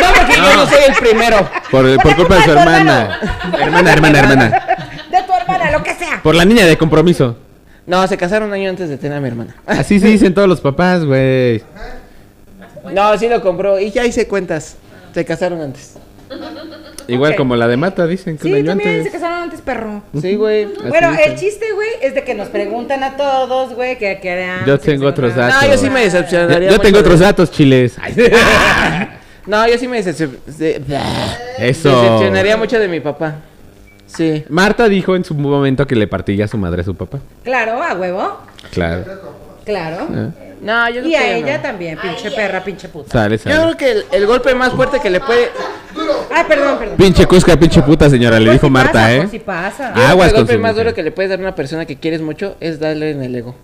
S4: No, porque yo no soy el primero.
S1: Por, por culpa de su hermana. Hermana, hermana, hermana.
S2: De tu hermana, lo que sea.
S1: Por la niña de compromiso.
S4: No, se casaron un año antes de tener a mi hermana.
S1: Así se dicen todos los papás, güey.
S4: No, sí lo compró. Y ya hice cuentas. Se casaron antes.
S1: Igual como la de Mata, dicen que un
S2: Sí,
S1: año
S2: también se
S1: antes.
S2: casaron antes, perro.
S4: Sí, güey.
S1: Así
S2: Bueno, el
S1: dicen.
S2: chiste, güey, es de que nos preguntan a todos, güey, que quedan.
S1: Yo tengo otros datos.
S4: No, yo sí me
S1: Yo-
S4: decepcionaría.
S1: Yo
S4: mucho
S1: tengo
S4: de-
S1: otros datos, chiles.
S4: No, yo sí me decepcion- de-
S1: Eso.
S4: decepcionaría mucho de mi papá. Sí.
S1: Marta dijo en su momento que le partía a su madre a su papá.
S2: Claro, a huevo.
S1: Claro.
S4: Ah,
S2: Claro.
S4: No, yo creo
S2: Y
S4: que
S2: a
S4: no.
S2: ella también, pinche perra, pinche puta.
S1: Sale,
S4: Yo creo
S1: sale.
S4: que el, el golpe más fuerte que le puede.
S2: Ay, perdón, perdón.
S1: Pinche cusca, pinche puta, señora, le
S2: Por
S1: dijo
S2: si
S1: Marta,
S2: pasa,
S1: ¿eh?
S2: por si pasa.
S1: Ah. Aguas
S4: el
S1: con
S4: golpe
S1: su
S4: más
S1: mujer.
S4: duro que le puedes dar a una persona que quieres mucho es darle en el ego.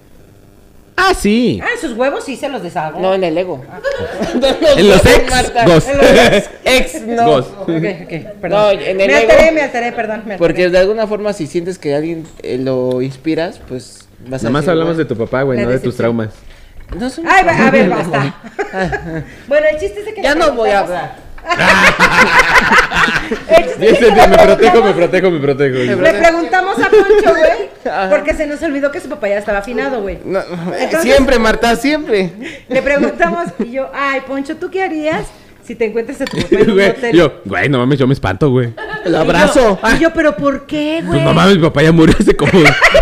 S1: Ah, sí.
S2: Ah, en sus huevos sí se los deshago.
S4: No, en el ego.
S1: En los ex gos.
S4: Ex, no.
S1: Gos.
S2: Ok, ok, perdón.
S4: No, en el
S2: me
S4: ego.
S2: alteré, me alteré, perdón. Me alteré.
S4: Porque de alguna forma, si sientes que alguien eh, lo inspiras, pues vas a.
S1: Nada más
S4: decir,
S1: hablamos de
S4: "Bueno,
S1: tu papá, güey,
S2: La
S1: no de tus
S2: decepción.
S1: traumas.
S4: No son-
S2: Ay, va- a ver, basta. bueno, el chiste es de que.
S4: Ya
S2: le
S4: no voy a
S2: preguntamos-
S4: hablar.
S2: El chiste es de que le
S1: me protejo, me
S2: preguntamos-
S1: protejo, me protejo.
S2: Le preguntamos a Poncho, güey, porque se nos olvidó que su papá ya estaba afinado, güey.
S4: No, no, eh,
S2: Entonces-
S4: siempre, Marta, siempre.
S2: Le preguntamos y yo, ay, Poncho, ¿tú qué harías si te encuentras a tu papá en un
S1: Güey,
S2: hotel?
S1: yo, güey, no mames, yo me espanto, güey.
S2: Y
S4: El
S2: yo-
S4: abrazo.
S2: Y yo, pero ¿por qué, güey?
S1: Pues no mames, mi papá ya murió hace como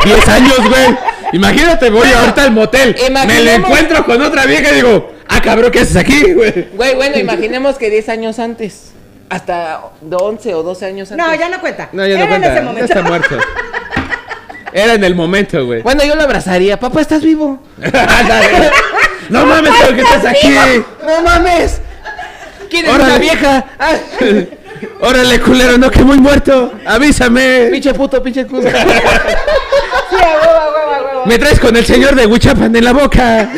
S1: 10 años, güey. Imagínate, voy ahorita al motel. Me lo
S4: imaginemos-
S1: encuentro con otra vieja y digo, ah, cabrón, ¿qué haces aquí, güey?
S4: Güey, bueno, imaginemos que 10 años antes. Hasta 11 o 12 años antes.
S2: No, ya no cuenta.
S1: No, ya no
S2: Era en ese
S1: cuenta. Ya
S2: momento.
S1: está muerto. Era en el momento, güey.
S4: Bueno, yo lo abrazaría. Papá, estás vivo.
S1: Ándale. no mames, ¿por qué estás aquí?
S4: ¡No mames! ¿Quién es
S1: Órale.
S4: esa vieja? Ah,
S1: Órale, culero, no, que muy muerto. Avísame.
S4: pinche puto, pinche puto.
S2: Sí, a huevo, a huevo, a huevo.
S1: Me traes con el señor de Huichapan en la boca.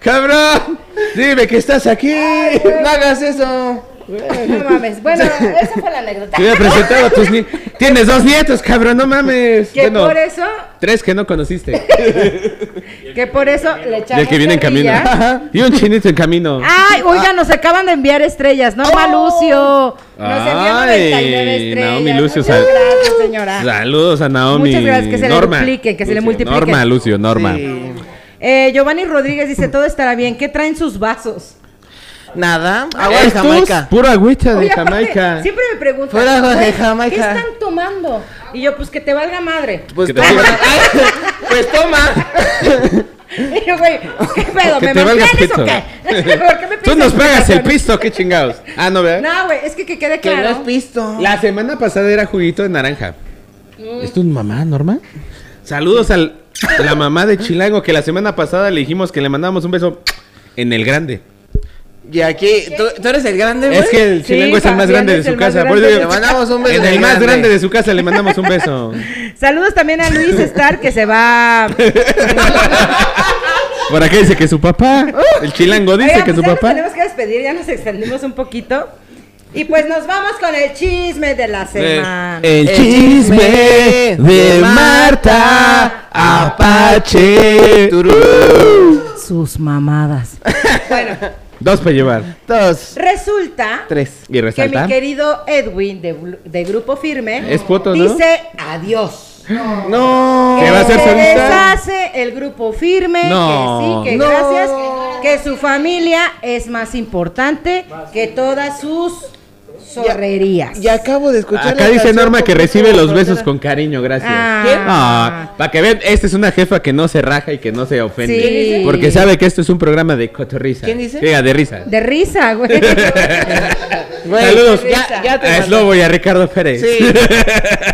S1: Cabrón, dime que estás aquí.
S4: No hagas eso.
S2: No mames. Bueno, esa fue la anécdota.
S1: Te voy a presentar a tus ni- Tienes dos nietos, cabrón, no mames.
S2: Que por eso,
S1: tres que no conociste.
S2: que por eso le
S1: Y
S2: echamos
S1: el que viene en camino.
S2: carrilla.
S1: y un chinito en camino.
S2: Ay, oiga, nos acaban de enviar estrellas, ¿no, Malucio? Nos envió
S1: Oh. Ay,
S2: 99 estrellas.
S1: Naomi Lucio,
S2: Muchas
S1: sal-
S2: gracias, señora.
S1: Saludos a Naomi.
S2: Muchas gracias, que se le
S1: Norma.
S2: dupliquen, que se le
S1: Lucio,
S2: multipliquen.
S1: Norma, Lucio, Norma.
S2: Eh, Giovanni Rodríguez dice, todo estará bien. ¿Qué traen sus vasos?
S4: Nada. Agua de
S1: Estos,
S4: Jamaica.
S1: Pura agüita de
S2: Oye, aparte,
S1: Jamaica.
S2: siempre me preguntan,
S4: Fuera de
S2: "Güey,
S4: Jamaica".
S2: ¿qué están tomando? Y yo, pues que te valga madre.
S4: Pues
S1: Que te
S4: toma.
S1: valga-
S4: pues toma.
S2: Y yo, güey, ¿qué pedo?
S1: Que
S2: ¿Me
S1: te valga
S2: mantienes o
S1: pito.
S2: qué? ¿Por qué me
S1: Tú
S2: pides
S1: nos
S2: mi
S1: pagas el
S2: corazón?
S1: pisto, qué chingados. Ah, no, ¿verdad?
S2: No, güey, es que, que quede
S4: Que no es
S2: claro.
S4: pisto.
S1: La semana pasada era juguito de naranja. ¿Es tu mamá, Norma? Saludos a la mamá de Chilango que la semana pasada le dijimos que le mandábamos un beso en el grande.
S4: Y aquí, ¿tú, tú eres el grande, güey.
S1: Es que el
S2: Sí,
S1: Chilango es el más
S2: Fabián
S1: grande de
S2: es
S1: su
S2: el más
S1: casa. Por
S2: grande.
S1: eso
S4: Le
S1: digo,
S4: mandamos un beso.
S1: en el más grande de su casa le mandamos un beso.
S2: Saludos también a Luis Star, que se va...
S1: Por acá dice que su papá, el Chilango dice
S2: Oigan,
S1: que
S2: pues
S1: su
S2: ya nos
S1: papá.
S2: tenemos que despedir, ya nos extendimos un poquito. Y pues nos vamos con el chisme de la semana.
S1: El
S4: chisme de Marta
S1: Apache.
S2: Sus mamadas. bueno,
S1: Dos para llevar.
S4: Dos,
S2: resulta
S4: tres.
S1: Y
S2: que mi
S1: resalta.
S2: querido Edwin de, Blu- de Grupo Firme
S1: Es foto, ¿no?
S2: dice adiós.
S4: No.
S1: ¿Qué va a hacer
S2: se
S1: solista?
S2: deshace el Grupo Firme,
S1: No.
S2: que sí, que
S4: No.
S2: gracias, que su familia es más importante que todas sus zorrerías.
S4: Y acabo de escuchar. la
S1: Acá dice
S4: canción
S1: Norma
S4: con
S1: que
S4: Coco
S1: recibe los besos
S4: Frontera.
S1: con cariño, gracias.
S2: Ah.
S1: ¿Qué? Ah, para que vean, esta es una jefa que no se raja y que no se ofende.
S2: Sí.
S1: Porque sabe que esto es un programa de cotorriza.
S4: ¿Quién dice?
S1: Diga, de risa.
S2: De risa, güey.
S4: Güey,
S1: Saludos
S4: Ya, ya te
S1: a
S4: mandé.
S1: Slobo y a Ricardo Pérez.
S4: Sí.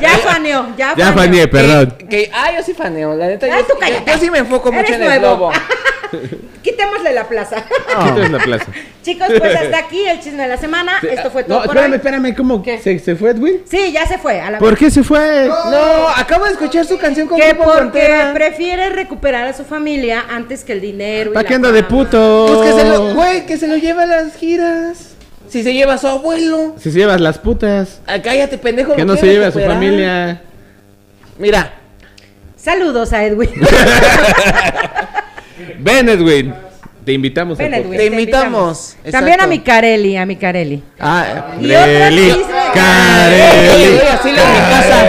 S2: ya faneó, ya faneó.
S1: ya faneé, perdón.
S4: Que, que- ah, yo sí faneo, la neta.
S2: Ay,
S4: yo,
S2: tú cállate.
S4: yo sí me enfoco mucho
S2: Eres
S4: en el
S2: nuevo.
S4: globo.
S2: Quitémosle la plaza.
S4: Ah.
S1: Esto es la plaza.
S2: Chicos, pues hasta aquí el chisme de la semana. Esto fue todo
S1: ah, No,
S2: por
S1: espérame,
S2: hoy.
S1: espérame, ¿cómo? ¿Se, se fue Edwin?
S2: Sí, ya se fue. A la
S1: ¿Por qué se fue?
S4: No, acabo de escuchar su canción con
S2: Que
S4: Coco
S2: porque
S4: Frontera.
S2: prefiere recuperar a su familia antes que el dinero. y
S1: ¿Para
S2: la
S1: qué anda de
S2: fama.
S1: puto?
S4: Pues que se
S1: Oh.
S4: lo, güey, que se lo lleva a las giras. Si se lleva a su abuelo.
S1: Si se llevas las putas.
S4: Ah, cállate, pendejo.
S1: Que
S4: lo
S1: no se
S4: quiere
S1: lleve a su
S4: recuperar.
S1: familia.
S4: Mira,
S2: Saludos a Edwin.
S1: Ven, Edwin. Te invitamos
S2: Ven,
S1: a
S2: Edwin,
S4: Te invitamos.
S2: También
S4: Exacto.
S2: a Micarelli, a Micarelli.
S1: Ah,
S2: Y otro
S1: Reli,
S2: chisme.
S4: Yo le
S1: Careli.
S4: doy asilo en mi casa.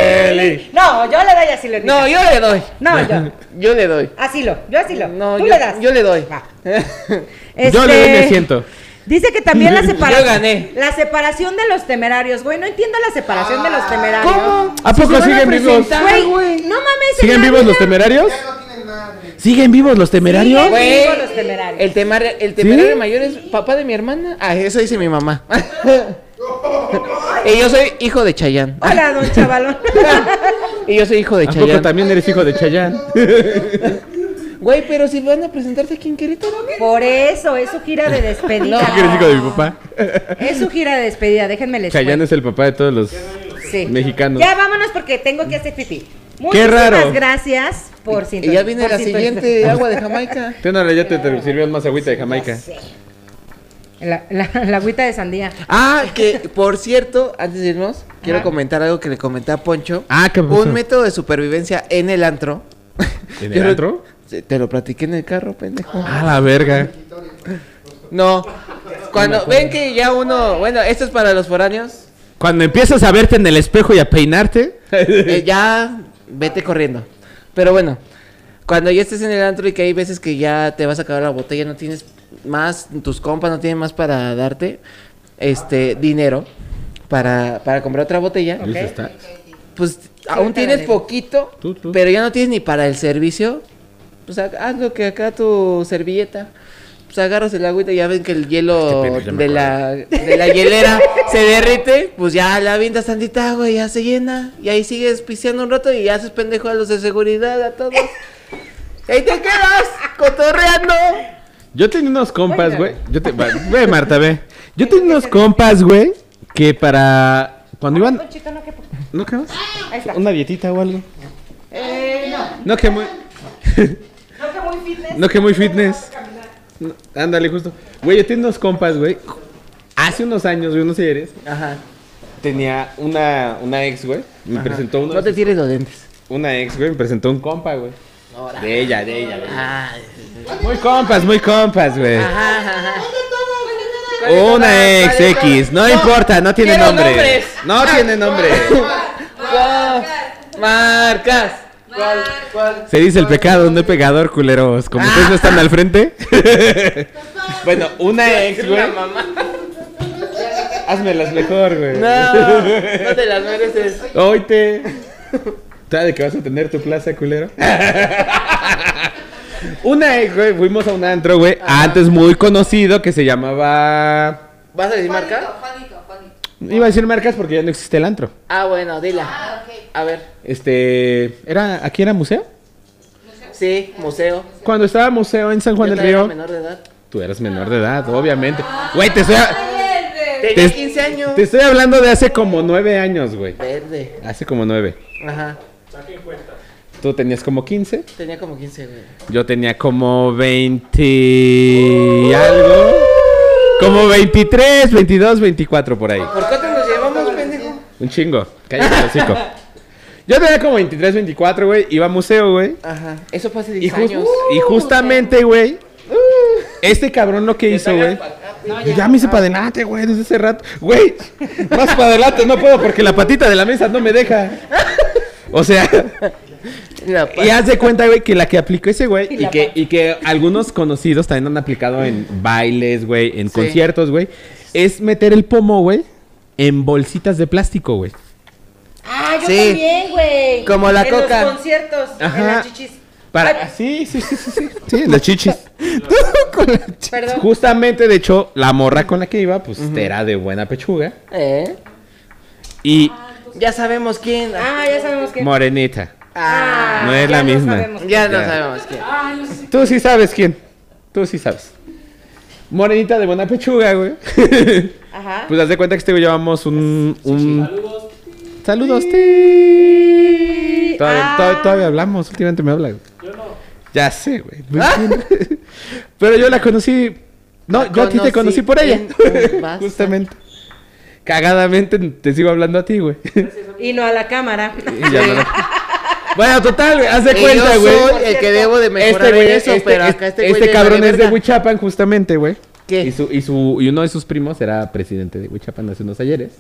S2: No, yo le doy asilo. en mi
S4: No,
S2: casa.
S4: yo le doy.
S2: No, yo.
S4: Yo le doy.
S2: Asilo, yo asilo.
S4: No,
S2: Tú
S4: yo,
S2: le das.
S4: yo le doy.
S2: Va.
S1: Yo le doy mi
S2: Este,
S1: asiento.
S2: Dice que también la separación.
S4: Yo gané.
S2: La separación de los temerarios, güey. No entiendo la separación de los temerarios.
S4: Ah. ¿Cómo?
S1: ¿A
S4: Si
S1: poco
S4: se van
S1: siguen vivos?
S4: presentar,
S2: Güey,
S4: güey.
S2: no mames.
S1: ¿Siguen
S2: en la
S1: vivos los
S2: vida-
S1: temerarios? ¿Siguen vivos los temerarios?
S2: Siguen
S4: Güey,
S2: vivos los temerarios.
S4: El, temar- el temerario
S1: ¿Sí?
S4: mayor es papá de mi hermana. Ah, eso dice mi mamá. Y yo soy hijo de Chayán.
S2: Hola, don chavalón.
S4: Y yo soy hijo de
S1: ¿A poco
S4: Chayán.
S1: también eres hijo de Chayán?
S4: Güey, pero si van a presentarse aquí en Querétaro, ¿qué?
S2: Por eso, es su gira de despedida.
S1: ¿Que eres hijo de mi papá?
S2: Es su gira de despedida, déjenme les
S1: Chayán es el papá de todos los...
S2: cuento. Sí.
S1: mexicano.
S2: Ya vámonos porque tengo que hacer pipí. Muchísimas
S1: raro.
S2: gracias por
S4: Y
S2: sintonizar.
S4: ya viene la siguiente agua de Jamaica.
S1: Tú no, ya te, te sirvieron más agüita de Jamaica.
S2: La, la, la agüita de sandía.
S4: Ah, que por cierto, antes de irnos, quiero comentar algo que le comenté a Poncho.
S1: Ah, ¿qué pasó?
S4: Un método de supervivencia en el antro.
S1: ¿En
S4: Yo
S1: el
S4: lo-
S1: antro?
S4: Sí, Te lo platiqué en el carro, pendejo.
S1: Ah, la verga.
S4: No. Cuando ven que ya uno, bueno, esto es para los foráneos,
S1: Cuando empiezas a verte en el espejo y a peinarte...
S4: eh, ya vete corriendo. Pero bueno, cuando ya estés en el antro y que hay veces que ya te vas a acabar la botella, no tienes más, tus compas no tienen más para darte este dinero para, para comprar otra botella.
S1: Luis está-
S4: pues aún tienes poquito,
S1: Tú, tú.
S4: pero ya no tienes ni para el servicio. Pues ha- haz lo que acá tu servilleta. Pues agarras el agüita y ya ven que el hielo
S1: Este pendejo, ya me
S4: de, la, de la hielera se derrite. Pues ya la avientas tantita agua y ya se llena. Y ahí sigues piseando un rato y ya haces pendejo a los de seguridad, a todos. Y ahí te quedas cotorreando.
S1: Yo tenía unos compas, güey. Yo te... va- Ve, Marta, ve. Yo tenía unos compas, güey, que para... Cuando iban...
S2: Ponchito, Ah, no, que-
S1: ¿No quemas?
S2: Ahí está.
S1: ¿Una dietita o algo?
S2: Eh, no.
S1: No, que muy...
S2: No que muy fitness.
S1: No que muy fitness. No, ándale, justo. Güey, yo tenía unos compas, güey. Hace unos años, güey, unos ayeres,
S4: Ajá.
S1: tenía una, una ex, güey. Me presentó una,
S4: No te tires los dientes.
S1: una ex, güey. Me presentó un compa, güey. De ella, de ella, de ella. Muy compas, muy compas, güey. Una ex X, no, importa, no tiene
S4: quiero
S1: nombre.
S4: nombres.
S1: No tiene nombre.
S4: Marcas. ¿Cuál? ¿Cuál?
S1: Se dice el pecado, no el pegador, culeros. Como ustedes no están al frente. bueno, una ex, güey. Hazmelas mejor, güey.
S4: No, no te las mereces.
S1: Hoy te. ¿Sabes de que vas a tener tu plaza, culero? Una, ex, güey, fuimos a un antro, güey, antes muy conocido que se llamaba.
S4: ¿Vas a decir marca?
S5: Juanito, Juanito.
S1: Iba a decir marcas porque ya no existe el antro.
S4: Ah, bueno, dila.
S5: Ah, ok.
S4: A ver,
S1: Este. ¿era ¿Aquí era museo?
S4: sí, museo.
S1: Cuando estaba museo en San Juan
S4: Yo
S1: del
S4: también era
S1: Río.
S4: menor de edad.
S1: Tú eras menor de edad, obviamente. Güey, te estoy, a-
S5: Verde.
S4: Tenía
S1: Te-
S4: 15 años.
S1: te estoy hablando de hace como nueve años, güey.
S4: Verde.
S1: Hace como nueve.
S4: Ajá.
S1: Tú tenías como 15.
S4: Tenía como 15, güey.
S1: Yo tenía como 20 y algo. Como 23, 22, 24 por ahí.
S4: ¿Por cuánto nos llevamos, pendejo?
S1: Un chingo. Cállate, el hocico. Yo tenía como 23, 24, güey. Iba a museo, güey.
S4: Ajá. Eso fue hace
S1: Y,
S4: 10
S1: jus-
S4: años.
S1: y justamente, güey. Este cabrón lo que hizo, güey. Yo ya me hice para adelante, güey, desde hace rato. Güey, más para adelante no puedo porque la patita de la mesa no me deja. O sea,
S4: La pa-
S1: Y haz de cuenta, güey, que la que aplicó ese güey y que, y que algunos conocidos también han aplicado en bailes, güey, en
S4: Sí.
S1: conciertos, güey, es meter el pomo, güey, en bolsitas de plástico, güey.
S2: Ah, yo
S4: Sí.
S2: también, güey.
S4: Como la
S2: en
S4: coca.
S2: los conciertos, en
S1: Ajá.
S2: las chichis.
S1: Para...
S2: Ay.
S1: Sí, sí, sí, sí, sí. Sí, las chichis. Con las chichis.
S2: Perdón.
S1: Justamente, de hecho, la morra con la que iba, pues, era de buena pechuga.
S4: ¿Eh?
S1: Y
S4: Ya sabemos quién.
S2: Ah, ya sabemos que.
S1: morenita.
S4: Ah,
S1: no es
S2: ya
S1: la
S2: no
S1: misma.
S2: sabemos.
S4: ya no
S1: Ya.
S4: sabemos quién.
S1: Tú sí sabes quién. Tú sí sabes. Morenita de buena pechuga, güey.
S2: Ajá.
S1: Pues haz de cuenta que este güey llevamos un. un... Saludos. Saludos, ti. Todavía,
S2: Ah.
S1: todavía- todavía hablamos, últimamente me habla. Yo no. Ya sé, güey. No entiendo. Pero yo la conocí. No,
S4: Ah. La
S1: yo a ti te conocí
S4: conocí
S1: por ella.
S4: en un bazar.
S1: Justamente. Cagadamente te sigo hablando a ti, güey.
S2: Y no a la cámara.
S1: Y ya no la- Bueno, total, güey. Haz de
S4: Y
S1: cuenta,
S4: yo
S1: güey.
S4: soy el que debo de mejorar
S1: Este güey,
S4: en eso,
S1: este,
S4: pero
S1: este-
S4: acá este güey
S1: este
S4: le
S1: cabrón
S4: vale
S1: es de
S4: verga.
S1: Huichapan, justamente, güey.
S4: ¿Qué?
S1: Y, su, y, su, y uno de sus primos era presidente de Huichapan hace unos ayeres.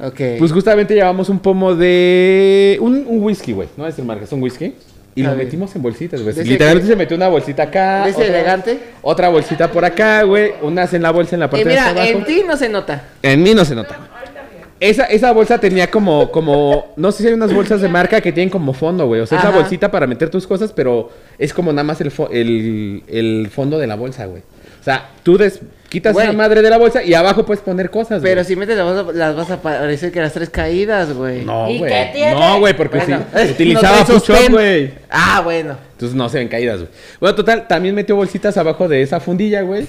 S4: Ok.
S1: Pues justamente llevamos un pomo de. Un, un whisky, güey. No voy a decir marcas, un whisky. Y
S4: Está
S1: lo
S4: bien.
S1: metimos en bolsitas, güey.
S4: De ese
S1: Literalmente
S4: que-
S1: se metió una bolsita acá.
S4: ¿De ese
S1: otra-
S4: elegante?
S1: Otra bolsita por acá, güey. Unas en la bolsa en la parte
S4: y
S1: de hasta
S4: mira,
S1: abajo.
S4: en ti no se nota.
S1: En mí no se nota. güey. Esa, esa bolsa tenía como, como, no sé si hay unas bolsas de marca que tienen como fondo, güey. O sea, esa
S4: Ajá.
S1: bolsita para meter tus cosas, pero es como nada más el, fo- el, el fondo de la bolsa, güey. O sea, tú des- quitas
S4: Güey.
S1: la madre de la bolsa y abajo puedes poner cosas.
S4: Pero
S1: güey.
S4: si metes las vas a, las vas a parecer que las tres caídas, güey.
S1: No,
S9: ¿Y
S1: güey.
S9: qué tiene?
S1: No, güey, porque
S4: Bueno.
S1: si utilizaba
S4: No trae
S1: push-up,
S4: sostén.
S1: güey.
S4: Ah, bueno.
S1: Entonces no se ven caídas, güey. Bueno, total, también metió bolsitas abajo de esa fundilla, güey.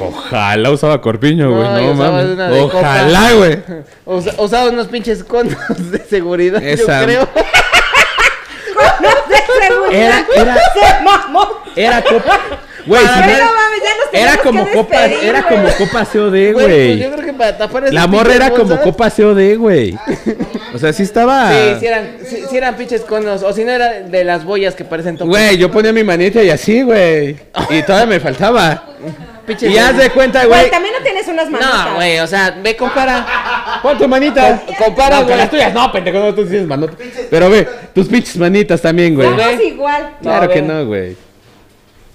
S10: Ojalá usaba corpiño, güey.
S4: No,
S10: No,
S4: yo usaba
S10: mames.
S4: una de copa.
S10: Ojalá, güey.
S4: Usa- usaba unos pinches condos de seguridad,
S1: Esa.
S4: yo creo.
S1: Era, era,
S2: Se mamó.
S1: era copa. Güey, si
S2: Pero
S1: no-
S2: no mames, ya nos
S1: era
S2: tenemos
S1: como
S2: que
S1: copa,
S2: despedir,
S1: era
S2: güey.
S1: como copa COD,
S4: Güey, pues yo
S1: güey.
S4: creo que para tapar esas
S10: La morra
S4: pinches
S10: era como
S4: bolsas-
S10: copa COD, güey. O sea, sí estaba.
S4: Sí, sí eran, sí, sí eran pinches conos. O si no, era de las boyas que parecen topos.
S1: Güey, yo ponía mi manita y así, güey. Y todavía me faltaba.
S4: Pinches
S1: Y haz de cuenta,
S2: Güey,
S1: güey.
S2: también no tienes unas manotas.
S4: No, güey, o sea, ve, compara.
S1: Pon tu manita.
S4: Co- compara,
S1: No, con
S4: güey.
S1: las tuyas. No, pendejo, no, tú tienes manotas. Pero ve, tus pinches manitas también, güey.
S2: Somos
S4: güey.
S2: igual.
S1: Claro
S4: No,
S1: que
S4: güey.
S1: no, güey.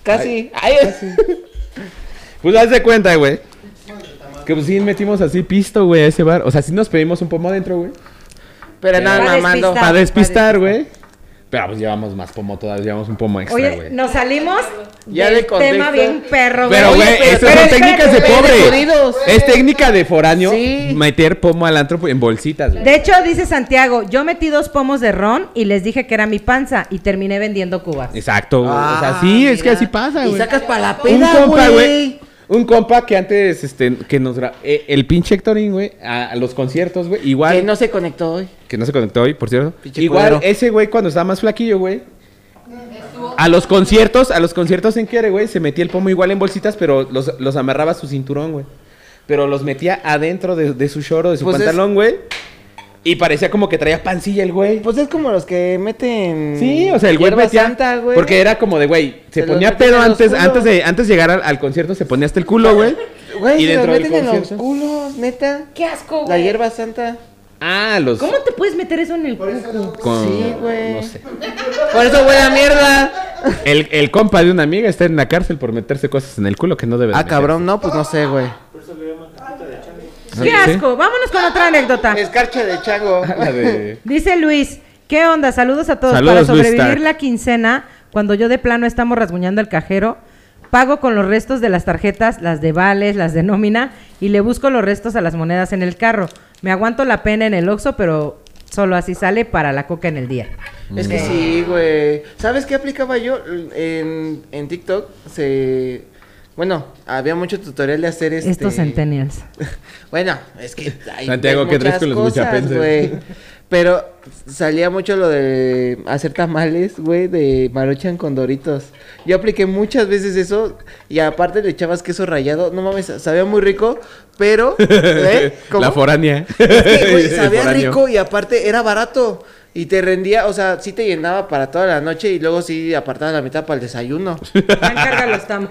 S4: Casi. Ay,
S1: Pues haz de cuenta, güey. Que pues sí metimos así pisto, güey, a ese bar. O sea, sí nos pedimos un pomo adentro, güey.
S4: Pero nada,
S2: Va
S4: mamando.
S2: despistado.
S1: Para despistar, güey. Pero pues llevamos más pomo todavía, llevamos un pomo extra,
S2: Oye,
S1: güey.
S2: nos salimos
S4: Ya
S2: del
S4: de contexto.
S2: tema bien perro,
S1: Pero,
S2: Oye,
S1: güey,
S4: pero-
S1: esas
S4: pero
S1: son
S4: espérate,
S1: técnicas de
S4: güey, de
S1: pobre.
S4: jodidos.
S1: Es técnica de foráneo
S4: Sí.
S1: meter pomo al antro en bolsitas, güey.
S2: De hecho, dice Santiago, yo metí dos pomos de ron y les dije que era mi panza y terminé vendiendo cubas.
S1: Exacto, güey. o sea, sí, es que así pasa,
S4: Ah, Y
S1: güey.
S4: sacas para la
S1: Un
S4: peda,
S1: compa,
S4: güey.
S1: güey. Un compa que antes, este, que nos... gra- eh, el pinche Hectorín, güey, a, a los conciertos, güey, igual...
S4: Que no se conectó hoy.
S1: que no se conectó hoy, por cierto.
S4: Pinche
S1: Igual
S4: culero.
S1: ese güey cuando estaba más flaquillo, güey. A los conciertos, a los conciertos en Quiere, güey, se metía el pomo igual en bolsitas, pero los, los amarraba a su cinturón, güey. Pero los metía adentro de, de su short o de su
S4: Pues es-
S1: pantalón, güey. Y parecía como que traía pancilla el güey.
S4: Pues es como los que meten.
S1: Sí, o sea, el güey
S4: hierba
S1: metía,
S4: santa, güey.
S1: porque era como de, güey, se,
S4: Se los
S1: ponía
S4: meten
S1: pedo
S4: en los
S1: antes,
S4: culos.
S1: antes de, antes de llegar al, al concierto, se ponía hasta el culo, güey.
S4: Güey, se los
S1: del
S4: meten en los
S1: concierto-
S4: culos, neta.
S2: ¡Qué asco,
S4: La
S2: güey!
S4: hierba santa.
S1: Ah, los...
S2: ¿Cómo te puedes meter eso en el culo?
S1: con-
S4: Sí, güey.
S1: No sé.
S4: Por eso huele a mierda.
S1: El, el compa de una amiga está en la cárcel por meterse cosas en el culo que no debe. de
S4: Ah,
S1: meter.
S4: cabrón, no, pues no sé, güey.
S1: ¿Sí?
S2: ¡Qué asco! Vámonos con otra anécdota.
S4: Ah. Escarcha de chango.
S1: La de-
S2: Dice Luis, ¿qué onda? Saludos a todos.
S10: Saludos,
S2: Para
S10: Luis
S2: sobrevivir
S10: Stark.
S2: la quincena, cuando yo de plano estamos rasguñando el cajero, pago con los restos de las tarjetas, las de vales, las de nómina, y le busco los restos a las monedas en el carro. Me aguanto la pena en el Oxxo, pero solo así sale para la coca en el día.
S4: Es que sí, güey. ¿Sabes qué aplicaba yo? En, en TikTok se... Bueno, había mucho tutorial de hacer este...
S2: Estos centennials.
S4: Bueno, es que hay
S1: Santiago,
S4: ves
S1: qué
S4: muchas
S1: rico los
S4: cosas,
S1: buchapenses.
S4: güey. Pero salía mucho lo de hacer tamales, güey, de maruchan con doritos. Yo apliqué muchas veces eso y aparte le echabas queso rallado. No mames, sabía muy rico, pero... ¿eh?
S10: La
S4: ¿Cómo?
S10: foránea.
S4: Es que, güey,
S10: El
S4: sabía
S10: foráneo.
S4: rico y aparte era barato. Y te rendía, o sea, sí te llenaba para toda la noche y luego sí apartabas la mitad para el desayuno.
S2: Ya encárgalos, Tam.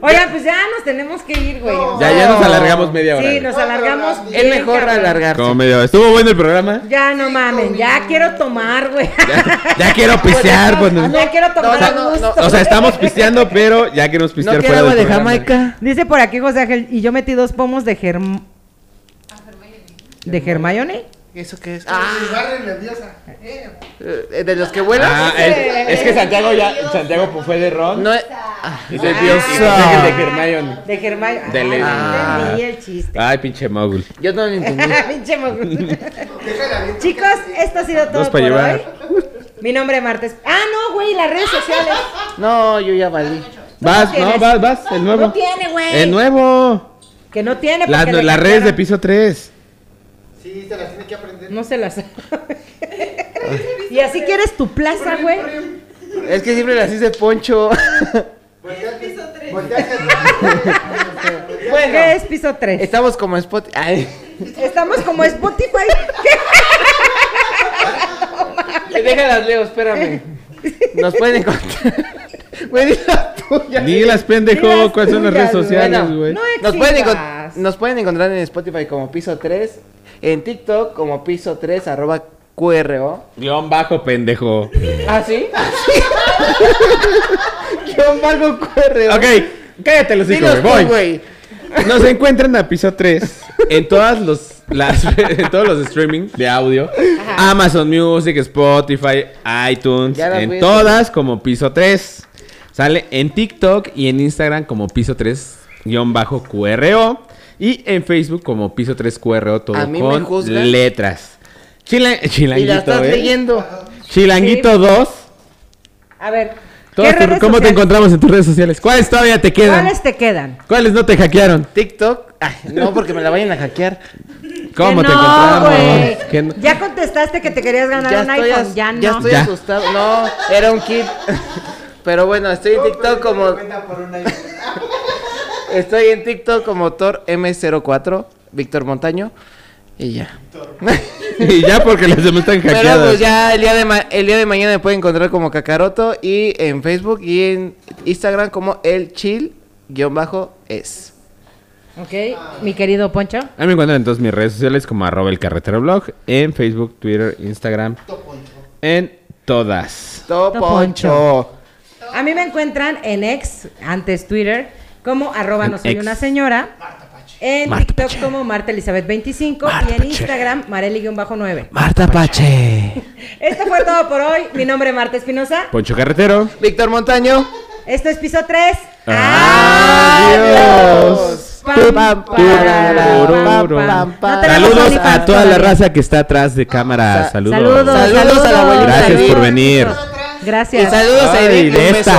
S2: Oigan, pues ya nos tenemos que ir, güey. O
S1: Ya,
S2: sea,
S1: ya nos alargamos media hora.
S2: Sí,
S1: güey.
S2: nos alargamos.
S4: Es
S2: bien,
S4: mejor
S2: cabrón.
S4: alargarse.
S10: Como medio. Estuvo bueno el programa.
S2: Ya no mamen, ya quiero tomar, güey.
S10: Ya quiero pistear, pues, no.
S2: Ya quiero tomar a
S4: no, no,
S2: gusto.
S4: no.
S10: O sea, estamos pisteando, pero ya que nos
S4: No
S10: pistear
S4: quiero
S10: fuera
S4: agua
S10: del
S4: de
S10: programa.
S4: Jamaica.
S2: Dice por aquí José Ángel, y yo metí dos pomos de germ... ¿De Hermione?
S4: ¿Eso qué es? Ah, eh, de los que vuelan.
S1: Ah, es, es que Santiago ya. Santiago pues, fue de Ron.
S4: No, eh,
S1: Y de Dios. y
S4: Ah.
S1: de Hermione.
S2: De Hermione.
S1: De Lady.
S2: Ah, no entendí el chiste.
S1: Ay, pinche mogul.
S4: yo no lo entendí.
S2: Pinche mogul. Chicos, esto ha sido todo
S1: Dos
S2: por
S1: pa' llevar.
S2: hoy. Mi nombre es Martes. Ah, no, güey, las redes sociales.
S4: Ah, No, yo ya valí.
S1: Vas, no,
S2: tienes.
S1: vas, vas. El nuevo.
S2: No tiene, güey.
S1: El nuevo.
S2: Que no tiene.
S1: Eh, Las,
S2: porque le
S1: las redes de
S2: cambiaron.
S1: piso 3.
S2: No se las. y así quieres tu plaza, güey.
S4: Es que siempre las hice poncho.
S2: ¿Qué
S4: bueno,
S2: es piso 3?
S4: estamos como spot. Ay,
S2: Estamos como Spotify.
S4: déjalas, Leo, espérame. Nos pueden encontrar. Güey, di la tuya.
S1: Dilas,
S2: Di
S1: pendejo.
S2: las
S1: ¿Cuáles son las redes
S2: tuyas,
S1: sociales,
S4: bueno.
S1: güey?
S2: No
S4: Nos pueden, encon-
S2: exhibas.
S4: nos pueden encontrar en Spotify como piso 3, en TikTok como piso 3, arroba QRO.
S1: Guión bajo, pendejo.
S4: ¿Ah, sí? Yo valgo QRO.
S1: Ok, cállate los
S4: Dinos
S1: hijos.
S4: tú,
S1: Voy.
S4: güey.
S1: Nos encuentran a piso 3 en todas los las, en todos los streaming de audio. Amazon Music, Spotify, iTunes,
S4: Ya las
S1: en
S4: voy a-
S1: todas como piso 3. Sale en TikTok y en Instagram como piso 3-QRO. Y en Facebook como piso 3QRO, todo
S4: A mí me
S1: con
S4: juzgan.
S1: letras. Chila-
S4: Y la
S1: chilanguito,
S4: estás
S1: ¿eh?
S4: leyendo.
S1: Chilanguito 2.
S2: A ver,
S1: Todas tus-
S2: redes
S1: ¿Cómo te
S2: sociales-
S1: encontramos en tus redes sociales? ¿Cuáles todavía te quedan?
S2: ¿Cuáles te quedan?
S1: ¿Cuáles no te hackearon?
S4: TikTok. Ay, no, porque me la vayan a hackear.
S1: ¿Cómo
S2: Que
S1: te
S2: no,
S1: encontramos?
S2: güey.
S1: Que no-
S2: Ya contestaste que te querías ganar
S4: Ya
S2: un
S4: estoy,
S2: iPhone,
S4: as-
S2: ya no.
S4: ya estoy
S1: Ya.
S4: asustado. No, era un kit. Pero bueno, estoy en TikTok como. Estoy en TikTok como Thor M04, Víctor Montaño. Y ya.
S1: y ya porque las demás están
S4: Pero
S1: hackeadas.
S4: pues ya el día, de ma- el día de mañana me pueden encontrar como Cacaroto y en Facebook y en Instagram como el chill guión bajo es.
S2: Ok, mi querido Poncho.
S1: A mí me encuentran en todas mis redes sociales como arroba el carretero blog, en Facebook, Twitter, Instagram, en todas.
S4: Toponcho.
S2: A mí me encuentran en ex, antes Twitter, como arroba
S1: En
S2: no soy
S1: ex.
S2: una señora. En
S1: Marta
S2: TikTok
S1: Pache.
S2: como Marta Elizabeth 25 y en Instagram Mareli-9.
S1: Marta Pache.
S2: Esto fue todo por hoy. Mi nombre es Marta Espinosa.
S1: Poncho Carretero.
S4: Víctor Montaño.
S2: Esto es piso 3.
S1: Adiós.
S2: Pam, pam, pam, pam, pam.
S1: Saludos a
S2: OnlyFans
S1: toda la
S2: todavía.
S1: raza que está atrás de cámara. Saludos.
S2: Saludos,
S4: Saludos a la abuelita.
S1: Gracias por
S2: Saludos.
S1: venir.
S2: Gracias.
S4: Y saludos a
S1: Ay,
S4: Edith.
S1: de
S4: Un
S1: esta.
S4: beso.